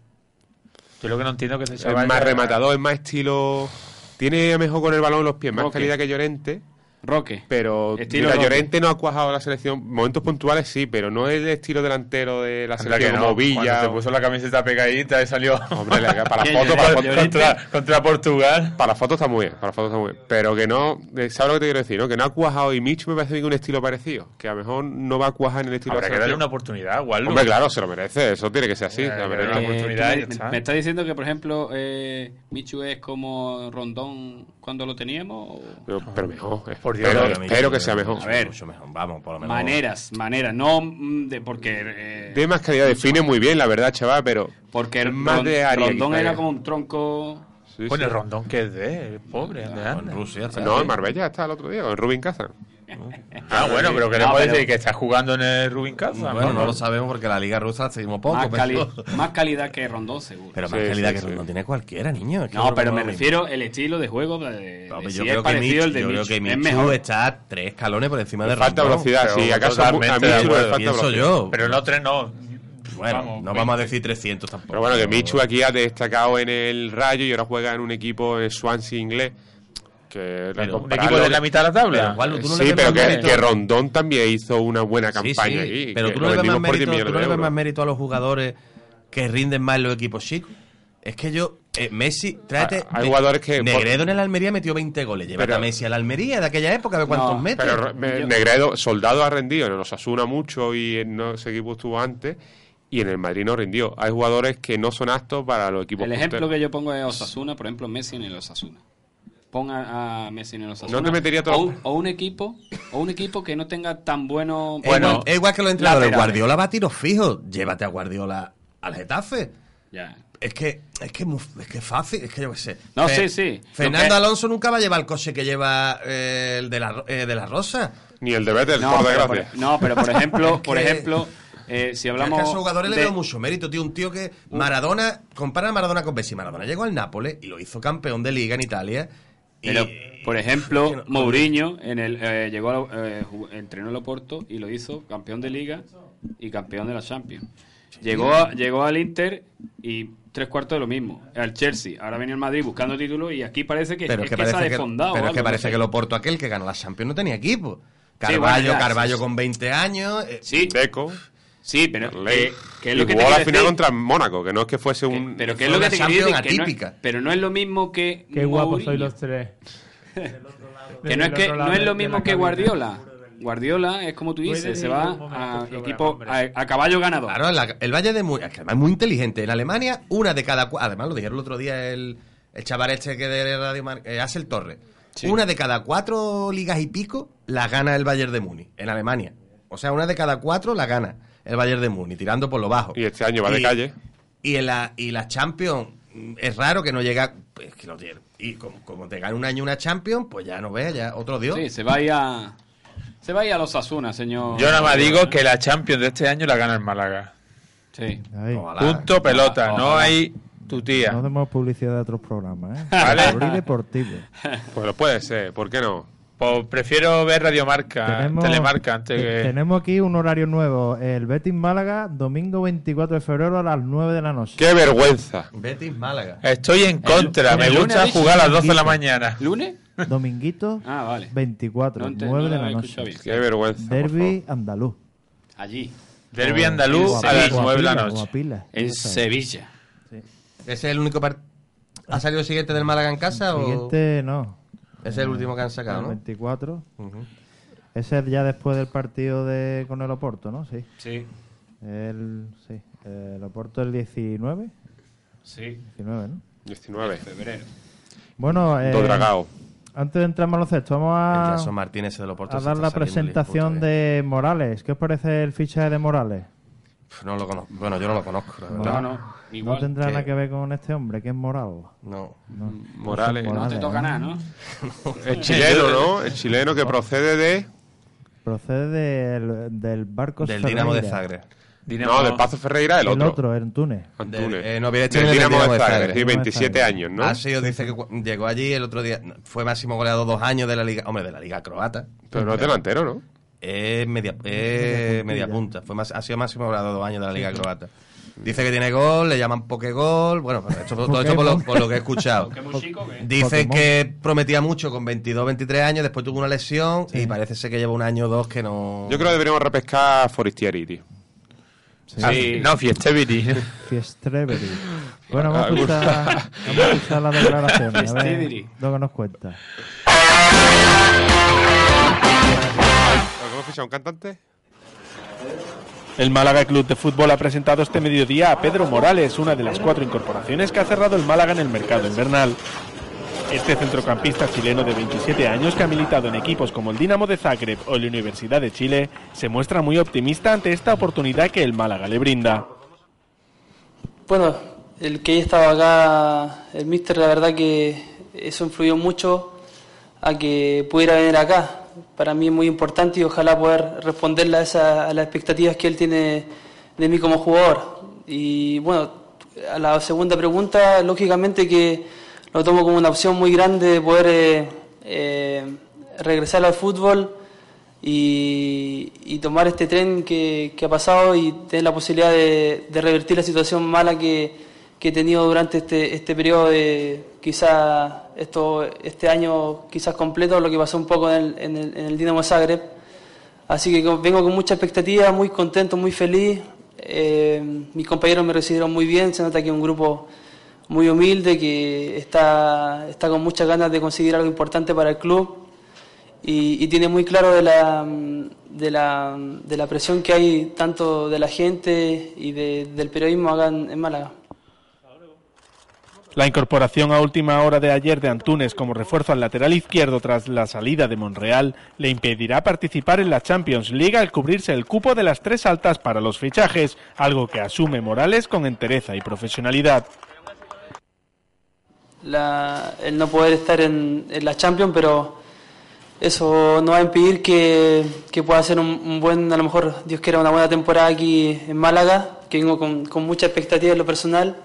[SPEAKER 3] Yo lo que no entiendo es que ese
[SPEAKER 4] es
[SPEAKER 3] chaval.
[SPEAKER 4] más
[SPEAKER 3] ya-
[SPEAKER 4] rematador, es más estilo. Tiene mejor con el balón en los pies, más
[SPEAKER 2] Ok.
[SPEAKER 4] calidad que Llorente.
[SPEAKER 2] Roque.
[SPEAKER 4] Pero
[SPEAKER 2] Estilo
[SPEAKER 4] mira,
[SPEAKER 2] Roque.
[SPEAKER 4] Llorente no ha cuajado la selección. Momentos puntuales sí, pero no es el estilo delantero de la
[SPEAKER 3] Anda
[SPEAKER 4] selección
[SPEAKER 3] que no,
[SPEAKER 4] como
[SPEAKER 3] cuando
[SPEAKER 4] Villa.
[SPEAKER 3] se
[SPEAKER 4] o-
[SPEAKER 3] puso la camiseta pegadita y salió.
[SPEAKER 4] Hombre, la- para
[SPEAKER 2] Que
[SPEAKER 4] la foto, para la foto-
[SPEAKER 2] Llorente-
[SPEAKER 3] contra, contra Portugal.
[SPEAKER 4] para la foto está muy bien, para la foto está muy bien. Pero que no, eh, ¿sabes lo que te quiero decir? no? Que no ha cuajado y Mitch me parece bien un estilo parecido. Que a lo mejor no va a cuajar en el estilo
[SPEAKER 3] Habrá
[SPEAKER 4] de
[SPEAKER 3] que
[SPEAKER 4] la
[SPEAKER 3] darle una
[SPEAKER 4] selección.
[SPEAKER 3] oportunidad, Waldo.
[SPEAKER 4] Hombre, claro, se lo merece, eso tiene que ser así.
[SPEAKER 3] Eh,
[SPEAKER 4] la
[SPEAKER 3] yo
[SPEAKER 4] verdad.
[SPEAKER 3] creo que-
[SPEAKER 2] Eh, tú
[SPEAKER 3] oportunidad,
[SPEAKER 2] me,
[SPEAKER 3] ya está.
[SPEAKER 2] me está diciendo que, por ejemplo, eh, Michu es como Rondón cuando lo teníamos. o-
[SPEAKER 4] Pero, pero mejor, eh.
[SPEAKER 3] Por Dios,
[SPEAKER 4] Pero
[SPEAKER 5] Pero
[SPEAKER 4] espero
[SPEAKER 5] Michu,
[SPEAKER 4] que sea
[SPEAKER 5] pero
[SPEAKER 4] mejor.
[SPEAKER 5] Michu,
[SPEAKER 2] A ver.
[SPEAKER 5] mucho mejor. Vamos, por lo menos.
[SPEAKER 2] Maneras, maneras. No mm, de, porque. eh,
[SPEAKER 4] De más calidad, define muy bien, la verdad, chaval, pero.
[SPEAKER 2] porque
[SPEAKER 4] es más
[SPEAKER 2] Ron-
[SPEAKER 4] de área.
[SPEAKER 2] Rondón
[SPEAKER 4] quizá,
[SPEAKER 2] era
[SPEAKER 4] que-
[SPEAKER 2] como un tronco.
[SPEAKER 4] Sí,
[SPEAKER 3] Bueno,
[SPEAKER 4] sí.
[SPEAKER 3] el Rondón que es de, el pobre, de
[SPEAKER 5] Con
[SPEAKER 3] anda.
[SPEAKER 5] Rusia,
[SPEAKER 4] No, en Marbella está el otro día, con Rubin Kazan.
[SPEAKER 3] Ah, bueno, pero queremos
[SPEAKER 2] No, pero-
[SPEAKER 3] decir que está jugando en el Rubin Kaza.
[SPEAKER 5] Bueno, no lo sabemos porque la Liga Rusa la seguimos poco.
[SPEAKER 2] Más,
[SPEAKER 5] pero-
[SPEAKER 2] cali- más calidad que Rondón, seguro.
[SPEAKER 5] Pero más
[SPEAKER 4] Sí,
[SPEAKER 5] calidad
[SPEAKER 4] sí,
[SPEAKER 5] que
[SPEAKER 4] sí.
[SPEAKER 5] no tiene cualquiera, niño. es que
[SPEAKER 2] no, pero me
[SPEAKER 5] no-
[SPEAKER 2] refiero el estilo de juego de,
[SPEAKER 5] No,
[SPEAKER 2] de
[SPEAKER 5] pero
[SPEAKER 2] si
[SPEAKER 5] yo,
[SPEAKER 2] es
[SPEAKER 5] creo que
[SPEAKER 2] parecido
[SPEAKER 5] Michu-
[SPEAKER 2] al de
[SPEAKER 5] yo creo
[SPEAKER 2] Michu,
[SPEAKER 5] que este
[SPEAKER 2] es
[SPEAKER 5] Michu
[SPEAKER 2] mejor.
[SPEAKER 5] está tres escalones por encima de
[SPEAKER 4] falta
[SPEAKER 5] Rambón.
[SPEAKER 4] velocidad,
[SPEAKER 3] pero
[SPEAKER 4] sí. Acaso a, a Michu
[SPEAKER 3] totalmente de
[SPEAKER 4] le
[SPEAKER 3] acuerdo,
[SPEAKER 4] falta
[SPEAKER 5] Pienso
[SPEAKER 4] velocidad.
[SPEAKER 5] yo.
[SPEAKER 3] Pero no tres, no.
[SPEAKER 5] bueno, no vamos a decir 300 tampoco.
[SPEAKER 4] Pero bueno, que Michu aquí ha destacado en el Rayo y ahora juega en un equipo en el Swansea inglés. Que
[SPEAKER 5] Pero
[SPEAKER 3] Un equipo de la mitad de la tabla.
[SPEAKER 5] Pero, Juanlu, tú no le
[SPEAKER 4] sí,
[SPEAKER 5] ves
[SPEAKER 4] pero
[SPEAKER 5] más
[SPEAKER 4] que,
[SPEAKER 5] mérito.
[SPEAKER 4] que Rondón también hizo una buena
[SPEAKER 5] Sí,
[SPEAKER 4] campaña
[SPEAKER 5] sí,
[SPEAKER 4] aquí.
[SPEAKER 5] Pero
[SPEAKER 4] que
[SPEAKER 5] tú
[SPEAKER 4] lo
[SPEAKER 5] no le ves más
[SPEAKER 4] vendimos por 10
[SPEAKER 5] mérito, tú
[SPEAKER 4] millones de
[SPEAKER 5] no le ves
[SPEAKER 4] euros.
[SPEAKER 5] más mérito a los jugadores que rinden más en los equipos chicos. Es que yo, eh, Messi, tráete.
[SPEAKER 4] Ah, Hay jugadores que-
[SPEAKER 5] Negredo en el Almería metió 20 goles. Lleva
[SPEAKER 4] Pero-
[SPEAKER 5] a Messi al Almería de aquella época, de cuántos
[SPEAKER 2] No,
[SPEAKER 5] metros.
[SPEAKER 4] Pero me- Negredo, Soldado ha rendido, nos asuna mucho y en no, ese equipo estuvo antes. Y en el Madrid no rindió. Hay jugadores que no son aptos para los equipos
[SPEAKER 2] El ejemplo
[SPEAKER 4] punteros.
[SPEAKER 2] que yo pongo es Osasuna, por ejemplo, Messi en el Osasuna. Pon a, a Messi en el Osasuna.
[SPEAKER 4] No te metería todo-
[SPEAKER 2] o, un, o un equipo o un equipo que no tenga tan buenos
[SPEAKER 5] Es igual- es igual que los entrenadores.
[SPEAKER 2] laterales.
[SPEAKER 5] Guardiola va a tiros fijos. Llévate a Guardiola al Getafe.
[SPEAKER 2] Ya.
[SPEAKER 5] Es que es que es muy- es que es fácil, es que yo qué sé.
[SPEAKER 2] No, sí, sí. Lo
[SPEAKER 5] Fernando
[SPEAKER 2] que-
[SPEAKER 5] Alonso nunca va a llevar el coche que lleva eh, el de la, eh, de la Rosa.
[SPEAKER 4] Ni el de Vettel,
[SPEAKER 2] No,
[SPEAKER 4] por
[SPEAKER 2] pero
[SPEAKER 4] desgracia.
[SPEAKER 2] por, no, pero por ejemplo, por
[SPEAKER 5] que-
[SPEAKER 2] ejemplo, eh, si
[SPEAKER 5] Yo es que
[SPEAKER 2] hablamos
[SPEAKER 5] a esos jugadores
[SPEAKER 2] de-
[SPEAKER 5] le veo mucho mérito, tío. Un tío que Maradona, compara a Maradona con Messi. Maradona llegó al Nápoles y lo hizo campeón de liga en Italia. Y,
[SPEAKER 2] Pero, por ejemplo,
[SPEAKER 5] que no-
[SPEAKER 2] Mourinho en el, eh, llegó a, eh, jugó- entrenó el Oporto y lo hizo campeón de Liga y campeón de la Champions. Llegó, a- llegó al Inter y tres cuartos de lo mismo. Al Chelsea. Ahora viene el Madrid buscando títulos y aquí parece que,
[SPEAKER 5] pero
[SPEAKER 2] es
[SPEAKER 5] es que,
[SPEAKER 2] que se ha
[SPEAKER 5] parece que,
[SPEAKER 2] desfondado.
[SPEAKER 5] pero es que
[SPEAKER 2] algo,
[SPEAKER 5] parece
[SPEAKER 2] no sé.
[SPEAKER 5] que el Oporto aquel que ganó la Champions no tenía
[SPEAKER 2] Sí,
[SPEAKER 5] equipo.
[SPEAKER 2] bueno,
[SPEAKER 5] Carballo,
[SPEAKER 2] ya,
[SPEAKER 5] Carballo
[SPEAKER 2] sí,
[SPEAKER 5] con 20 años. eh,
[SPEAKER 2] Sí,
[SPEAKER 4] Deco.
[SPEAKER 2] sí, pero
[SPEAKER 4] Ley.
[SPEAKER 2] eh, que es lo
[SPEAKER 4] Y
[SPEAKER 2] que te
[SPEAKER 4] jugó
[SPEAKER 2] quiero
[SPEAKER 4] la final
[SPEAKER 2] decir,
[SPEAKER 4] contra Mónaco, que no es que fuese
[SPEAKER 2] que-
[SPEAKER 4] un.
[SPEAKER 2] pero que
[SPEAKER 5] fue
[SPEAKER 2] es lo que
[SPEAKER 5] una
[SPEAKER 2] te quiero decir,
[SPEAKER 5] Champions
[SPEAKER 2] que no es-
[SPEAKER 5] atípica.
[SPEAKER 2] pero no es lo mismo que
[SPEAKER 11] Qué guapos sois
[SPEAKER 2] Mourinho.
[SPEAKER 11] los tres.
[SPEAKER 2] Que no es que no es lo mismo que Guardiola. Guardiola es como tú
[SPEAKER 11] Puede
[SPEAKER 2] dices, se
[SPEAKER 11] ir
[SPEAKER 2] va
[SPEAKER 11] un momento
[SPEAKER 2] a
[SPEAKER 11] el programa,
[SPEAKER 2] equipo
[SPEAKER 11] hombre.
[SPEAKER 2] a, a caballo ganador.
[SPEAKER 5] Claro, la- el Valle de Mu- es que además es muy inteligente. En Alemania, una de cada cuatro. Además, lo dijeron el otro día el, el chaval este que de Radio Mar, eh, Axel Torres. Una de cada cuatro ligas y pico la gana el Bayern de Múnich en Alemania. O sea, una de cada cuatro la gana el Bayern de Múnich, tirando por lo bajo.
[SPEAKER 4] Y este año va de
[SPEAKER 5] Y-
[SPEAKER 4] calle.
[SPEAKER 5] Y en la, y la Champions, mm, es raro que no llega. pues, que no tiene. Y como, como te gana un año una Champions, pues ya no veas, ya otro Dios.
[SPEAKER 2] Sí, se va a ir a. Se va a ir a los Asuna, señor.
[SPEAKER 3] Yo nada más digo que la Champions de este año la gana el Málaga.
[SPEAKER 2] Sí.
[SPEAKER 1] Ahí.
[SPEAKER 5] Ojalá.
[SPEAKER 3] Punto pelota. No
[SPEAKER 2] Ojalá.
[SPEAKER 3] hay tu tía.
[SPEAKER 1] No demos publicidad de otros programas, ¿eh?
[SPEAKER 3] Vale.
[SPEAKER 1] Abrir deportivo.
[SPEAKER 4] Pues lo puede ser, ¿por qué no?
[SPEAKER 3] Pues prefiero ver
[SPEAKER 2] Ah,
[SPEAKER 3] Radiomarca,
[SPEAKER 1] Tenemos-
[SPEAKER 3] Telemarca, antes
[SPEAKER 1] te-
[SPEAKER 3] que...
[SPEAKER 1] Tenemos aquí un horario nuevo. El Betis Málaga, domingo 24 de febrero a las 9 de la noche.
[SPEAKER 4] ¡Qué vergüenza!
[SPEAKER 5] Betis Málaga.
[SPEAKER 3] Estoy en contra.
[SPEAKER 2] el
[SPEAKER 3] Me
[SPEAKER 2] lunes
[SPEAKER 3] gusta
[SPEAKER 2] habéis
[SPEAKER 3] jugar a las
[SPEAKER 1] dicho
[SPEAKER 3] 12 de la
[SPEAKER 1] que-
[SPEAKER 3] mañana.
[SPEAKER 2] ¿Lunes?
[SPEAKER 1] Dominguito
[SPEAKER 2] Ah, vale.
[SPEAKER 1] 24,
[SPEAKER 2] No ente-
[SPEAKER 1] 9
[SPEAKER 2] no
[SPEAKER 1] de
[SPEAKER 2] lo
[SPEAKER 1] la
[SPEAKER 2] había escuchado
[SPEAKER 1] noche.
[SPEAKER 2] bien.
[SPEAKER 4] ¡Qué vergüenza! por
[SPEAKER 1] Derby
[SPEAKER 4] favor.
[SPEAKER 1] andaluz.
[SPEAKER 2] Allí,
[SPEAKER 3] Derby
[SPEAKER 1] O-
[SPEAKER 3] andaluz
[SPEAKER 1] o
[SPEAKER 3] a las
[SPEAKER 1] pila,
[SPEAKER 3] 9 de la
[SPEAKER 1] o a
[SPEAKER 3] noche.
[SPEAKER 1] pila.
[SPEAKER 2] en
[SPEAKER 1] Ya sabes.
[SPEAKER 2] Sevilla.
[SPEAKER 5] ¿Ese es el único partido? ¿Ha salido el siguiente del Málaga en casa o...?
[SPEAKER 1] Siguiente, no.
[SPEAKER 5] Ese es el último que han sacado,
[SPEAKER 1] El
[SPEAKER 5] ¿no?
[SPEAKER 1] 24. Ese es ya después del partido de con el Oporto, ¿no? Sí.
[SPEAKER 2] Sí,
[SPEAKER 1] El, sí. El Oporto el 19.
[SPEAKER 2] sí.
[SPEAKER 1] 19, ¿no?
[SPEAKER 4] 19.
[SPEAKER 2] Febrero.
[SPEAKER 1] Bueno, eh,
[SPEAKER 4] Todo dragado.
[SPEAKER 1] antes de entrar en baloncesto, vamos a,
[SPEAKER 5] El Jason Martínez del Oporto
[SPEAKER 1] a
[SPEAKER 5] se
[SPEAKER 1] dar
[SPEAKER 5] está
[SPEAKER 1] la
[SPEAKER 5] saliendo
[SPEAKER 1] presentación
[SPEAKER 5] listo, ¿eh?
[SPEAKER 1] de Morales. ¿Qué os parece el fichaje de Morales?
[SPEAKER 5] Pf, No lo conozco. Bueno, yo no lo conozco, la verdad.
[SPEAKER 2] No, no.
[SPEAKER 1] Ah, no
[SPEAKER 2] Igual.
[SPEAKER 1] tendrá
[SPEAKER 5] que-
[SPEAKER 1] nada que ver con este hombre, que es Moral.
[SPEAKER 5] No.
[SPEAKER 1] No.
[SPEAKER 4] Morales.
[SPEAKER 1] Morales.
[SPEAKER 2] No te toca nada, ¿no?
[SPEAKER 4] El chileno, ¿no? El chileno que procede de.
[SPEAKER 1] Procede del, del barco
[SPEAKER 5] Del Dinamo de
[SPEAKER 1] Ferreira.
[SPEAKER 5] Zagreb.
[SPEAKER 4] No, de Pazo Ferreira, el
[SPEAKER 1] El
[SPEAKER 4] otro.
[SPEAKER 1] otro, en Túnez.
[SPEAKER 4] Antunes.
[SPEAKER 5] Del- eh, no, había hecho
[SPEAKER 4] Del
[SPEAKER 5] el
[SPEAKER 4] Dinamo
[SPEAKER 5] Dinamo
[SPEAKER 4] de
[SPEAKER 5] de
[SPEAKER 4] Zagreb,
[SPEAKER 5] Zagreb.
[SPEAKER 4] sí, 27
[SPEAKER 1] Dinamo de
[SPEAKER 4] años, ¿no?
[SPEAKER 5] Ah, sí, os dice que cu- llegó allí el otro día. Fue máximo goleador dos años de la Liga... Hombre, de la Liga Croata.
[SPEAKER 4] Pero no es delantero, ¿no?
[SPEAKER 5] Es media, es media punta. Fue más, ha sido máximo goleador dos años de la Liga Croata. Dice que tiene gol, le llaman Pokegol. Bueno, pero esto- todo esto por lo, por lo que he escuchado. Dice
[SPEAKER 1] Pokémon.
[SPEAKER 5] que prometía mucho con 22, 23 años, después tuvo una lesión y parece ser que lleva un año o dos que no.
[SPEAKER 4] Yo creo que deberíamos repescar a Forestieri, tío.
[SPEAKER 3] Sí, No, Fiestevity.
[SPEAKER 1] Fiestrevery. Bueno, vamos a escuchar, vamos a escuchar la declaración. A ver
[SPEAKER 2] Fiestrevery.
[SPEAKER 1] lo que nos cuenta.
[SPEAKER 4] ¿Hemos fichado un cantante?
[SPEAKER 12] El Málaga Club de Fútbol ha presentado este mediodía a Pedro Morales, una de las cuatro incorporaciones que ha cerrado el Málaga en el mercado invernal. Este centrocampista chileno de 27 años, que ha militado en equipos como el Dinamo de Zagreb o la Universidad de Chile, se muestra muy optimista ante esta oportunidad que el Málaga le brinda.
[SPEAKER 9] Bueno, el que haya estado acá, el míster, la verdad que eso influyó mucho a que pudiera venir acá.
[SPEAKER 11] para mí es muy importante y ojalá poder responderle a, esa- a las expectativas que él tiene de mí como jugador. Y bueno, a la segunda pregunta, lógicamente que lo tomo como una opción muy grande de poder eh, eh, regresar al fútbol y, y tomar este tren que, que ha pasado y tener la posibilidad de, de revertir la situación mala que, que he tenido durante este, este periodo de quizá esto, este año quizás completo, lo que pasó un poco en el, en el, en el Dinamo Zagreb. Así que con- vengo con mucha expectativa, muy contento, muy feliz. Eh, mis compañeros me recibieron muy bien, se nota que es un grupo muy humilde, que está, está con muchas ganas de conseguir algo importante para el club y, y tiene muy claro de la, mm, de, la, de la presión que hay tanto de la gente y de- del periodismo acá en- en Málaga.
[SPEAKER 12] La incorporación a última hora de ayer de Antunes como refuerzo al lateral izquierdo tras la salida de Monreal le impedirá participar en la Champions League al cubrirse el cupo de las tres altas para los fichajes, algo que asume Morales con entereza y profesionalidad.
[SPEAKER 11] la- el no poder estar en, en la Champions, pero eso no va a impedir que, que pueda hacer un, un buen, a lo mejor Dios quiera, una buena temporada aquí en Málaga, que vengo con, con mucha expectativa en lo personal,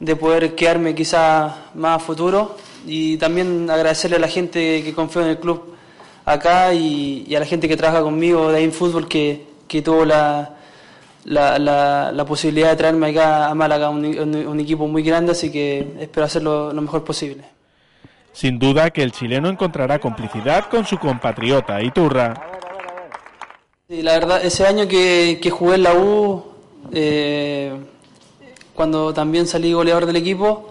[SPEAKER 11] de poder quedarme quizás más a futuro y también agradecerle a la gente que confió en el club acá y, y a la gente que trabaja conmigo de ahí en fútbol que, que tuvo la, la, la- la posibilidad de traerme acá a Málaga, un, un- un equipo muy grande, así que espero hacerlo lo mejor posible.
[SPEAKER 12] Sin duda que el chileno encontrará complicidad con su compatriota Iturra.
[SPEAKER 11] Sí, la verdad, ese año que, que jugué en la U, eh, cuando también salí goleador del equipo,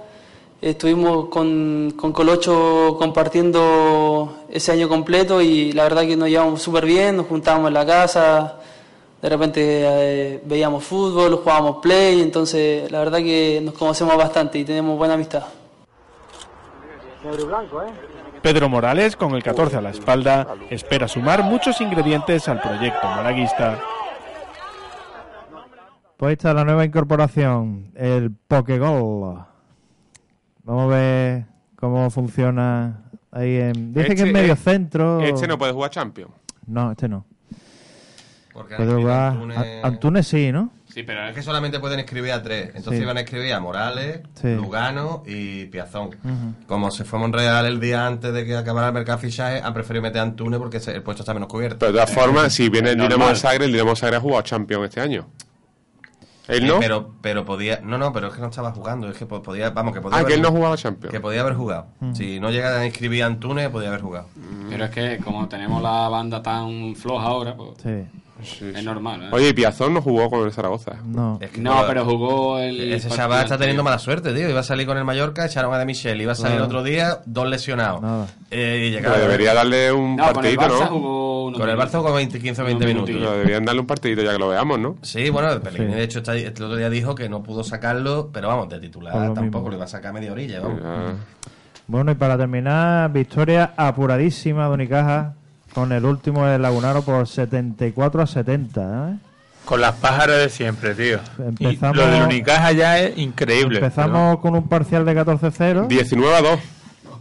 [SPEAKER 11] estuvimos con, con Colocho compartiendo ese año completo y la verdad que nos llevamos súper bien, nos juntábamos en la casa, de repente eh, veíamos fútbol, jugábamos play, entonces la verdad que nos conocemos bastante y tenemos buena amistad.
[SPEAKER 13] blanco, ¿eh?
[SPEAKER 12] Pedro Morales, con el 14 a la espalda, espera sumar muchos ingredientes al proyecto malaguista.
[SPEAKER 1] Pues ahí está la nueva incorporación, el Pokegol. Vamos a ver cómo funciona ahí en... Dice que
[SPEAKER 4] Este-
[SPEAKER 1] en medio
[SPEAKER 4] eh,
[SPEAKER 1] centro...
[SPEAKER 4] Este no puede jugar Champions.
[SPEAKER 1] No, este no.
[SPEAKER 5] Porque
[SPEAKER 1] Puede jugar-
[SPEAKER 5] Antunes-
[SPEAKER 1] A- Antunes sí, ¿no?
[SPEAKER 2] Sí, pero
[SPEAKER 5] es que solamente pueden escribir a tres. Entonces
[SPEAKER 1] Sí.
[SPEAKER 5] iban a escribir a Morales,
[SPEAKER 1] Sí.
[SPEAKER 5] Lugano y Piazón.
[SPEAKER 1] Ujú.
[SPEAKER 5] Como se fue a Monreal el día antes de que acabara el mercado de fichajes, han preferido meter a Antunes porque se- el puesto está menos cubierto.
[SPEAKER 4] Pero de todas formas, si viene el Dinamo de
[SPEAKER 5] Normal.
[SPEAKER 4] Zagreb, el Dinamo de Zagreb ha jugado Champions este año. ¿Él
[SPEAKER 5] Eh,
[SPEAKER 4] no?
[SPEAKER 5] pero, pero podía. No, no, pero es que no estaba jugando. Es que po- podía. Vamos, que podía.
[SPEAKER 4] Ah,
[SPEAKER 5] haber
[SPEAKER 4] que él no
[SPEAKER 5] jugado.
[SPEAKER 4] jugaba Champions.
[SPEAKER 5] Que podía haber jugado. Si no llegara a inscribir a Antunes, podía haber jugado.
[SPEAKER 2] Pero es que como tenemos la banda tan floja ahora, pues, es normal. ¿eh?
[SPEAKER 4] Oye, Piazón no jugó con el Zaragoza.
[SPEAKER 1] No.
[SPEAKER 2] no, pero jugó el...
[SPEAKER 5] Ese
[SPEAKER 2] partido
[SPEAKER 5] chaval está teniendo
[SPEAKER 2] anterior.
[SPEAKER 5] mala suerte, tío. Iba a salir con el Mallorca, echaron a De Michel. Iba a salir
[SPEAKER 4] Claro.
[SPEAKER 5] otro día, dos lesionados. Eh, y llegaba-
[SPEAKER 4] Pero debería darle un
[SPEAKER 5] No, con el
[SPEAKER 4] partidito,
[SPEAKER 5] Barça
[SPEAKER 4] ¿no?
[SPEAKER 5] jugó unos Con el Barça minutos. jugó 20, 15, 20
[SPEAKER 4] Unos
[SPEAKER 5] minutos.
[SPEAKER 4] Pero deberían darle un partidito ya que lo veamos, ¿no?
[SPEAKER 5] Sí, bueno, el Pellegrini, de hecho, está- el otro día dijo que no pudo sacarlo, pero vamos, de titular
[SPEAKER 1] Por lo
[SPEAKER 5] tampoco
[SPEAKER 1] mismo.
[SPEAKER 5] lo iba a sacar a media orilla, vamos.
[SPEAKER 4] Ah,
[SPEAKER 1] Bueno, y para terminar, victoria apuradísima de Unicaja con el último de Lagunaro por 74 a 70. ¿eh?
[SPEAKER 3] Con las pájaras de siempre, tío. Y
[SPEAKER 1] Empezamos-
[SPEAKER 3] lo del Unicaja ya es increíble.
[SPEAKER 1] Empezamos con un parcial de 14-0.
[SPEAKER 4] 19 a 2.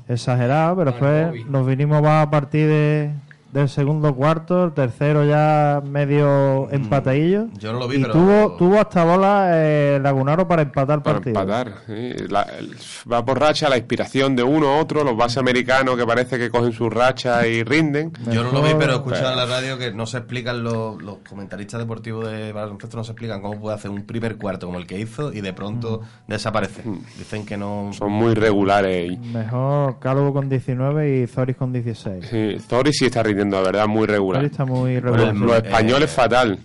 [SPEAKER 1] Exagerado, pero después nos vinimos más a partir de- del segundo cuarto, el tercero ya
[SPEAKER 4] Mm,
[SPEAKER 1] medio empatadillo.
[SPEAKER 5] yo no lo vi,
[SPEAKER 1] y
[SPEAKER 5] pero-
[SPEAKER 1] tuvo, tuvo hasta bola eh, Lagunaro para empatar el
[SPEAKER 4] Para
[SPEAKER 1] partido.
[SPEAKER 4] empatar. sí. La- el- va por racha la inspiración de uno a otro, los bases americanos que parece que cogen su racha y rinden.
[SPEAKER 5] Yo no lo vi, pero he escuchado en la radio que no se explican los, los comentaristas deportivos de baloncesto, no se explican cómo puede hacer un primer cuarto como el que hizo y de pronto
[SPEAKER 1] Mm.
[SPEAKER 5] desaparece. Dicen que no.
[SPEAKER 4] Son muy regulares. y-
[SPEAKER 1] Mejor Calvo con 19 y Zoris con 16.
[SPEAKER 4] Sí, Pues, Zori sí está rindiendo, la verdad, muy regular.
[SPEAKER 1] Zoris está muy
[SPEAKER 4] Los,
[SPEAKER 1] regular.
[SPEAKER 4] los
[SPEAKER 5] Eh,
[SPEAKER 4] españoles fatal.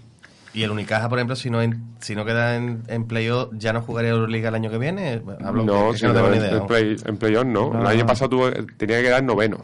[SPEAKER 5] Y el Unicaja, por ejemplo, si no en- si no queda en, en playoff, ¿ya no jugaría Euroliga el año que viene? Hablo
[SPEAKER 4] no,
[SPEAKER 5] que- que
[SPEAKER 4] sí,
[SPEAKER 5] no
[SPEAKER 4] no,
[SPEAKER 5] tengo ni
[SPEAKER 4] en,
[SPEAKER 5] idea,
[SPEAKER 4] en
[SPEAKER 5] ¿no?
[SPEAKER 4] play- en playoff no. El
[SPEAKER 5] No.
[SPEAKER 4] año pasado tuvo- tenía que quedar noveno.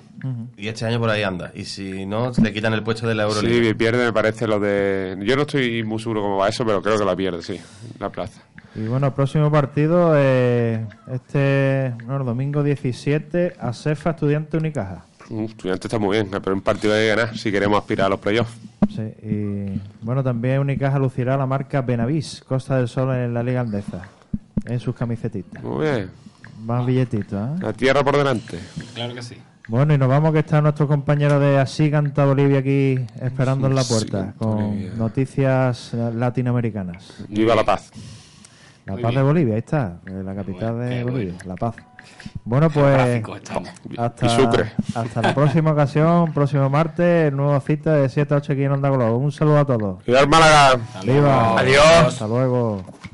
[SPEAKER 5] Y este año por ahí anda. Y si no, le quitan el puesto de la Euroliga.
[SPEAKER 4] Sí, pierde, me parece, lo de... Yo no estoy muy seguro cómo va eso, pero creo que la pierde, sí, la plaza.
[SPEAKER 1] Y bueno, el próximo partido, eh, este no, el domingo 17, a Cefa Estudiante Unicaja.
[SPEAKER 4] Uh, estudiante está muy bien, pero un partido hay que ganar si queremos aspirar a los playoffs.
[SPEAKER 1] Sí, y bueno, también Unicaja lucirá la marca Benavís, Costa del Sol en la Liga Andesa, en sus camisetitas.
[SPEAKER 4] Muy bien,
[SPEAKER 1] Más billetitos, ¿eh?
[SPEAKER 4] la tierra por delante.
[SPEAKER 2] Claro que sí.
[SPEAKER 1] Bueno, y nos vamos que está nuestro compañero de Así Canta Bolivia aquí esperando en la puerta con noticias eh, latinoamericanas.
[SPEAKER 4] Viva La Paz.
[SPEAKER 1] La
[SPEAKER 4] Muy
[SPEAKER 1] Paz de
[SPEAKER 4] bien.
[SPEAKER 1] Bolivia, ahí está, eh, la capital de Bolivia, La Paz. Bueno, pues
[SPEAKER 4] Geográfico estamos.
[SPEAKER 1] hasta,
[SPEAKER 4] Y Sucre.
[SPEAKER 1] hasta la próxima ocasión, próximo martes, nueva cita de 7 a 8 aquí en Onda Globo. Un saludo a todos.
[SPEAKER 4] Cuidado, Málaga.
[SPEAKER 1] Viva.
[SPEAKER 4] Adiós.
[SPEAKER 1] Hasta luego.